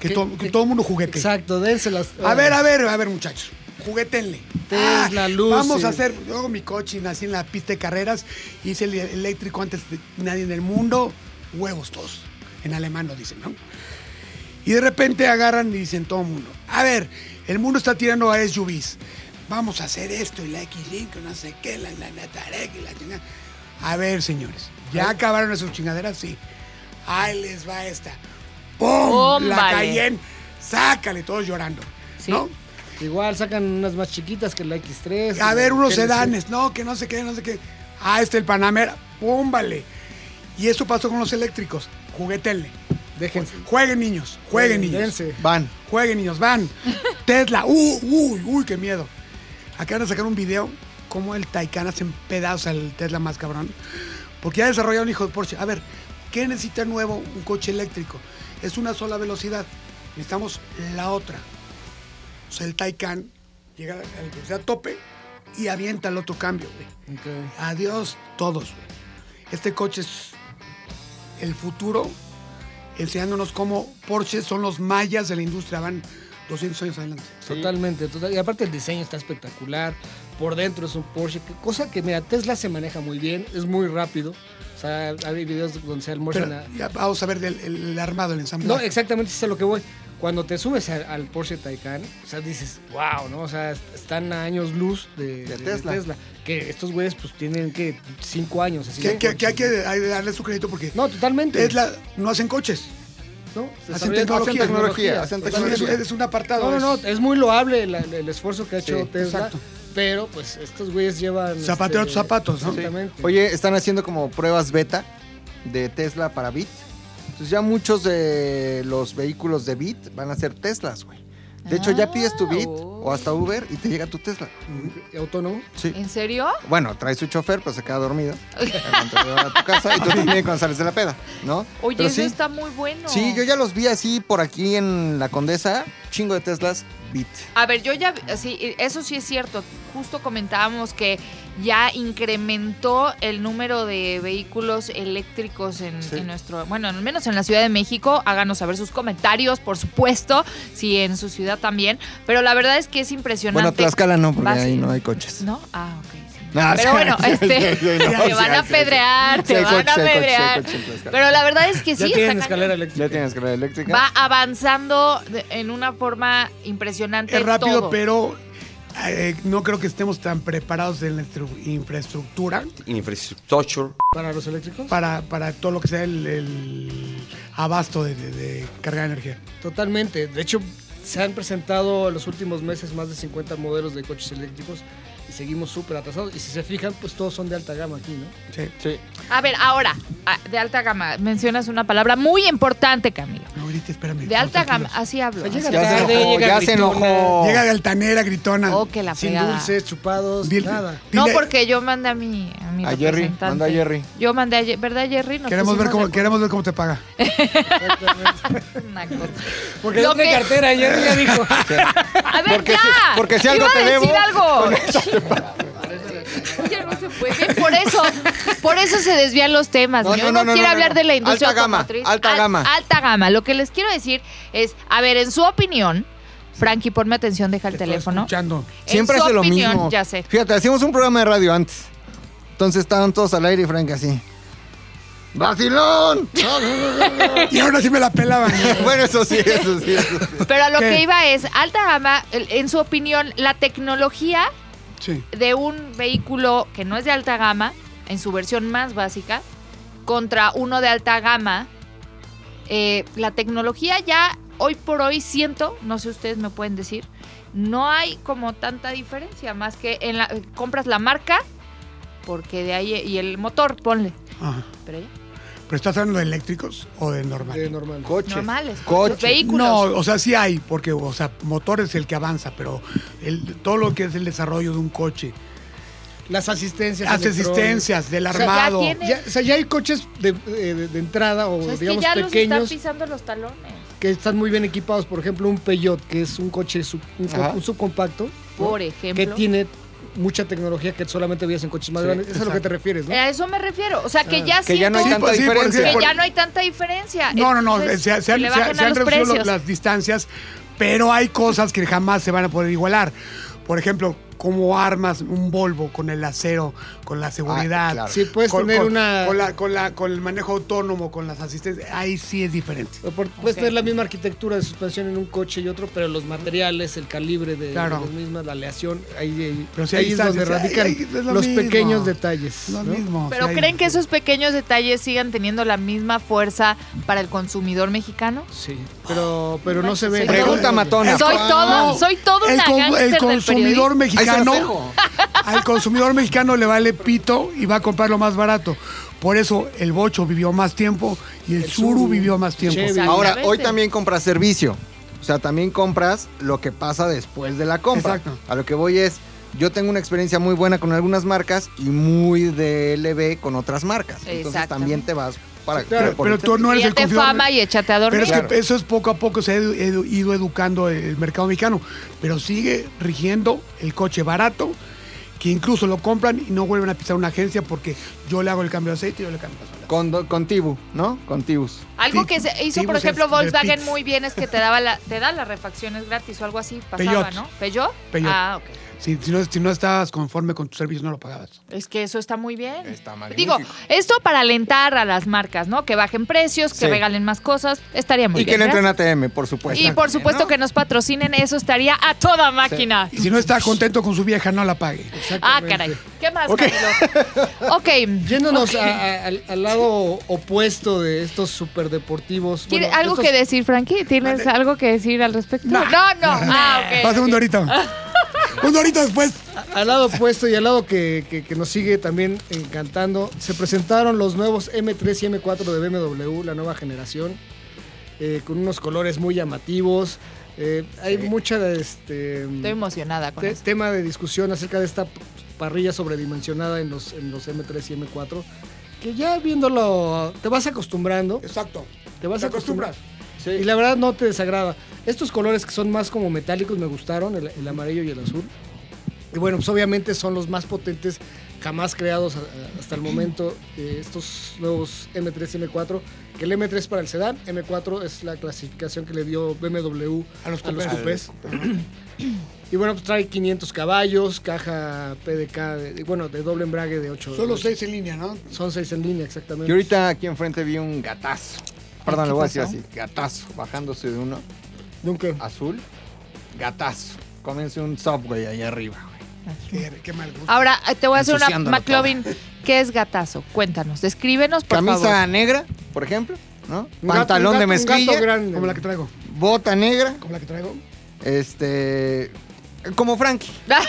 Speaker 2: que,
Speaker 4: Que-
Speaker 2: to- que
Speaker 4: que-
Speaker 2: todo el mundo juguete.
Speaker 4: Exacto, dénselas.
Speaker 2: A ver, a ver, a ver, muchachos. Juguetenle. Ah,
Speaker 4: Tesla, Lucy.
Speaker 2: Vamos a hacer. Yo hago mi coche, nací en la pista de carreras, hice el eléctrico antes de nadie en el mundo. Huevos todos. En alemán lo dicen, ¿no? Y de repente agarran y dicen todo el mundo. A ver, el mundo está tirando a SUVs. Vamos a hacer esto y la X-Link, no sé qué, la, la, la Tarek y la chingada. A ver, señores, ¿ya acabaron esas chingaderas? Sí. Ahí les va esta. ¡Pum! La
Speaker 10: Pómbale.
Speaker 2: Cayenne. Sácale, todos llorando.
Speaker 10: Sí.
Speaker 2: ¿No?
Speaker 4: Igual sacan unas más chiquitas que la X3.
Speaker 2: A ver, unos
Speaker 4: Que les-
Speaker 2: sedanes, no, que no sé qué, no sé qué. Ah, este el Panamera, púmbale. Y eso pasó con los eléctricos. Juguetenle.
Speaker 4: Déjense.
Speaker 2: Jueguen niños, jueguen niños.
Speaker 4: Dense.
Speaker 3: Van.
Speaker 2: Jueguen niños, van. Tesla, uy, uy, uy, qué miedo. Acaban de sacar un video cómo el Taycan hace en pedazos al Tesla más cabrón. Porque ya desarrollaron hijo de Porsche. A ver, ¿qué necesita nuevo un coche eléctrico? Es una sola velocidad. Necesitamos la otra. O sea, el Taycan llega a la velocidad tope y avienta el otro cambio, güey.
Speaker 4: Ok.
Speaker 2: Adiós todos, güey. Este coche es el futuro, enseñándonos cómo Porsche son los mayas de la industria, van 200 años adelante.
Speaker 4: Totalmente, total. Y aparte el diseño está espectacular. Por dentro es un Porsche, que- cosa que, mira, Tesla se maneja muy bien, es muy rápido. O sea, hay videos donde se almuerzan
Speaker 2: Pero
Speaker 4: a-
Speaker 2: ya vamos a ver del el armado, el ensamble.
Speaker 4: No, exactamente, eso es a lo que voy. Cuando te subes a- al Porsche Taycan, o sea, dices, wow, ¿no? O sea, est- están a años luz de, de- de
Speaker 3: Tesla.
Speaker 4: Tesla. Que estos güeyes, pues, tienen, que Cinco años. Así,
Speaker 2: que,
Speaker 4: ¿no?
Speaker 2: que- que hay que hay que darle su crédito porque
Speaker 4: No, totalmente.
Speaker 2: Tesla no hacen coches.
Speaker 4: ¿no?
Speaker 2: Hacen
Speaker 4: Desarrollan-
Speaker 2: tecnología.
Speaker 3: hacen tecnología, hacen
Speaker 2: Es,
Speaker 3: tecnología.
Speaker 2: es- es un apartado.
Speaker 4: No, no,
Speaker 2: es
Speaker 4: no, es muy loable el, el esfuerzo que ha hecho
Speaker 3: Sí,
Speaker 4: Tesla.
Speaker 2: exacto.
Speaker 4: Pero, pues, estos güeyes llevan... este,
Speaker 2: Zapatero a tus zapatos, ¿no?
Speaker 4: Exactamente.
Speaker 3: Oye, están haciendo como pruebas beta de Tesla para Bit. Entonces ya muchos de los vehículos de Bit van a ser Teslas, güey. De hecho, ya pides tu Bit
Speaker 10: Oh.
Speaker 3: o hasta Uber y te llega tu Tesla.
Speaker 4: ¿Autónomo?
Speaker 3: Sí.
Speaker 10: ¿En serio?
Speaker 3: Bueno, trae su chofer, pero se queda dormido. Te lo llevan a tu casa y tú también cuando sales de la peda, ¿no?
Speaker 10: Oye,
Speaker 3: Pero
Speaker 10: eso
Speaker 3: sí,
Speaker 10: está muy bueno.
Speaker 3: sí, yo ya los vi así por aquí en la Condesa. Chingo de Teslas, Bit.
Speaker 10: A ver, yo ya, sí, eso sí es cierto. Justo comentábamos que ya incrementó el número de vehículos eléctricos en,
Speaker 3: Sí.
Speaker 10: en nuestro, bueno, al menos en la Ciudad de México. Háganos saber sus comentarios, por supuesto, si en su ciudad también. Pero la verdad es que es impresionante.
Speaker 3: Bueno, Tlaxcala no, porque
Speaker 10: Vas-
Speaker 3: ahí no hay coches.
Speaker 10: ¿No? Ah, ok. sí.
Speaker 3: No,
Speaker 10: Pero
Speaker 3: sí,
Speaker 10: bueno,
Speaker 3: sí,
Speaker 10: este,
Speaker 3: sí, sí, no,
Speaker 10: te van a
Speaker 3: sí, sí, sí.
Speaker 10: apedrear,
Speaker 3: Sí,
Speaker 10: te
Speaker 3: hay
Speaker 10: van
Speaker 3: coches,
Speaker 10: a
Speaker 3: hay coches, hay
Speaker 10: apedrear.
Speaker 3: coches en Tlaxcala.
Speaker 10: Pero la verdad es que
Speaker 4: Ya tienen
Speaker 10: sí, está cañón.
Speaker 4: escalera eléctrica.
Speaker 3: Ya tienes escalera eléctrica.
Speaker 10: va avanzando de- en una forma impresionante.
Speaker 2: es rápido,
Speaker 10: todo.
Speaker 2: pero eh, no creo que estemos tan preparados en la estru- infraestructura
Speaker 11: infrastructure.
Speaker 4: ¿Para los eléctricos?
Speaker 2: para, para todo lo que sea el, el abasto de, de- de carga de energía.
Speaker 4: Totalmente. De hecho, se han presentado en los últimos meses más de 50 modelos de coches eléctricos y seguimos súper atrasados. Y si se fijan, pues todos son de alta gama aquí, ¿no?
Speaker 2: Sí.
Speaker 10: A ver, ahora, ah, de alta gama, mencionas una palabra muy importante, Camilo.
Speaker 2: No, ahorita espérame.
Speaker 10: De alta
Speaker 2: estamos
Speaker 10: gama, así hablo.
Speaker 4: O sea,
Speaker 10: así.
Speaker 4: llega
Speaker 3: Ya se
Speaker 4: tarde,
Speaker 3: enojó,
Speaker 4: llega
Speaker 3: ya se
Speaker 4: gritona,
Speaker 3: enojó.
Speaker 2: tranquilos. Llega de altanera, gritona.
Speaker 10: Oh, que la
Speaker 4: Sin
Speaker 10: fregada.
Speaker 4: dulces, chupados,
Speaker 2: Dile-
Speaker 4: nada.
Speaker 10: No,
Speaker 2: dile-
Speaker 10: porque yo mandé a mi, a mi
Speaker 3: A Jerry,
Speaker 10: representante.
Speaker 3: manda a Jerry.
Speaker 10: Yo mandé a Jerry, ¿verdad, Jerry? Nos
Speaker 2: Queremos ver,
Speaker 10: pusimos
Speaker 2: cómo,
Speaker 10: de-
Speaker 2: queremos ver cómo te paga.
Speaker 10: Una cosa.
Speaker 4: Porque
Speaker 10: Lo
Speaker 4: no tiene
Speaker 10: que-
Speaker 4: cartera, ya, ya dijo.
Speaker 10: A ver,
Speaker 3: Porque
Speaker 10: ya.
Speaker 3: si- porque si algo
Speaker 10: Iba
Speaker 3: te
Speaker 10: a decir
Speaker 3: debo,
Speaker 10: algo. Ya no se puede. Por eso, por eso se desvían los temas.
Speaker 3: No,
Speaker 10: No,
Speaker 3: no,
Speaker 10: Uno
Speaker 3: no, no,
Speaker 10: quiere
Speaker 3: no,
Speaker 10: hablar
Speaker 3: no.
Speaker 10: de la industria
Speaker 3: Alta gama,
Speaker 10: automotriz.
Speaker 3: alta gama.
Speaker 10: Alta gama. Lo que les quiero decir es, a ver, en su opinión, Frankie, ponme atención, deja el
Speaker 2: Estoy
Speaker 10: teléfono.
Speaker 2: Escuchando.
Speaker 10: En
Speaker 3: Siempre
Speaker 10: su
Speaker 3: hace lo
Speaker 10: opinión,
Speaker 3: mismo.
Speaker 10: Ya sé.
Speaker 3: Fíjate, hacíamos un programa de radio antes. Entonces estaban todos al aire y Frank así. ¡Vacilón!
Speaker 2: Y ahora sí me la pelaban.
Speaker 3: bueno, eso sí, eso sí. Eso sí.
Speaker 10: Pero a lo
Speaker 2: ¿Qué?
Speaker 10: que iba es, alta gama, el- en su opinión, la tecnología
Speaker 2: Sí.
Speaker 10: de un vehículo que no es de alta gama, en su versión más básica, contra uno de alta gama, eh, la tecnología ya hoy por hoy siento, no sé ustedes me pueden decir, no hay como tanta diferencia, más que en la, compras la marca, porque de ahí, y el motor, ponle.
Speaker 2: Ajá.
Speaker 10: Pero ya,
Speaker 2: ¿Pero estás hablando de eléctricos o de normal?
Speaker 4: De normal.
Speaker 10: normales,
Speaker 3: Coche.
Speaker 10: coches, vehículos.
Speaker 2: No, o sea, sí hay, porque, o sea, motor es el que avanza, pero el, todo lo que es el desarrollo de un coche,
Speaker 4: Las asistencias.
Speaker 2: las
Speaker 4: electrónicas.
Speaker 2: asistencias, del
Speaker 4: sea, ya
Speaker 2: armado.
Speaker 10: tiene-
Speaker 4: Ya, o sea, ya hay coches de, eh, de- de entrada o,
Speaker 10: O sea, es que
Speaker 4: digamos
Speaker 10: ya los
Speaker 4: pequeños
Speaker 10: están pisando los talones.
Speaker 4: que están muy bien equipados. Por ejemplo, un Peugeot, que es un coche, sub- un, co-
Speaker 3: Ajá.
Speaker 4: un subcompacto. ¿no?
Speaker 10: Por
Speaker 4: que
Speaker 10: ejemplo.
Speaker 4: tiene mucha tecnología que solamente veías en coches más grandes. Eso es a lo que te refieres, ¿no?
Speaker 10: Eh, A eso me refiero. O sea,
Speaker 2: Ah,
Speaker 10: que ya
Speaker 3: Que ya no
Speaker 10: siento-
Speaker 3: hay
Speaker 2: Sí,
Speaker 3: tanta
Speaker 2: pues sí, por
Speaker 3: diferencia.
Speaker 10: que
Speaker 2: ejemplo,
Speaker 10: ya no hay tanta diferencia.
Speaker 2: No, no, no,
Speaker 10: Ah, Entonces,
Speaker 2: se, se
Speaker 10: que
Speaker 2: han,
Speaker 10: le
Speaker 2: se han-
Speaker 10: bajen
Speaker 2: se
Speaker 10: a
Speaker 2: han
Speaker 10: los
Speaker 2: reducido lo-
Speaker 10: precios.
Speaker 2: las distancias, pero hay cosas que jamás se van a poder igualar. Por ejemplo, cómo armas un Volvo con el acero, con la seguridad.
Speaker 3: claro.
Speaker 4: Sí, Ah, puedes
Speaker 2: con,
Speaker 4: tener
Speaker 2: con-
Speaker 4: una-
Speaker 2: Con, la- con la- con el manejo autónomo, con las asistencias, ahí sí es diferente.
Speaker 4: Pero por- Puedes tener la misma arquitectura de suspensión en un coche y otro, pero los materiales, el calibre de,
Speaker 2: Claro.
Speaker 4: de las mismas, la aleación, ahí, ahí-
Speaker 2: Pero si hay
Speaker 4: ahí es donde
Speaker 2: distancias,
Speaker 4: radican
Speaker 2: ahí- ahí es lo
Speaker 4: los
Speaker 2: mismo.
Speaker 4: pequeños detalles.
Speaker 2: Lo
Speaker 4: ¿no?
Speaker 2: mismo. o
Speaker 10: Pero
Speaker 2: sea,
Speaker 10: ¿creen
Speaker 2: hay-
Speaker 10: que esos pequeños detalles sigan teniendo la misma fuerza para el consumidor mexicano?
Speaker 4: Sí, pero, pero no se
Speaker 10: Soy
Speaker 4: ve.
Speaker 10: todo-
Speaker 3: Pregunta matona.
Speaker 10: Soy todo, soy todo
Speaker 2: el,
Speaker 10: una
Speaker 2: con-
Speaker 10: gángster
Speaker 2: el
Speaker 10: del
Speaker 2: consumidor
Speaker 10: periodismo.
Speaker 3: Ahí se los
Speaker 2: mexicano
Speaker 3: dejo.
Speaker 2: al consumidor mexicano le vale pito y va a comprar lo más barato por eso el bocho vivió más tiempo y el, suru vivió más tiempo
Speaker 4: Chevy.
Speaker 3: Ahora, hoy
Speaker 10: Exactamente.
Speaker 3: también compras servicio. O sea, también compras lo que pasa después de la compra.
Speaker 2: Exacto.
Speaker 3: A lo que voy es, yo tengo una experiencia muy buena con algunas marcas y muy de LB con otras marcas. Entonces
Speaker 10: Exactamente.
Speaker 3: también te vas para...
Speaker 2: pero,
Speaker 3: por-
Speaker 2: pero tú no eres el
Speaker 10: Fíjate
Speaker 2: consumidor
Speaker 10: fama y échate a dormir.
Speaker 2: pero es
Speaker 3: Claro.
Speaker 2: que eso es poco a poco se ha edu- edu- ido educando el mercado mexicano pero sigue rigiendo el coche barato que incluso lo compran y no vuelven a pisar una agencia porque yo le hago el cambio de aceite y yo le cambio de aceite.
Speaker 3: Con, con Tibu, ¿no? Con Tibus.
Speaker 10: Algo
Speaker 2: Sí,
Speaker 10: que se hizo,
Speaker 2: Tibus
Speaker 10: por
Speaker 2: es
Speaker 10: ejemplo,
Speaker 2: de
Speaker 10: Volkswagen
Speaker 2: Pitts.
Speaker 10: muy bien es que te daba la, te da las refacciones gratis o algo así pasaba,
Speaker 2: Peugeot.
Speaker 10: ¿no? ¿Peugeot?
Speaker 2: Peugeot.
Speaker 10: Ah, ok.
Speaker 2: Si, si no, si no estabas conforme con tu servicio, no lo pagabas.
Speaker 10: Es que eso está muy bien.
Speaker 1: Está magnífico.
Speaker 10: Digo, esto para alentar a las marcas, ¿no? Que bajen precios, que
Speaker 3: Sí.
Speaker 10: regalen más cosas. Estaría muy
Speaker 3: Y que
Speaker 10: bien.
Speaker 3: no entre en
Speaker 10: ¿verdad?
Speaker 3: ATM, por supuesto.
Speaker 10: y por supuesto
Speaker 3: ¿no?
Speaker 10: que nos patrocinen, eso estaría a toda máquina.
Speaker 2: Y si no está contento con su vieja, no la pague.
Speaker 10: Ah, caray. ¿Qué más, Camilo? Ok.
Speaker 4: Yéndonos a-
Speaker 10: Ok.
Speaker 4: a- al, al lado opuesto de estos superdeportivos.
Speaker 10: ¿Tiene
Speaker 4: bueno,
Speaker 10: algo
Speaker 4: estos-
Speaker 10: que decir, Frankie? ¿Tienes algo que decir al respecto? No, no. Ah, ok.
Speaker 2: Pase un dorito. un dorito después.
Speaker 4: Al lado opuesto y al lado que, que- que nos sigue también encantando, se presentaron los nuevos M3 y M4 de BMW, la nueva generación, eh, con unos colores muy llamativos. Eh, hay mucha este,
Speaker 10: Estoy emocionada con
Speaker 4: te-
Speaker 10: esto.
Speaker 4: tema de discusión acerca de esta parrilla sobredimensionada en los, en los M3 y M4, que ya viéndolo te vas acostumbrando.
Speaker 2: Exacto.
Speaker 4: Te vas acostumbras. Y la verdad no te desagrada. Estos colores que son más como metálicos me gustaron, el, el amarillo y el azul. Y bueno, pues obviamente son los más potentes jamás creados a- a- hasta el momento, eh, estos nuevos M3 y M4, que el M3 para el sedán, M4 es la clasificación que le dio BMW a los cupés. Y bueno, pues trae 500 caballos, caja PDK, de- de- bueno, de doble embrague de 8.
Speaker 2: Solo seis en línea, ¿no?
Speaker 4: Son 6 en línea, exactamente.
Speaker 3: Y ahorita aquí enfrente vi un gatazo. Perdón,
Speaker 10: ¿Qué
Speaker 3: lo voy a decir
Speaker 10: pasó?
Speaker 3: así. Gatazo. Bajándose de uno
Speaker 4: Nunca.
Speaker 3: azul. Gatazo. Comienza un subway ahí arriba. güey.
Speaker 2: Qué, qué mal gusto.
Speaker 10: Ahora eh, te voy a hacer una
Speaker 3: Ensuciándolo
Speaker 10: McLovin. ¿Qué es gatazo? Cuéntanos, descríbenos, por
Speaker 3: Camisa
Speaker 10: favor.
Speaker 3: negra, por ejemplo, ¿no?
Speaker 4: Un gato-
Speaker 3: Pantalón
Speaker 4: un
Speaker 3: de
Speaker 4: gato- un gato
Speaker 3: mezclilla,
Speaker 4: grande.
Speaker 2: Como la que traigo.
Speaker 3: bota negra,
Speaker 2: Como la que traigo.
Speaker 3: este como Frankie.
Speaker 10: ah,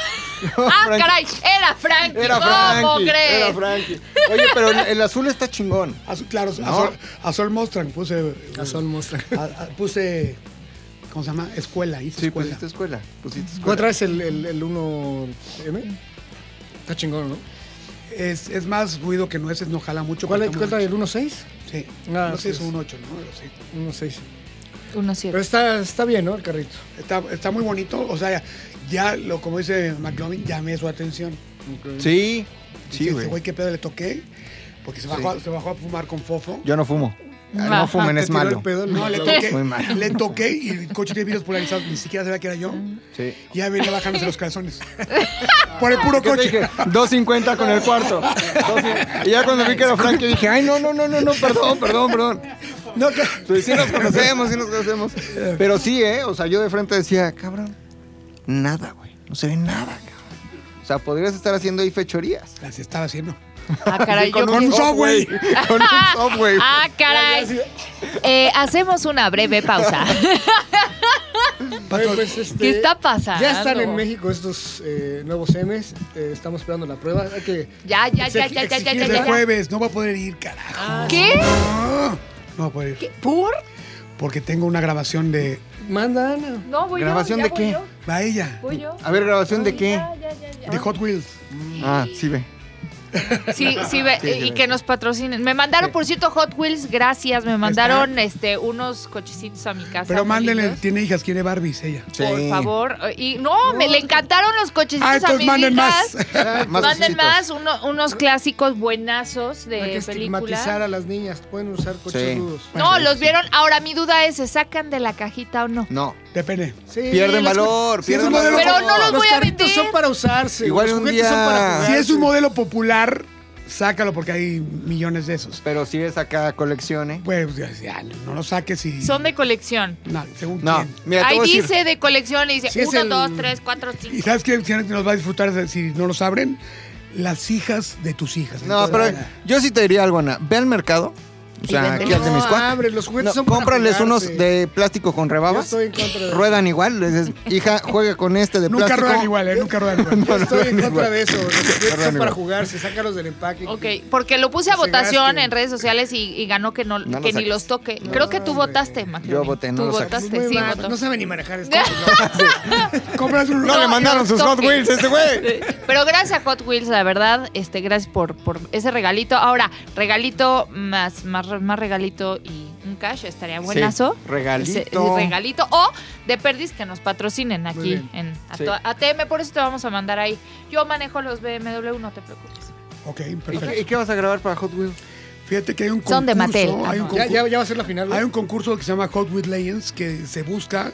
Speaker 3: Frankie.
Speaker 10: caray, era Frankie.
Speaker 3: Era
Speaker 10: ¿Cómo
Speaker 3: Frankie,
Speaker 10: crees?
Speaker 3: era Frankie. Oye, pero el, el azul está chingón.
Speaker 2: Azul, claro, azul,
Speaker 3: No.
Speaker 2: azul Mustang puse. eh,
Speaker 4: Ah, son monstruos.
Speaker 2: a- a- puse. ¿Cómo se llama? Escuela. Hice
Speaker 3: Sí, pues. este
Speaker 2: escuela.
Speaker 3: pusiste escuela, pusiste
Speaker 4: ¿Cómo
Speaker 3: escuela.
Speaker 4: traes el, el, el 1M? Está chingón, ¿no?
Speaker 2: Es, es más ruido que nueces, no jala mucho.
Speaker 4: ¿Cuál,
Speaker 2: pero
Speaker 4: cuál
Speaker 2: está
Speaker 4: trae
Speaker 2: muy
Speaker 4: el 1.6?
Speaker 2: bonito. Sí.
Speaker 4: Ah,
Speaker 2: no
Speaker 4: sí,
Speaker 2: sé, es
Speaker 4: sí.
Speaker 2: un 8, ¿no? Pero sí.
Speaker 4: 1.6.
Speaker 10: Uno siete.
Speaker 4: Pero está, está bien, ¿no? El carrito.
Speaker 2: Está, está muy bonito. O sea, ya, lo, como dice McLovin, llamé su atención.
Speaker 3: Sí.
Speaker 2: Dice,
Speaker 3: Sí,
Speaker 2: este
Speaker 3: güey.
Speaker 2: güey, qué pedo le toqué. Porque se bajó, a- se bajó a fumar con fofo.
Speaker 3: Yo no fumo. Ah,
Speaker 10: Ajá.
Speaker 3: No fumen,
Speaker 4: Te
Speaker 3: es
Speaker 4: tiró
Speaker 3: malo.
Speaker 4: el pedo,
Speaker 2: No, le
Speaker 4: la-
Speaker 2: toqué.
Speaker 3: Muy malo.
Speaker 2: Le toqué y el coche tiene vidrios polarizados. Ni siquiera sabía que era yo.
Speaker 3: Sí.
Speaker 2: Y ya venía bajándose los calzones. Por el puro
Speaker 3: ¿Qué te
Speaker 2: coche.
Speaker 3: dije? 2.50 con el cuarto. Dos cin- Y ya cuando vi que era Frankie dije, ay, no, no, no, no, no, perdón, perdón, perdón. No, que... Pues sí nos conocemos, sí nos conocemos. Pero sí, ¿eh? O sea, yo de frente decía, cabrón, nada, güey. No se ve nada, cabrón. O sea, podrías estar haciendo ahí fechorías. Oh,
Speaker 2: Las estaba haciendo.
Speaker 10: Ah, caray, yo
Speaker 2: con un
Speaker 10: qué-
Speaker 2: subway.
Speaker 3: Con un subway.
Speaker 10: Ah, caray. Eh, hacemos una breve pausa.
Speaker 4: Oye, pues, este,
Speaker 10: ¿Qué está pasando?
Speaker 4: Ya están en México estos eh, nuevos M's. eh, estamos esperando la prueba. Hay que...
Speaker 10: Ya, ya, ya, ya, ya, ya,
Speaker 2: Y
Speaker 10: ya,
Speaker 2: es de
Speaker 10: ya, ya.
Speaker 2: jueves, no va a poder ir, carajo.
Speaker 10: ¿Qué?
Speaker 2: No va a poder ir.
Speaker 10: ¿Por?
Speaker 2: Porque tengo una grabación de.
Speaker 4: Manda, Ana.
Speaker 10: No, voy
Speaker 3: ¿Grabación
Speaker 10: yo. ya
Speaker 3: de
Speaker 10: voy
Speaker 3: qué?
Speaker 10: yo,
Speaker 2: Va ella.
Speaker 10: voy yo.
Speaker 3: A ver, ¿grabación de qué?
Speaker 10: Ya, ya, ya, ya.
Speaker 2: De Hot Wheels.
Speaker 3: Ah, sí, ve.
Speaker 10: Sí, sí, ve-
Speaker 3: Sí, sí,
Speaker 10: y
Speaker 3: ve.
Speaker 10: que nos patrocinen. Me mandaron, por cierto, Hot Wheels, gracias. Me mandaron este unos cochecitos a mi casa.
Speaker 2: Pero
Speaker 10: muy
Speaker 2: mándenle,
Speaker 10: lindos.
Speaker 2: tiene hijas, quiere Barbies ella.
Speaker 10: Por favor. Y no, me le encantaron los cochecitos
Speaker 2: Ah,
Speaker 10: a
Speaker 2: entonces
Speaker 10: mis
Speaker 2: manden
Speaker 10: hijas.
Speaker 2: más.
Speaker 3: Más cositas.
Speaker 10: Manden más uno- unos clásicos buenazos
Speaker 4: Hay que
Speaker 10: de
Speaker 4: estigmatizar
Speaker 10: película.
Speaker 4: a las niñas. Pueden usar coches
Speaker 3: Sí.
Speaker 4: rudos.
Speaker 10: No, los vieron. Ahora mi duda es, ¿se sacan de la cajita o no?
Speaker 3: No.
Speaker 2: Depende.
Speaker 4: Sí,
Speaker 3: Pierden
Speaker 4: los-
Speaker 3: valor,
Speaker 2: sí, es
Speaker 3: pierden
Speaker 2: un
Speaker 3: valor.
Speaker 2: modelo
Speaker 10: Pero no los
Speaker 4: Los
Speaker 10: voy a
Speaker 4: carritos
Speaker 10: vender.
Speaker 4: son para usarse.
Speaker 3: Igual
Speaker 4: los
Speaker 3: un
Speaker 4: juguetes
Speaker 3: día-
Speaker 4: son para
Speaker 2: Si
Speaker 4: jugarse.
Speaker 2: es un modelo popular, sácalo porque hay millones de esos.
Speaker 3: Pero sí es acá colección, ¿eh?
Speaker 2: Pues ya, no, no lo saques y.
Speaker 10: Son de colección.
Speaker 2: No, según
Speaker 3: No,
Speaker 2: quién.
Speaker 3: mira, te
Speaker 10: Ahí
Speaker 3: voy a decir.
Speaker 10: dice de colección y dice
Speaker 4: Sí, es
Speaker 10: 1,
Speaker 4: el-
Speaker 10: 2, 3, 4, 5.
Speaker 2: Y sabes que nos va a disfrutar de- si no los abren, las hijas de tus hijas.
Speaker 3: No,
Speaker 2: Entonces,
Speaker 3: pero yo sí te diría algo, Ana. Ve al mercado. O sea,
Speaker 10: vende.
Speaker 3: aquí al de
Speaker 4: No,
Speaker 3: mis cuates.
Speaker 4: abre, los juguetes son para
Speaker 3: cómprales unos
Speaker 4: jugarse.
Speaker 3: de plástico con
Speaker 4: Yo
Speaker 3: rebabas.
Speaker 4: estoy en contra de
Speaker 3: Ruedan igual. Les dices, hija, juega con este de
Speaker 2: Nunca
Speaker 3: plástico.
Speaker 2: ruedan igual, ¿eh? Nunca ruedan igual.
Speaker 4: Yo estoy en contra
Speaker 3: igual.
Speaker 4: de eso. Los juguetes
Speaker 3: Perdón,
Speaker 4: son para
Speaker 3: igual.
Speaker 4: jugarse. Sácalos del empaque.
Speaker 10: Ok, porque lo puse a
Speaker 4: Que se
Speaker 10: votación
Speaker 4: gasten.
Speaker 10: en redes sociales y, y ganó que, no,
Speaker 3: No lo
Speaker 10: que ni
Speaker 3: saques.
Speaker 10: los toque. Creo que tú
Speaker 4: hombre.
Speaker 10: votaste, Mac.
Speaker 3: Yo voté, no
Speaker 10: Tú
Speaker 3: lo saques.
Speaker 10: votaste,
Speaker 4: Muy
Speaker 10: sí,
Speaker 4: mal,
Speaker 10: votó.
Speaker 4: No sabe ni manejar esto.
Speaker 2: Compras un
Speaker 3: No, le
Speaker 10: No,
Speaker 3: mandaron
Speaker 10: no,
Speaker 3: sus Hot
Speaker 10: toque.
Speaker 3: Wheels a este güey.
Speaker 10: Pero gracias a Hot Wheels, la verdad, este, gracias por, por ese regalito. Ahora, regalito más, más, más regalito y un cash estaría buenazo.
Speaker 3: regalito.
Speaker 10: Ese- ese regalito. O de perdis que nos patrocinen
Speaker 4: Muy
Speaker 10: aquí
Speaker 4: bien.
Speaker 10: en a
Speaker 3: Sí.
Speaker 10: to- ATM, por eso te vamos a mandar ahí. Yo manejo los BMW, no te preocupes.
Speaker 2: Ok,
Speaker 3: ¿Y qué, y
Speaker 2: perfecto.
Speaker 3: qué vas a grabar para Hot Wheels?
Speaker 2: Fíjate que hay un concurso.
Speaker 10: Son de Mattel.
Speaker 2: Hay
Speaker 10: Ah,
Speaker 2: un
Speaker 10: no.
Speaker 2: concurso,
Speaker 4: Ya, ya, ya va a ser la final. güey.
Speaker 2: hay un concurso que se llama Hot Wheels Legends que se busca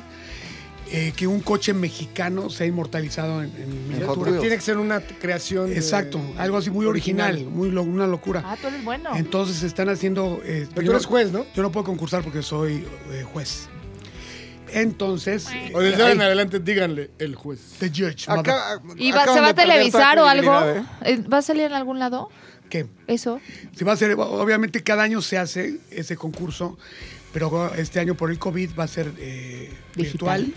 Speaker 2: eh, que un coche mexicano sea inmortalizado en, en
Speaker 3: Hot
Speaker 2: miniatura.
Speaker 3: Wheels.
Speaker 4: Tiene que ser una creación. de-
Speaker 2: Exacto, algo así muy original, muy lo- una locura.
Speaker 10: Ah, tú eres bueno.
Speaker 2: Entonces están haciendo. eh,
Speaker 4: Pero
Speaker 2: yo
Speaker 4: tú
Speaker 2: no-
Speaker 4: eres juez, ¿no?
Speaker 2: Yo no puedo concursar porque soy eh, juez. Entonces. eh,
Speaker 4: O desde ahora en
Speaker 2: ahí,
Speaker 4: adelante, díganle el juez.
Speaker 2: The Judge. mother-
Speaker 3: Acá-
Speaker 10: ¿Y va-
Speaker 3: acaban
Speaker 10: se va
Speaker 3: de
Speaker 10: a
Speaker 3: perder
Speaker 10: televisar o
Speaker 3: toda
Speaker 10: algo?
Speaker 3: credibilidad, ¿eh?
Speaker 10: Eh, ¿Va a salir en algún lado?
Speaker 2: ¿Qué?
Speaker 10: Eso.
Speaker 2: Se va a hacer, obviamente cada año se hace ese concurso, pero este año por el COVID va a ser eh,
Speaker 10: Digital.
Speaker 2: virtual.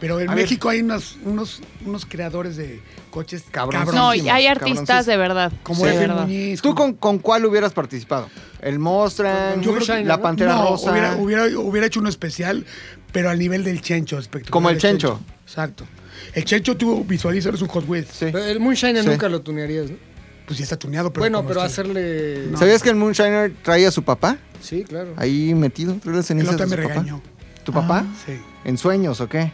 Speaker 2: Pero en
Speaker 3: A ver.
Speaker 2: México hay unas- unos, unos creadores de coches
Speaker 3: Cabroncísimos.
Speaker 10: No,
Speaker 2: cabrones,
Speaker 10: y hay
Speaker 3: cabroncísimos.
Speaker 10: artistas de verdad.
Speaker 2: como
Speaker 10: de
Speaker 2: F.
Speaker 10: verdad.
Speaker 2: Muñiz.
Speaker 3: ¿Tú
Speaker 2: como-
Speaker 3: con, con cuál hubieras participado? ¿El Mostran?
Speaker 2: Yo creo que-
Speaker 3: ¿La Pantera
Speaker 2: No,
Speaker 3: Rosa?
Speaker 2: Hubiera, hubiera- hubiera hecho uno especial, pero al nivel del Chencho. espectacular
Speaker 3: Como el
Speaker 2: del
Speaker 3: Chencho.
Speaker 2: Exacto. El Chencho, tú visualizas, es un Hot Wheels.
Speaker 3: Sí.
Speaker 4: Pero el Moonshiner
Speaker 3: Sí.
Speaker 4: nunca lo tunearías, ¿no?
Speaker 2: Pues ya está tuneado. Pero
Speaker 4: bueno,
Speaker 2: como este
Speaker 4: pero
Speaker 2: está-
Speaker 4: hacerle.
Speaker 3: ¿Sabías que el Moonshiner traía a su papá?
Speaker 4: Sí, claro.
Speaker 3: Ahí metido, trae las
Speaker 2: El
Speaker 3: cenizas
Speaker 2: otro me
Speaker 3: de su papá.
Speaker 2: regañó. Ah,
Speaker 3: ¿Tu papá?
Speaker 2: Sí.
Speaker 3: ¿En sueños o qué?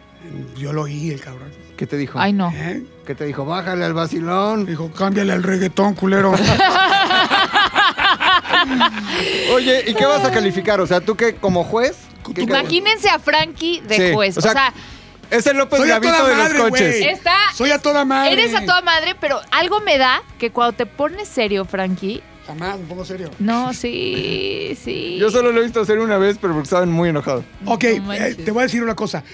Speaker 2: Yo lo oí, el cabrón.
Speaker 3: ¿Qué te dijo?
Speaker 10: Ay, no.
Speaker 2: ¿Eh?
Speaker 3: ¿Qué te dijo? Bájale al vacilón.
Speaker 2: Dijo, cámbiale al reggaetón, culero.
Speaker 3: Oye, ¿y qué vas a calificar? O sea, tú que como juez. ¿qué
Speaker 2: Tú-
Speaker 3: cal-
Speaker 10: Imagínense a Frankie de
Speaker 3: Sí,
Speaker 10: juez. O sea,
Speaker 3: es el López
Speaker 2: Soy a
Speaker 3: Gavito
Speaker 2: toda
Speaker 3: de los
Speaker 2: madre,
Speaker 3: coches.
Speaker 2: güey.
Speaker 10: está.
Speaker 2: Soy a toda madre.
Speaker 10: Eres a toda madre, pero algo me da que cuando te pones serio, Frankie.
Speaker 2: Jamás, un poco serio.
Speaker 10: No, sí, sí.
Speaker 3: Yo solo lo he visto hacer una vez, pero porque estaban muy enojados.
Speaker 2: Ok,
Speaker 10: No
Speaker 2: eh,
Speaker 10: manches.
Speaker 2: te voy a decir una cosa.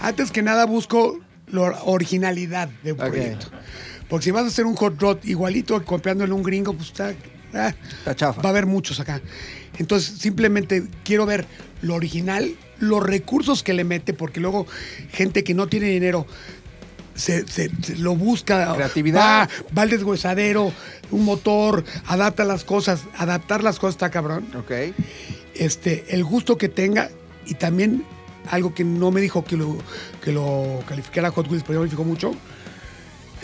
Speaker 2: Antes que nada busco la or- originalidad de un
Speaker 3: Ok.
Speaker 2: proyecto. Porque si vas a hacer un hot rod igualito, copiándole a un gringo, pues está... ah,
Speaker 3: Está chafa.
Speaker 2: Va a haber muchos acá. Entonces, simplemente quiero ver lo original, los recursos que le mete, porque luego gente que no tiene dinero se, se- se lo busca.
Speaker 3: Creatividad.
Speaker 2: Va, va al deshuesadero, un motor, adapta las cosas. Adaptar las cosas está cabrón
Speaker 3: Ok.
Speaker 2: este, el gusto que tenga y también algo que no me dijo que lo, que lo calificara Hot Wheels, pero yo me fijo mucho,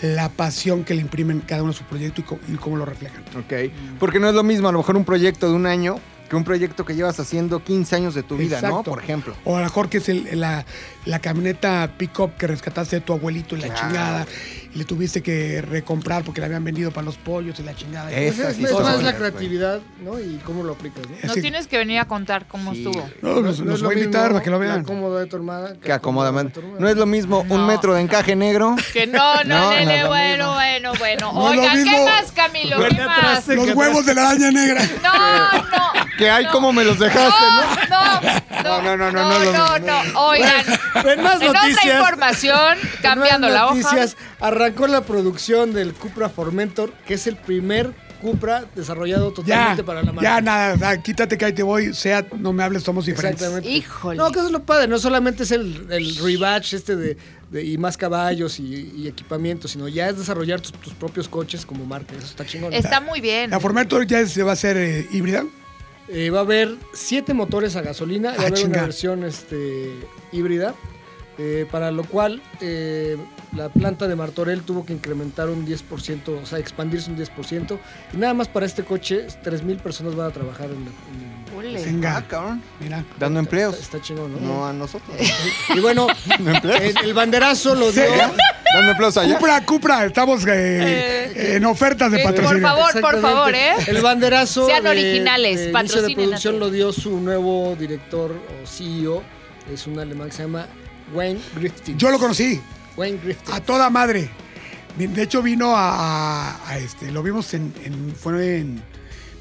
Speaker 2: la pasión que le imprimen cada uno a su proyecto y, co- y cómo lo reflejan.
Speaker 3: Ok. Porque no es lo mismo a lo mejor un proyecto de un año que un proyecto que llevas haciendo 15 años de tu vida, ¿no?
Speaker 2: Exacto.
Speaker 3: Por ejemplo.
Speaker 2: O a lo mejor que es el- la, la camioneta pick-up que rescataste de tu abuelito y la
Speaker 3: Claro.
Speaker 2: chingada, y le tuviste que recomprar porque la habían vendido para los pollos y la chingada.
Speaker 3: Es-
Speaker 4: Pues
Speaker 3: Esas
Speaker 4: es,
Speaker 3: sí
Speaker 4: es
Speaker 3: son
Speaker 4: más
Speaker 3: buenas,
Speaker 4: la
Speaker 3: güey.
Speaker 4: creatividad, ¿no? Y cómo lo aplicas, ¿no?
Speaker 2: Es
Speaker 10: Nos
Speaker 2: decir,
Speaker 10: tienes que venir a contar cómo
Speaker 3: Sí.
Speaker 10: estuvo.
Speaker 2: no, pues los,
Speaker 4: es
Speaker 2: los
Speaker 4: lo
Speaker 2: voy a
Speaker 4: mismo
Speaker 2: invitar para que lo
Speaker 4: La
Speaker 2: vean.
Speaker 4: cómoda de tu hermana.
Speaker 3: Que acomodamente.
Speaker 4: de tu
Speaker 3: No es lo mismo un
Speaker 10: No.
Speaker 3: metro de encaje negro.
Speaker 10: Que no, no,
Speaker 3: No, no
Speaker 10: nene,
Speaker 3: es lo
Speaker 10: bueno, bueno, bueno,
Speaker 2: No es lo
Speaker 10: Oigan, ¿qué
Speaker 2: mismo. eh.
Speaker 10: más, Camilo? ¿Qué
Speaker 5: Bueno, atrás
Speaker 10: más?
Speaker 5: se-
Speaker 2: Los huevos de la araña negra.
Speaker 10: No, no.
Speaker 3: Que hay
Speaker 10: no.
Speaker 3: como me los dejaste, ¿no?
Speaker 10: No, no, no, no, no,
Speaker 3: no,
Speaker 10: no,
Speaker 3: no.
Speaker 10: Oigan,
Speaker 4: En más
Speaker 10: en otra
Speaker 4: noticias.
Speaker 10: información, cambiando la hoja.
Speaker 4: noticias, Arrancó la producción del Cupra Formentor, que es el primer Cupra desarrollado
Speaker 2: Ya,
Speaker 4: totalmente para la marca.
Speaker 2: ya, nada, nada, quítate que ahí te voy, sea, no me hables, somos diferentes.
Speaker 4: Exactamente.
Speaker 10: Híjole.
Speaker 4: No, que eso es lo padre. No solamente es el, el rebatch este de, de- y más caballos y, y equipamiento, sino ya es desarrollar tus, tus propios coches como marca. Eso está chingón.
Speaker 10: Está muy bien.
Speaker 2: La Formator ya se va a hacer eh, híbrida.
Speaker 4: Eh, va a haber siete motores a gasolina, va
Speaker 2: Ah,
Speaker 4: a haber
Speaker 2: chinga.
Speaker 4: una versión este, híbrida, eh, para lo cual eh, la planta de Martorell tuvo que incrementar un 10%, o sea, expandirse un 10%. Y nada más para este coche, 3.000 personas van a trabajar en... en-
Speaker 10: Ole.
Speaker 2: Venga,
Speaker 3: Ah, cabrón.
Speaker 2: mira.
Speaker 3: Dando empleos.
Speaker 4: Está, está chingón, ¿no?
Speaker 3: No a nosotros.
Speaker 4: Y bueno, el, el banderazo lo dio...
Speaker 3: Dando empleos allá.
Speaker 2: Cupra, Cupra, estamos eh, en ofertas de
Speaker 10: eh,
Speaker 2: patrocinio.
Speaker 10: por favor. favor, ¿eh?
Speaker 4: El banderazo.
Speaker 10: Sean
Speaker 4: de-
Speaker 10: originales,
Speaker 4: de inicio de
Speaker 10: patrocinen
Speaker 4: producción
Speaker 10: así.
Speaker 4: lo dio su nuevo director o CEO. Es un alemán que se llama Wayne Griffin.
Speaker 2: Yo lo conocí,
Speaker 4: Wayne
Speaker 10: Ah,
Speaker 4: Griffin.
Speaker 2: a toda madre. De hecho, vino a, a- a este, lo vimos en, en- fue en,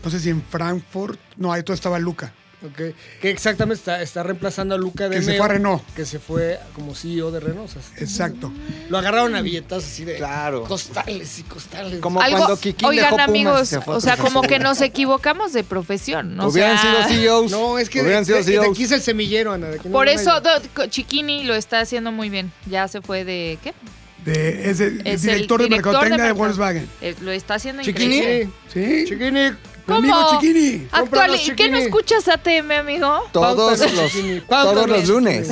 Speaker 2: no sé si en Frankfurt, no, ahí todo estaba Luca.
Speaker 4: Ok. Que exactamente está, está reemplazando a Luca de
Speaker 2: Que se fue a Renault.
Speaker 4: Que se fue como CEO de Renault. o sea,
Speaker 2: Exacto.
Speaker 4: lo agarraron a billetas así de
Speaker 3: Claro.
Speaker 4: costales y costales. Ah,
Speaker 3: Como
Speaker 10: Algo,
Speaker 3: cuando Kikín
Speaker 10: oigan
Speaker 3: dejó Pumas,
Speaker 10: amigos,
Speaker 3: se fue a
Speaker 10: o sea,
Speaker 3: Cruz
Speaker 10: como
Speaker 3: Azul.
Speaker 10: que nos equivocamos de profesión, ¿no? O
Speaker 3: Hubieran
Speaker 10: sea,
Speaker 3: sido CEOs.
Speaker 4: No, es que de,
Speaker 3: E Hubieran sido E
Speaker 4: de- de
Speaker 3: CEOs.
Speaker 4: aquí es el semillero, Ana. de aquí no
Speaker 10: Por
Speaker 4: van a
Speaker 10: eso
Speaker 4: ir.
Speaker 10: Do- Chiquini lo está haciendo muy bien. Ya se fue de ¿qué?
Speaker 2: De, es el,
Speaker 10: Es el
Speaker 2: director de
Speaker 10: director
Speaker 2: mercadotecnia de,
Speaker 10: de mercado-
Speaker 2: Volkswagen.
Speaker 10: Eh, Lo está haciendo
Speaker 3: Chiquini.
Speaker 10: increíble.
Speaker 4: Sí.
Speaker 2: Sí.
Speaker 4: Chiquini.
Speaker 2: Mi amigo Chiquini.
Speaker 10: Actual,
Speaker 4: Cómpranos,
Speaker 10: ¿y qué no
Speaker 4: Chiquini.
Speaker 10: escuchas ATM, amigo?
Speaker 3: Todos
Speaker 4: Pautas,
Speaker 3: los,
Speaker 4: Chiquini, pautas,
Speaker 3: todos los
Speaker 4: Chiquini.
Speaker 3: lunes.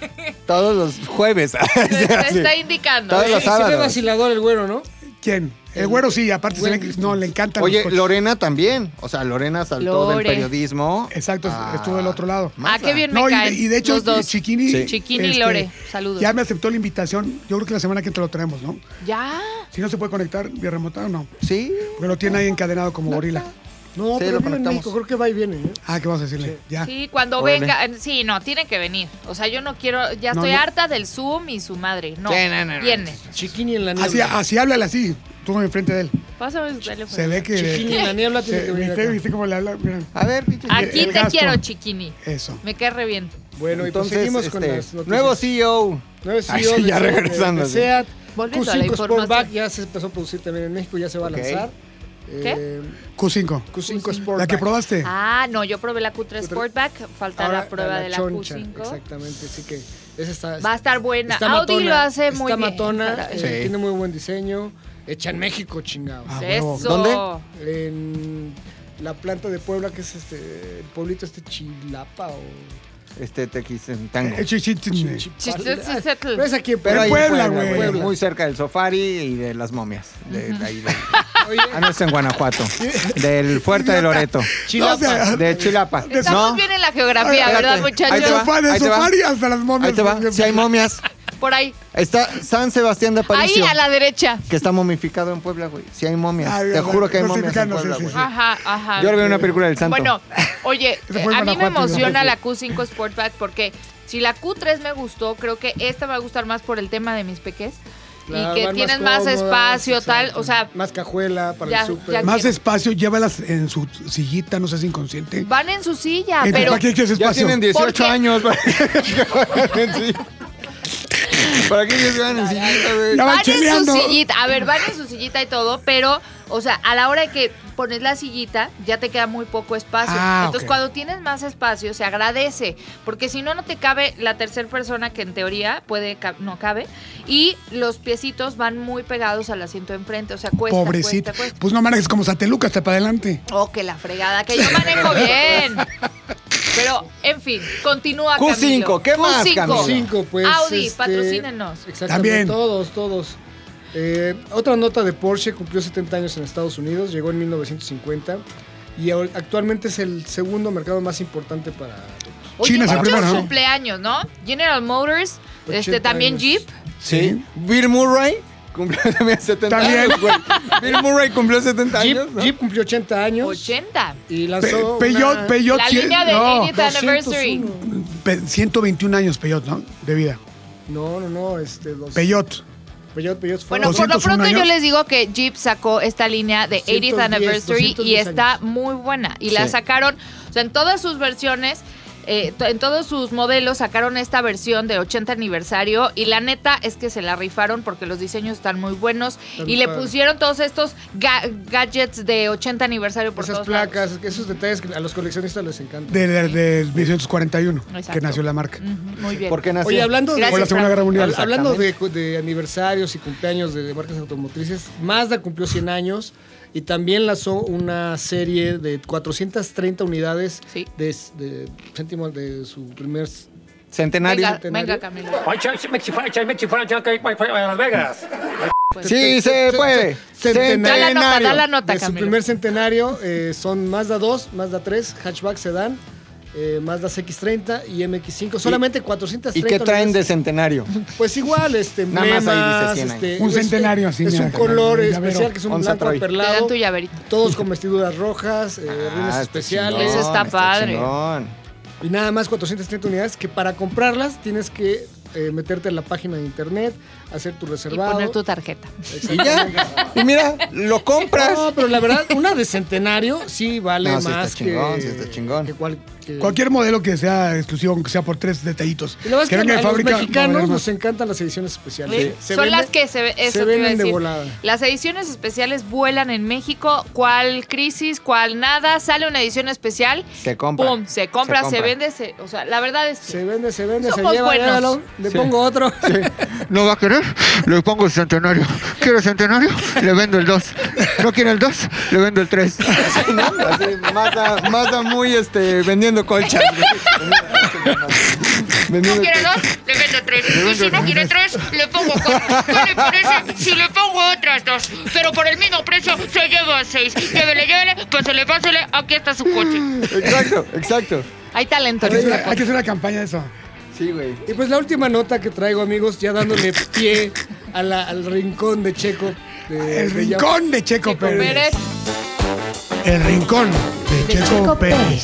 Speaker 3: Todos los jueves.
Speaker 10: Te
Speaker 3: Sí.
Speaker 10: está indicando.
Speaker 3: Todos
Speaker 10: ¿eh?
Speaker 3: los
Speaker 4: Sí, sí ve
Speaker 3: sábados.
Speaker 4: vacilador el güero, ¿no?
Speaker 2: ¿Quién? El güero sí, aparte, se le-
Speaker 4: Buen-
Speaker 2: no, le encantan los
Speaker 3: Oye,
Speaker 2: coches.
Speaker 3: Lorena también. O sea, Lorena saltó del
Speaker 10: Lore.
Speaker 3: periodismo.
Speaker 2: Exacto,
Speaker 3: a-
Speaker 2: estuvo del otro lado.
Speaker 10: Ah, qué bien me
Speaker 2: No, y de,
Speaker 10: caen.
Speaker 2: y de hecho,
Speaker 10: los dos.
Speaker 2: Chiquini. este,
Speaker 3: Sí.
Speaker 10: Chiquini y Lore, saludos.
Speaker 2: Ya me aceptó la invitación. Yo creo que la semana que te lo traemos, ¿no?
Speaker 10: Ya.
Speaker 2: Si no se puede conectar vía remota o no.
Speaker 3: Sí.
Speaker 2: Porque lo tiene ahí encadenado como gorila.
Speaker 4: No,
Speaker 3: Sí,
Speaker 4: pero
Speaker 3: lo
Speaker 4: vive en
Speaker 3: conectamos.
Speaker 4: México, creo que va y viene. ¿eh?
Speaker 2: Ah, ¿qué vas a decirle? Ya.
Speaker 10: Sí, cuando
Speaker 3: Órale.
Speaker 10: venga. eh, Sí, no, tiene que venir. O sea, yo no quiero. Ya
Speaker 2: No,
Speaker 10: estoy
Speaker 2: no.
Speaker 10: harta del Zoom y su madre. No.
Speaker 3: Sí, no, no, no.
Speaker 10: Viene.
Speaker 4: Chiquini en la
Speaker 2: Así,
Speaker 4: niebla.
Speaker 2: así háblale así, tú enfrente de él.
Speaker 10: Pásame su teléfono.
Speaker 2: Se ve que.
Speaker 4: Chiquini en la niebla tiene
Speaker 2: se-
Speaker 4: que venir.
Speaker 2: ¿Viste,
Speaker 4: acá.
Speaker 2: ¿Viste cómo le habla? Mira,
Speaker 3: A ver, pinche.
Speaker 10: Aquí
Speaker 2: el
Speaker 10: te
Speaker 2: gasto.
Speaker 10: quiero, chiquini.
Speaker 2: Eso.
Speaker 10: Me cae re bien.
Speaker 4: Bueno, y pues
Speaker 3: Entonces,
Speaker 4: seguimos
Speaker 3: este,
Speaker 4: con las noticias.
Speaker 3: nuevo E CEO.
Speaker 4: Nuevo
Speaker 3: Ay,
Speaker 4: CEO
Speaker 3: sí,
Speaker 4: de
Speaker 3: ya
Speaker 4: Seat,
Speaker 3: regresando,
Speaker 4: de
Speaker 3: sí.
Speaker 4: Seat.
Speaker 10: Volviendo a la
Speaker 4: Q5 Sportback
Speaker 10: información.
Speaker 4: ya se empezó a producir también en México, ya se va a
Speaker 3: Ok.
Speaker 4: lanzar.
Speaker 10: ¿Qué?
Speaker 4: Eh,
Speaker 2: Q5.
Speaker 4: Q5 Sportback.
Speaker 2: La que probaste.
Speaker 10: Ah, no, yo probé la Q3 Sportback. Falta
Speaker 4: Ahora,
Speaker 10: la prueba de la
Speaker 4: choncha,
Speaker 10: Q5.
Speaker 4: Exactamente, así que esa está.
Speaker 10: Va a estar buena.
Speaker 4: está
Speaker 10: Audi
Speaker 4: matona,
Speaker 10: lo hace muy
Speaker 4: está
Speaker 10: bien.
Speaker 4: matona,
Speaker 10: Sí.
Speaker 4: eh, tiene muy buen diseño. Hecha en México, chingado.
Speaker 2: Ah,
Speaker 10: Eso.
Speaker 2: huevo.
Speaker 3: ¿Dónde?
Speaker 4: En la planta de Puebla, que es este, el pueblito este Chilapa o...
Speaker 3: Este te quise en tango.
Speaker 2: Eh, chi- chi- chi-
Speaker 10: Chichichisetl.
Speaker 4: No es Ah, aquí en
Speaker 3: Pero
Speaker 4: Puebla.
Speaker 3: ahí
Speaker 2: Puebla,
Speaker 3: en
Speaker 2: güey.
Speaker 4: Puebla.
Speaker 3: Muy cerca del safari y de las momias. De, de ahí de-
Speaker 4: Oye,
Speaker 3: ah, no, es en Guanajuato. Del fuerte de Loreto.
Speaker 2: Chilapa. No, o sea,
Speaker 3: De Chilapa.
Speaker 10: Estamos
Speaker 3: No,
Speaker 10: bien en la geografía,
Speaker 3: Ay,
Speaker 10: ¿verdad,
Speaker 3: espérate. Ahí
Speaker 2: Ahí
Speaker 3: te
Speaker 2: te
Speaker 10: muchachos?
Speaker 3: va,
Speaker 2: va, de
Speaker 3: ahí te va.
Speaker 2: safari hasta las momias.
Speaker 3: Ahí te va. Si hay momias.
Speaker 10: Por ahí.
Speaker 3: Está San Sebastián de
Speaker 10: Ahí
Speaker 3: Aparicio.
Speaker 10: a la derecha.
Speaker 3: Que está momificado en Puebla, güey. Si hay momias.
Speaker 2: Ay,
Speaker 3: te
Speaker 2: ay,
Speaker 3: juro que hay
Speaker 2: Ah, no estoy
Speaker 3: momias en
Speaker 2: picando,
Speaker 3: Puebla,
Speaker 2: sí,
Speaker 3: güey.
Speaker 2: sí, sí.
Speaker 10: Ajá, ajá.
Speaker 3: Yo le veo una película del santo.
Speaker 10: Bueno, oye,
Speaker 2: fue
Speaker 10: eh, a mí me
Speaker 2: Guanajuato,
Speaker 10: emociona
Speaker 2: ¿no?
Speaker 10: la Q5 Sportback porque si la Q3 me gustó, creo que esta me va a gustar más por el tema de mis peques
Speaker 4: claro,
Speaker 10: y que
Speaker 4: van
Speaker 10: tienen más,
Speaker 4: cómodas,
Speaker 10: espacio, tal,
Speaker 4: exacto.
Speaker 10: o sea,
Speaker 4: Más cajuela para
Speaker 10: ya-
Speaker 4: el súper.
Speaker 10: ya-
Speaker 2: Más espacio, llévalas en su sillita, no seas inconsciente.
Speaker 10: van en su silla,
Speaker 2: Eh,
Speaker 10: Ah, pero
Speaker 2: ¿Para qué quieres
Speaker 3: Ya
Speaker 2: espacio?
Speaker 3: tienen
Speaker 10: ¿Por
Speaker 3: 18
Speaker 10: qué?
Speaker 3: años, güey. Sí. ¿Para qué ellos ganan en sillita, güey?
Speaker 2: Ya van
Speaker 10: van en su
Speaker 2: cheleando.
Speaker 10: sillita, a ver, van en su sillita y todo, pero, o sea, a la hora de que pones la sillita, ya te queda muy poco espacio.
Speaker 2: Ah,
Speaker 10: Entonces,
Speaker 2: ok.
Speaker 10: cuando tienes más espacio, se agradece, porque si no, no te cabe la tercera persona que en teoría puede, ca- no cabe, y los piecitos van muy pegados al asiento de enfrente, o sea, cuesta,
Speaker 2: Pobrecita.
Speaker 10: cuesta, cuesta.
Speaker 2: Pues no manejes como Sateluca hasta para adelante.
Speaker 10: Oh, que la fregada, que yo manejo bien. Pero, en fin, continúa
Speaker 3: Q5,
Speaker 10: Camilo.
Speaker 3: ¿qué más, Camilo?
Speaker 4: Cinco, pues.
Speaker 10: Audi,
Speaker 4: este,
Speaker 10: patrocínenos.
Speaker 4: Exactamente.
Speaker 2: También.
Speaker 4: Todos, todos. Eh, otra nota de Porsche cumplió 70 años en Estados Unidos, llegó en 1950 y ahor- actualmente es el segundo mercado más importante para.
Speaker 10: Oye,
Speaker 2: China es el
Speaker 10: muchos
Speaker 2: primero, ¿no?
Speaker 10: cumpleaños, ¿no? General Motors, este
Speaker 4: 80
Speaker 10: también
Speaker 4: años.
Speaker 10: Jeep.
Speaker 3: Sí. Bill Murray cumplió también 70
Speaker 2: También.
Speaker 3: años, güey. Bill Murray cumplió 70
Speaker 4: Jeep,
Speaker 3: años. ¿no?
Speaker 4: Jeep cumplió 80 años
Speaker 10: 80.
Speaker 4: y
Speaker 2: Pe-
Speaker 4: lanzó.
Speaker 2: Peyot,
Speaker 4: una-
Speaker 2: Peyot,
Speaker 10: La
Speaker 2: cien-
Speaker 10: línea de
Speaker 2: no,
Speaker 10: 80th Anniversary.
Speaker 4: 201.
Speaker 2: pe- 121 años Peyot, ¿no? De vida.
Speaker 4: No, no, no, este. dos-
Speaker 2: Peyot.
Speaker 4: Peyot, Peyot fue.
Speaker 10: Bueno, por lo
Speaker 2: 201
Speaker 10: pronto yo
Speaker 2: años.
Speaker 10: les digo que Jeep sacó esta línea de 80th
Speaker 4: 210,
Speaker 10: Anniversary y
Speaker 4: 210
Speaker 10: está
Speaker 4: años.
Speaker 10: muy buena. Y la
Speaker 3: Sí.
Speaker 10: sacaron, o sea, en todas sus versiones, eh, to- en todos sus modelos sacaron esta versión de 80 aniversario y la neta es que se la rifaron porque los diseños están muy buenos
Speaker 4: Están
Speaker 10: y le
Speaker 4: padres.
Speaker 10: pusieron todos estos ga- gadgets de 80 aniversario por
Speaker 4: esas
Speaker 10: todos
Speaker 4: placas, esos detalles que a los coleccionistas les encantan.
Speaker 2: De, de, de 1941,
Speaker 10: Exacto.
Speaker 2: que nació la marca.
Speaker 10: lados. Ujú, Muy bien.
Speaker 3: ¿Por qué nació?
Speaker 4: Oye, hablando de.
Speaker 10: Gracias,
Speaker 2: O la Segunda Guerra Mundial.
Speaker 4: Hab- Hablando de, de aniversarios y cumpleaños de marcas automotrices, Mazda cumplió 100 años y también lanzó una serie de 430 unidades
Speaker 10: Sí.
Speaker 4: de, de céntimo de su primer...
Speaker 3: Centenario.
Speaker 10: Venga, venga, Camila. este,
Speaker 3: Sí, se puede.
Speaker 10: Da la nota, da la nota,
Speaker 4: de su
Speaker 10: Camilo.
Speaker 4: primer centenario eh, son Mazda 2, Mazda 3, Hatchback Sedan, eh, Mazda CX-30 y MX-5. Solamente 430.
Speaker 3: ¿Y qué traen de
Speaker 4: unidades.
Speaker 3: centenario?
Speaker 4: Pues igual, este,
Speaker 3: Nada más
Speaker 4: emblemas,
Speaker 3: ahí dice 100 años.
Speaker 4: este,
Speaker 2: Un
Speaker 4: es-
Speaker 2: centenario, así,
Speaker 4: Es
Speaker 2: mira,
Speaker 4: un color
Speaker 2: llavero.
Speaker 4: especial que es un
Speaker 3: Onza
Speaker 4: blanco
Speaker 3: Troy.
Speaker 10: Te dan
Speaker 4: perlado.
Speaker 10: tu llaverito.
Speaker 4: Todos con vestiduras rojas, eh, rines
Speaker 3: Ah, está
Speaker 4: especiales.
Speaker 3: chingón,
Speaker 10: Eso está padre.
Speaker 3: chingón.
Speaker 4: Y nada más 430 unidades que para comprarlas tienes que eh, meterte en la página de internet, hacer tu
Speaker 10: Y
Speaker 4: reservado.
Speaker 10: poner tu tarjeta.
Speaker 3: Y ya. Y mira, lo compras.
Speaker 4: No, pero la verdad, una de centenario sí vale
Speaker 3: No, sí está
Speaker 4: más que,
Speaker 3: chingón, sí está chingón.
Speaker 4: que cual- que-
Speaker 2: Cualquier modelo que sea exclusivo, aunque sea por tres detallitos.
Speaker 4: Y la verdad es que,
Speaker 2: venga
Speaker 4: a
Speaker 2: de
Speaker 4: los
Speaker 2: fábrica, va a
Speaker 4: mexicanos
Speaker 2: valer
Speaker 4: nos
Speaker 2: más.
Speaker 4: encantan las ediciones especiales. Se
Speaker 10: Son
Speaker 4: venden-
Speaker 10: las que se, ve- eso
Speaker 4: se
Speaker 10: te iba a
Speaker 4: venden de
Speaker 10: decir.
Speaker 4: volada.
Speaker 10: Las ediciones especiales vuelan en México. ¿Cuál crisis? ¿Cuál nada? Sale una edición especial.
Speaker 3: Se compra.
Speaker 10: Pum, se compra, se,
Speaker 3: compra.
Speaker 10: vende. se- o sea, la verdad es que.
Speaker 4: Se vende, se vende,
Speaker 10: Somos
Speaker 4: se lleva,
Speaker 10: buenos.
Speaker 4: llévalo, le pongo otro.
Speaker 3: ¿No va a querer? Le pongo el centenario. ¿Quiero centenario? Le vendo el 2. ¿No quiere el 2? Le vendo el 3. Así, ¿no? Así, Mazda, Mazda muy este, vendiendo colchas.
Speaker 6: No
Speaker 3: Vendiendo
Speaker 6: quiero dos, le vendo tres. Y si no quiere tres, le pongo cuatro. ¿Qué le parece si le pongo otras dos? Pero por el mismo precio se lleva seis. Llévele, llévele,
Speaker 10: pues
Speaker 6: pásele, pásele. Aquí está su coche.
Speaker 3: Exacto, exacto.
Speaker 10: Hay talento.
Speaker 2: Hay que
Speaker 10: en
Speaker 2: hacer
Speaker 10: esta
Speaker 2: una- Hay que hacer una campaña de eso.
Speaker 3: Sí, güey.
Speaker 4: Y pues la última nota que traigo, amigos, ya dándole pie a la- al rincón de Checo. de-
Speaker 2: El
Speaker 4: de-
Speaker 2: rincón de Checo
Speaker 10: Checo Pérez.
Speaker 2: Pérez. El rincón de, Checo, Pérez.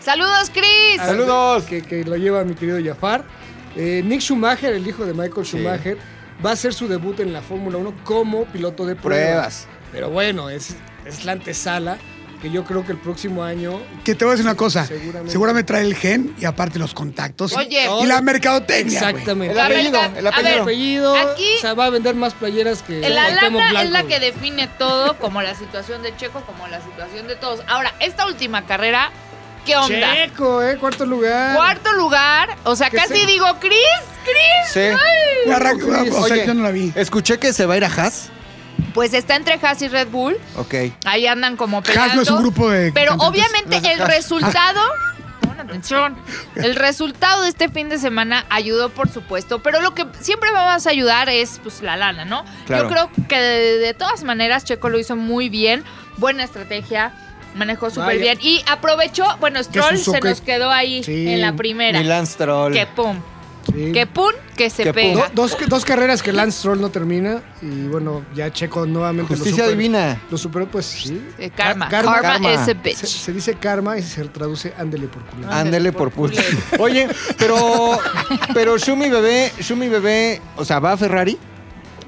Speaker 10: Saludos, Cris.
Speaker 4: Saludos. Que, que lo lleva mi querido Jafar. Eh, Nick Schumacher, el hijo de Michael Schumacher, va a hacer su debut en la Fórmula 1 como piloto de pruebas.
Speaker 3: Pruebas.
Speaker 4: Pero bueno, es, es la antesala que yo creo que el próximo año
Speaker 2: Que te voy a decir una cosa.
Speaker 4: Seguramente.
Speaker 2: Seguramente, trae el gen y aparte los contactos. y-
Speaker 10: Oye.
Speaker 2: Y la mercadotecnia. güey.
Speaker 4: Exactamente.
Speaker 3: El
Speaker 10: La
Speaker 3: apellido,
Speaker 10: verdad,
Speaker 3: el
Speaker 10: a ver,
Speaker 4: El
Speaker 3: apellido.
Speaker 4: apellido
Speaker 10: Aquí-
Speaker 4: o sea, va a vender más playeras que
Speaker 10: La
Speaker 4: Cuauhtémoc
Speaker 10: lana es
Speaker 4: Blanco,
Speaker 10: la
Speaker 4: güey.
Speaker 10: que define todo, como la situación de Checo, como la situación de todos. Ahora, esta última carrera, ¿qué onda?
Speaker 4: Checo, eh, cuarto lugar.
Speaker 10: Cuarto lugar, o sea,
Speaker 4: Que
Speaker 10: casi
Speaker 4: se-
Speaker 10: digo, Chris, Chris.
Speaker 3: Sí.
Speaker 2: Me arranco- o sea,
Speaker 3: Oye.
Speaker 2: yo no la vi.
Speaker 3: Escuché que se va a ir a Haas.
Speaker 10: Pues está entre Haas y Red Bull.
Speaker 3: Ok.
Speaker 10: Ahí andan como peleando.
Speaker 2: Haas no es un grupo de
Speaker 10: Pero
Speaker 2: cantantes.
Speaker 10: obviamente
Speaker 3: No es
Speaker 10: el
Speaker 3: Haas.
Speaker 10: resultado. Pon atención. El resultado de este fin de semana ayudó, por supuesto. Pero lo que siempre vamos a ayudar es pues la lana, ¿no?
Speaker 3: Claro.
Speaker 10: Yo creo que de, de todas maneras Checo lo hizo muy bien. Buena estrategia. Manejó súper
Speaker 4: Vaya.
Speaker 10: bien. Y aprovechó. Bueno,
Speaker 2: Que
Speaker 10: Stroll se
Speaker 2: Suzuka-
Speaker 10: nos quedó ahí
Speaker 4: Sí.
Speaker 10: en la primera.
Speaker 3: Milan Stroll.
Speaker 10: Que pum.
Speaker 4: Sí.
Speaker 10: Que pum, que se
Speaker 3: Que pum.
Speaker 10: pega.
Speaker 4: Do- dos, dos carreras que Lance Stroll no termina y bueno, ya Checo nuevamente lo
Speaker 3: Justicia
Speaker 4: superó.
Speaker 3: divina.
Speaker 4: Lo superó, pues sí.
Speaker 10: Eh, karma.
Speaker 4: Karma.
Speaker 10: Karma,
Speaker 3: Karma.
Speaker 10: is a bitch.
Speaker 4: Se, se dice karma y se traduce ándele por
Speaker 10: Ah.
Speaker 4: culo.
Speaker 3: Ándele por pulso. Oye, pero, pero Shumi Bebé, Shumi Bebé, o sea, va a Ferrari.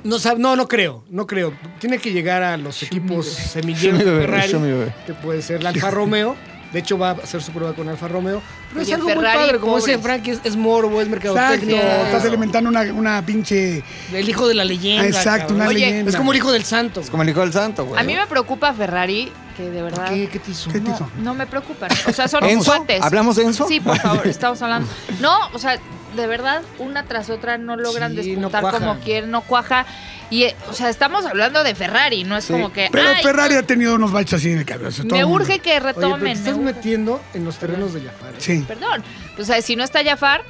Speaker 4: No, sab- no, no creo, no creo. Tiene que llegar a los equipos semilleros
Speaker 3: Shumi
Speaker 4: de
Speaker 3: bebé,
Speaker 4: Ferrari,
Speaker 3: Shumi bebé.
Speaker 4: que puede ser la Alfa Romeo. De hecho, va a hacer su prueba con Alfa Romeo. Pero
Speaker 10: Oye,
Speaker 4: es algo
Speaker 10: Ferrari,
Speaker 4: muy padre, como ese
Speaker 10: pobres.
Speaker 4: Frankie es, es morbo, es
Speaker 2: Exacto.
Speaker 4: mercadotecnia.
Speaker 2: Estás
Speaker 4: es
Speaker 2: alimentando una, una pinche.
Speaker 4: el hijo de la leyenda.
Speaker 2: Exacto,
Speaker 4: cabrón.
Speaker 2: una
Speaker 10: Oye,
Speaker 2: leyenda.
Speaker 4: Es como el hijo del santo.
Speaker 3: Es como el hijo del santo, güey.
Speaker 10: A mí me preocupa Ferrari, que de verdad.
Speaker 4: ¿Qué, ¿Qué te hizo?
Speaker 2: ¿Qué te
Speaker 4: No.
Speaker 2: hizo?
Speaker 10: No me preocupan. O sea, son
Speaker 3: ¿Enzo?
Speaker 10: cuates.
Speaker 3: ¿Hablamos de Enzo?
Speaker 10: Sí, por favor, estamos hablando. No, o sea, de verdad, una tras otra no logran
Speaker 4: Sí,
Speaker 10: despuntar
Speaker 4: no cuaja.
Speaker 10: como quieren, no cuaja. Y, eh, o sea, estamos hablando de Ferrari, no es como que.
Speaker 2: Pero
Speaker 10: "Ay,
Speaker 2: Ferrari ha tenido unos baches así en el cabello.
Speaker 10: Me urge que
Speaker 4: Oye, pero te
Speaker 10: retomen.
Speaker 4: estás
Speaker 10: me urge.
Speaker 4: metiendo en los terrenos de Jafar. ¿eh?
Speaker 2: Sí.
Speaker 10: Perdón. O sea, si no está Jafar,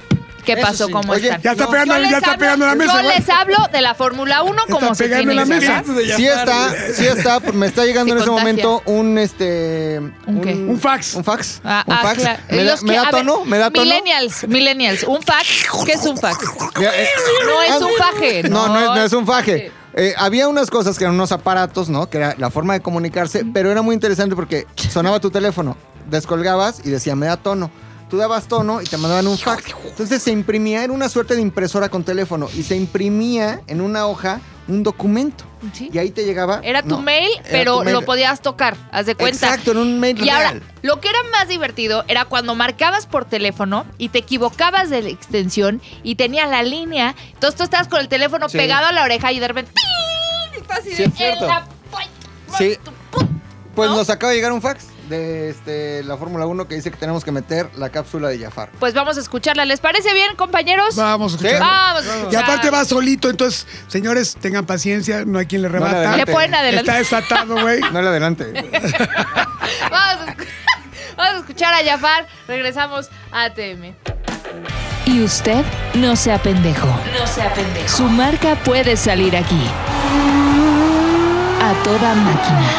Speaker 10: ¿qué
Speaker 4: Eso
Speaker 10: pasó?
Speaker 4: sí.
Speaker 10: ¿Cómo
Speaker 3: Oye,
Speaker 10: están?
Speaker 2: Ya está
Speaker 3: No,
Speaker 2: pegando,
Speaker 10: Yo les
Speaker 2: ya está
Speaker 10: hablo-
Speaker 2: pegando la mesa,
Speaker 10: Yo
Speaker 2: güey.
Speaker 10: les hablo de la Fórmula 1 como se
Speaker 2: pegando
Speaker 10: tiene
Speaker 2: la
Speaker 10: que
Speaker 2: mesa.
Speaker 10: hablar.
Speaker 3: Sí está, sí está, me está llegando
Speaker 10: Sí,
Speaker 3: en ese
Speaker 10: contagia.
Speaker 3: momento un este un,
Speaker 10: qué?
Speaker 2: Un fax.
Speaker 3: Un fax.
Speaker 10: Ah,
Speaker 3: un
Speaker 10: ah,
Speaker 3: fax.
Speaker 10: claro.
Speaker 3: ¿Me, da,
Speaker 10: Los
Speaker 3: me
Speaker 10: que-
Speaker 3: da
Speaker 10: a ver,
Speaker 3: tono? ¿Me da tono?
Speaker 10: Millennials, millennials. ¿Un fax? ¿Qué es un fax?
Speaker 3: Mira, eh,
Speaker 10: No es
Speaker 3: ah,
Speaker 10: un faje,
Speaker 3: No,
Speaker 10: no.
Speaker 3: no, es, no es un
Speaker 10: Sí.
Speaker 3: faje. Eh, había unas cosas que eran unos aparatos, ¿no? Que era la forma de comunicarse, pero era muy interesante porque sonaba tu teléfono, descolgabas y decía, me da tono. Tú dabas tono y te mandaban un fax. Entonces se imprimía, era una suerte de impresora con teléfono, y se imprimía en una hoja un documento.
Speaker 10: Sí.
Speaker 3: Y ahí te llegaba.
Speaker 10: Era tu
Speaker 3: no,
Speaker 10: mail,
Speaker 3: era
Speaker 10: pero
Speaker 3: tu mail.
Speaker 10: lo podías tocar, haz de cuenta.
Speaker 3: Exacto, en un mail
Speaker 10: Y ahora,
Speaker 3: real.
Speaker 10: lo que era más divertido era cuando marcabas por teléfono y te equivocabas de la extensión y tenías la línea. Entonces tú estabas con el teléfono
Speaker 3: Sí.
Speaker 10: pegado a la oreja y de repente. ¡ting! Y tú así
Speaker 3: Sí,
Speaker 10: de,
Speaker 3: es cierto.
Speaker 10: "En la pu-
Speaker 3: Sí.
Speaker 10: tu pu-".
Speaker 3: Pues
Speaker 10: ¿no?
Speaker 3: nos acaba de llegar un fax de este, la Fórmula 1 que dice que tenemos que meter la cápsula de Jafar.
Speaker 10: Pues vamos a escucharla. ¿Les parece bien, compañeros?
Speaker 2: Vamos a
Speaker 3: Sí.
Speaker 2: escucharlo.
Speaker 10: Vamos a escuchar.
Speaker 2: Y aparte va solito, entonces, señores, tengan paciencia, no hay quien le rebata.
Speaker 3: adelante.
Speaker 10: Le pueden
Speaker 2: Está
Speaker 10: adelantar.
Speaker 2: desatado, güey.
Speaker 3: No le adelante.
Speaker 10: Vamos a escu- vamos a escuchar a Jafar. Regresamos a ATM.
Speaker 9: Y usted no sea pendejo. No sea pendejo. Su marca puede salir aquí. A toda máquina.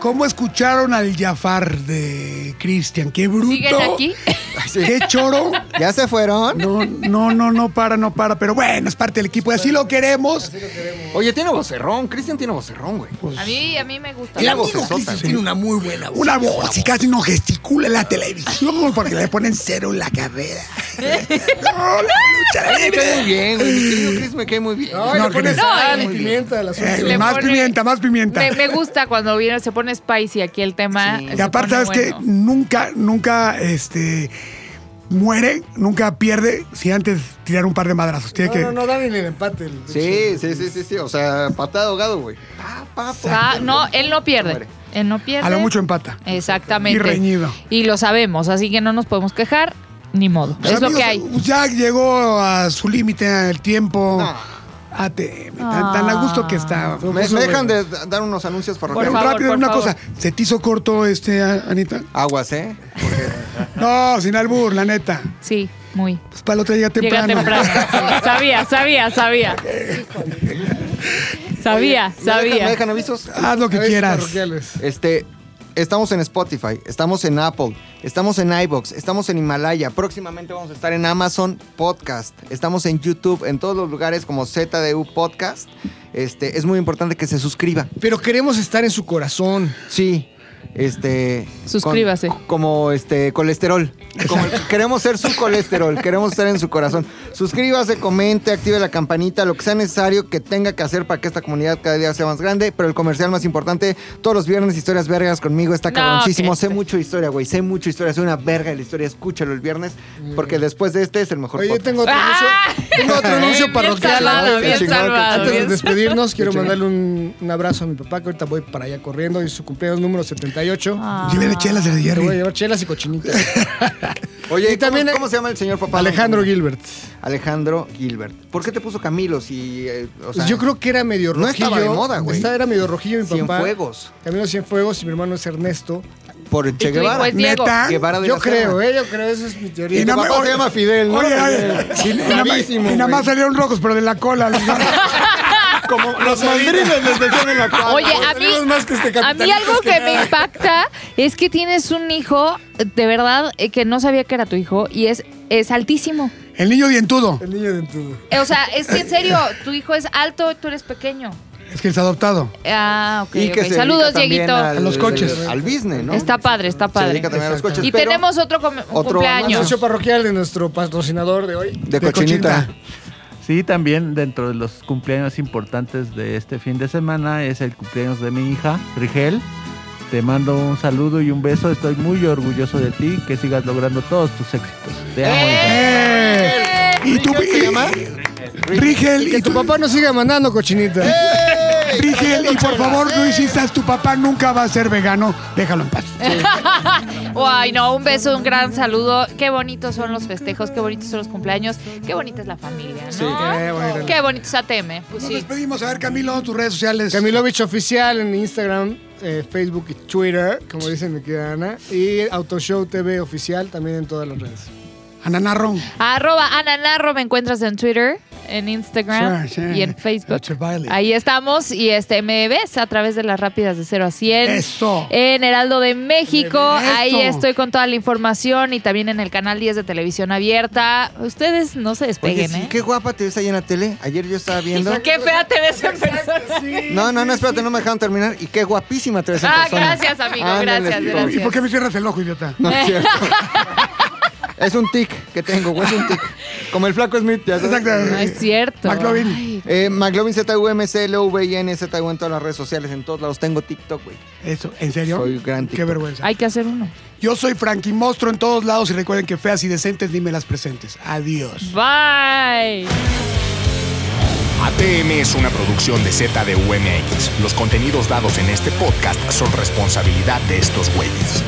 Speaker 2: ¿Cómo escucharon al Jafar de Cristian? ¡Qué bruto!
Speaker 10: ¿Siguen aquí?
Speaker 2: ¡Qué choro!
Speaker 3: ¿Ya se fueron?
Speaker 2: No, no, no, no para, no para. Pero bueno, es parte del equipo. y Así lo queremos.
Speaker 3: Oye, tiene vocerrón. Cristian tiene vocerrón, güey.
Speaker 10: A mí, a mí me gusta.
Speaker 2: El
Speaker 3: La
Speaker 2: amigo
Speaker 3: vocesota,
Speaker 2: Cristian
Speaker 3: sí.
Speaker 2: tiene una muy buena voz. Una voz y casi no gesticula en la televisión porque le ponen cero en la carrera. No, la lucha
Speaker 3: Me
Speaker 2: libre.
Speaker 3: cae muy bien, güey. Mi querido Chris me cae muy bien.
Speaker 4: Ay,
Speaker 2: No,
Speaker 4: le pones
Speaker 2: Cris.
Speaker 4: sal y
Speaker 10: No,
Speaker 4: pimienta al asunto.
Speaker 2: Eh,
Speaker 10: Le
Speaker 2: más
Speaker 10: pone-
Speaker 2: pimienta, más pimienta.
Speaker 10: Me, me gusta cuando viene, se pone spicy aquí el tema.
Speaker 3: Sí.
Speaker 10: se
Speaker 2: Y aparte,
Speaker 10: pone
Speaker 2: ¿sabes
Speaker 10: bueno.
Speaker 2: que Nunca, nunca, este, muere, nunca pierde si antes tirar un par de madrazos. Tiene
Speaker 4: No,
Speaker 2: que...
Speaker 4: no, no, dale ni el empate. el-
Speaker 3: Sí, sí, sí, sí, sí. O sea, patada ahogado, güey. Pa, pa,
Speaker 10: Ah,
Speaker 3: pa.
Speaker 10: no, él no pierde.
Speaker 3: Hombre.
Speaker 10: Él no pierde.
Speaker 2: A lo mucho empata.
Speaker 10: Exactamente.
Speaker 2: Y reñido.
Speaker 10: Y lo sabemos, así que no nos podemos quejar, ni modo.
Speaker 2: Pues,
Speaker 10: es lo
Speaker 2: amigos,
Speaker 10: que hay.
Speaker 2: Ya llegó a su límite el tiempo.
Speaker 3: No.
Speaker 2: ATM, tan, tan a gusto que
Speaker 4: Ah.
Speaker 2: está.
Speaker 3: Me, me dejan de d- dar unos anuncios para
Speaker 2: Pero
Speaker 10: favor,
Speaker 2: rápido,
Speaker 10: por
Speaker 2: una
Speaker 10: favor.
Speaker 2: cosa. ¿Se te hizo corto este, a- Anita?
Speaker 3: Aguas, ¿eh?
Speaker 2: No, sin albur, la neta.
Speaker 10: Sí, muy.
Speaker 2: Pues para el otro día
Speaker 10: Llega
Speaker 2: temprano.
Speaker 10: temprano. Sí, sabía, sabía, sabía. Sabía,
Speaker 3: ¿Me dejan, me
Speaker 10: Ah, sabía. Ah,
Speaker 3: dejan avisos?
Speaker 2: Haz lo que
Speaker 4: Avisos
Speaker 2: quieras.
Speaker 4: parroquiales.
Speaker 3: Este, Estamos en Spotify, estamos en Apple, estamos en iBox, estamos en Himalaya. Próximamente vamos a estar en Amazon Podcast. Estamos en YouTube, en todos los lugares como ZDU Podcast. Este, es muy importante que se suscriba.
Speaker 4: Pero queremos estar en su corazón.
Speaker 3: Sí. Este. con-
Speaker 10: Suscríbase.
Speaker 3: como este colesterol. Como el- queremos ser su colesterol, queremos estar en su corazón. Suscríbase, comente, active la campanita, lo que sea necesario que tenga que hacer para que esta comunidad cada día sea más grande. Pero el comercial más importante, todos los viernes, historias vergas conmigo, está
Speaker 10: No,
Speaker 3: cabroncísimo.
Speaker 10: que
Speaker 3: Sé
Speaker 10: este-
Speaker 3: mucho de historia, güey. Sé mucho de historia, soy una verga de la historia. Escúchalo el viernes, porque después de este es el mejor
Speaker 4: Oye,
Speaker 3: podcast.
Speaker 4: tengo otro anuncio,
Speaker 10: ¡Ah!
Speaker 4: tengo otro anuncio
Speaker 10: Bien
Speaker 4: parroquial.
Speaker 10: salvado,
Speaker 4: Ay,
Speaker 10: bien
Speaker 4: chingón,
Speaker 10: salvado,
Speaker 4: Antes de
Speaker 10: bien
Speaker 4: despedirnos, quiero mandarle un, un abrazo a mi papá, que ahorita voy para allá corriendo. Es su cumpleaños número 78.
Speaker 10: Ah.
Speaker 2: Llévele chelas de
Speaker 4: Te voy a
Speaker 2: Jerry.
Speaker 4: llevar chelas y cochinitas.
Speaker 3: Oye,
Speaker 4: y
Speaker 3: ¿cómo-
Speaker 4: también-
Speaker 3: ¿cómo, se llama el señor papá?
Speaker 4: Alejandro Gilbert.
Speaker 3: Alejandro Gilbert. ¿Por qué te puso Camilo si, eh, o sea,
Speaker 4: Pues Yo creo que era medio
Speaker 3: no
Speaker 4: rojillo.
Speaker 3: estaba de moda, güey.
Speaker 4: Estaba- Era medio rojillo mi papá.
Speaker 3: Cienfuegos.
Speaker 4: Camilo Cienfuegos y mi hermano es Ernesto.
Speaker 3: por Che
Speaker 10: Y tu hijo
Speaker 3: Guevara?
Speaker 10: es Pues, Diego.
Speaker 2: Neta.
Speaker 3: Guevara de
Speaker 4: Yo
Speaker 3: la
Speaker 4: creo,
Speaker 3: Serna.
Speaker 4: eh, yo creo, esa es mi teoría.
Speaker 2: Y
Speaker 3: Tu
Speaker 2: no me-
Speaker 3: papá se llama Fidel, ¿no?
Speaker 2: Oye, oye,
Speaker 3: Fidel.
Speaker 2: y- y nada más- y
Speaker 3: Bravísimo,
Speaker 2: nada más
Speaker 3: güey.
Speaker 2: salieron rojos, pero de la cola. les-
Speaker 3: Como los mandrines les decían en la cuadra.
Speaker 10: Oye, a mí,
Speaker 4: Salimos más que este
Speaker 10: a mí algo que me impacta es que tienes un hijo, de verdad, eh, que no sabía que era tu hijo y es, es altísimo.
Speaker 2: El niño dientudo.
Speaker 4: El niño de tu...
Speaker 10: Eh, O sea, es que en serio, tu hijo es alto, tú eres pequeño.
Speaker 2: Es que es adoptado.
Speaker 10: Ah, ok.
Speaker 3: Y que
Speaker 10: ok.
Speaker 3: se dedica
Speaker 10: Saludos,
Speaker 3: también
Speaker 10: Dieguito.
Speaker 3: al- eh,
Speaker 2: A los coches.
Speaker 3: Al business, ¿no?
Speaker 10: Está padre, está
Speaker 3: Se
Speaker 10: padre.
Speaker 3: dedica también a los coches.
Speaker 10: Y
Speaker 3: pero
Speaker 10: tenemos otro, come- un
Speaker 3: Otro
Speaker 10: cumpleaños.
Speaker 4: Anuncio parroquial de nuestro patrocinador de hoy.
Speaker 3: De cochinita.
Speaker 5: Sí, también dentro de los cumpleaños importantes de este fin de semana es el cumpleaños de mi hija, Rigel. Te mando un saludo y un beso. Estoy muy orgulloso de ti. Que sigas logrando todos tus éxitos. Te amo. hija.
Speaker 2: ¡Eh! ¿Y tú,
Speaker 3: ¿Rigel se
Speaker 2: y-
Speaker 3: llama?
Speaker 2: Rigel,
Speaker 4: Y
Speaker 2: y
Speaker 4: que tu
Speaker 2: tú-
Speaker 4: papá nos siga mandando cochinita.
Speaker 2: Rigel, y por favor no insistas, tu papá nunca va a ser vegano. Déjalo en paz.
Speaker 10: Ay, no, un beso, un gran saludo. Qué bonitos son los festejos, qué bonitos son los cumpleaños, qué bonita es la familia, ¿no?
Speaker 4: qué bonito.
Speaker 10: Qué bonito es ATM.
Speaker 2: Nos
Speaker 10: Pues sí.
Speaker 2: despedimos. A ver, Camilo, tus redes sociales.
Speaker 4: Camilovich Oficial en Instagram, eh, Facebook y Twitter, como dice mi querida Ana. Y Autoshow TV Oficial también en todas las redes.
Speaker 2: Ananarro.
Speaker 10: Arroba Ananarro, me encuentras en Twitter, en Instagram
Speaker 2: Sí, sí.
Speaker 10: y en Facebook.
Speaker 2: Nacho Bailey.
Speaker 10: Ahí estamos y este me ves a través de las rápidas de 0 a 100.
Speaker 2: Eso.
Speaker 10: En Heraldo de México,
Speaker 2: Me ves.
Speaker 10: ahí
Speaker 2: Eso.
Speaker 10: estoy con toda la información y también en el canal 10 de Televisión Abierta. Ustedes no se
Speaker 3: Oye,
Speaker 10: despeguen,
Speaker 3: sí,
Speaker 10: ¿eh?
Speaker 3: qué guapa te ves ahí en la tele. Ayer yo estaba viendo.
Speaker 10: Qué fea te ves en persona.
Speaker 3: No, no, no, espérate, no me dejaron terminar. Y qué guapísima te ves en
Speaker 10: Ah,
Speaker 3: persona.
Speaker 10: gracias, amigo,
Speaker 3: Ándale,
Speaker 10: gracias,
Speaker 3: tío.
Speaker 10: gracias.
Speaker 2: ¿Y por qué me cierras el ojo, idiota?
Speaker 3: No, es cierto. Es un tic que tengo, güey, es un tic. Como el flaco Smith, ya sabes.
Speaker 10: No
Speaker 2: Exacto.
Speaker 10: es cierto.
Speaker 2: McLovin.
Speaker 10: Ay,
Speaker 3: Eh, McLovin ZU, MCLUVIN, ZU en todas las redes sociales, en todos lados. Tengo TikTok, güey.
Speaker 2: Eso, ¿en serio?
Speaker 3: Soy gran
Speaker 2: Qué
Speaker 3: TikTok.
Speaker 2: vergüenza.
Speaker 10: hay que hacer uno.
Speaker 2: Yo soy Frankie Mostro en todos lados y recuerden que feas y decentes ni me las presentes. Adiós.
Speaker 10: Bye.
Speaker 1: ATM es una producción de ZDUMX. Los contenidos dados en este podcast son responsabilidad de estos güeyes.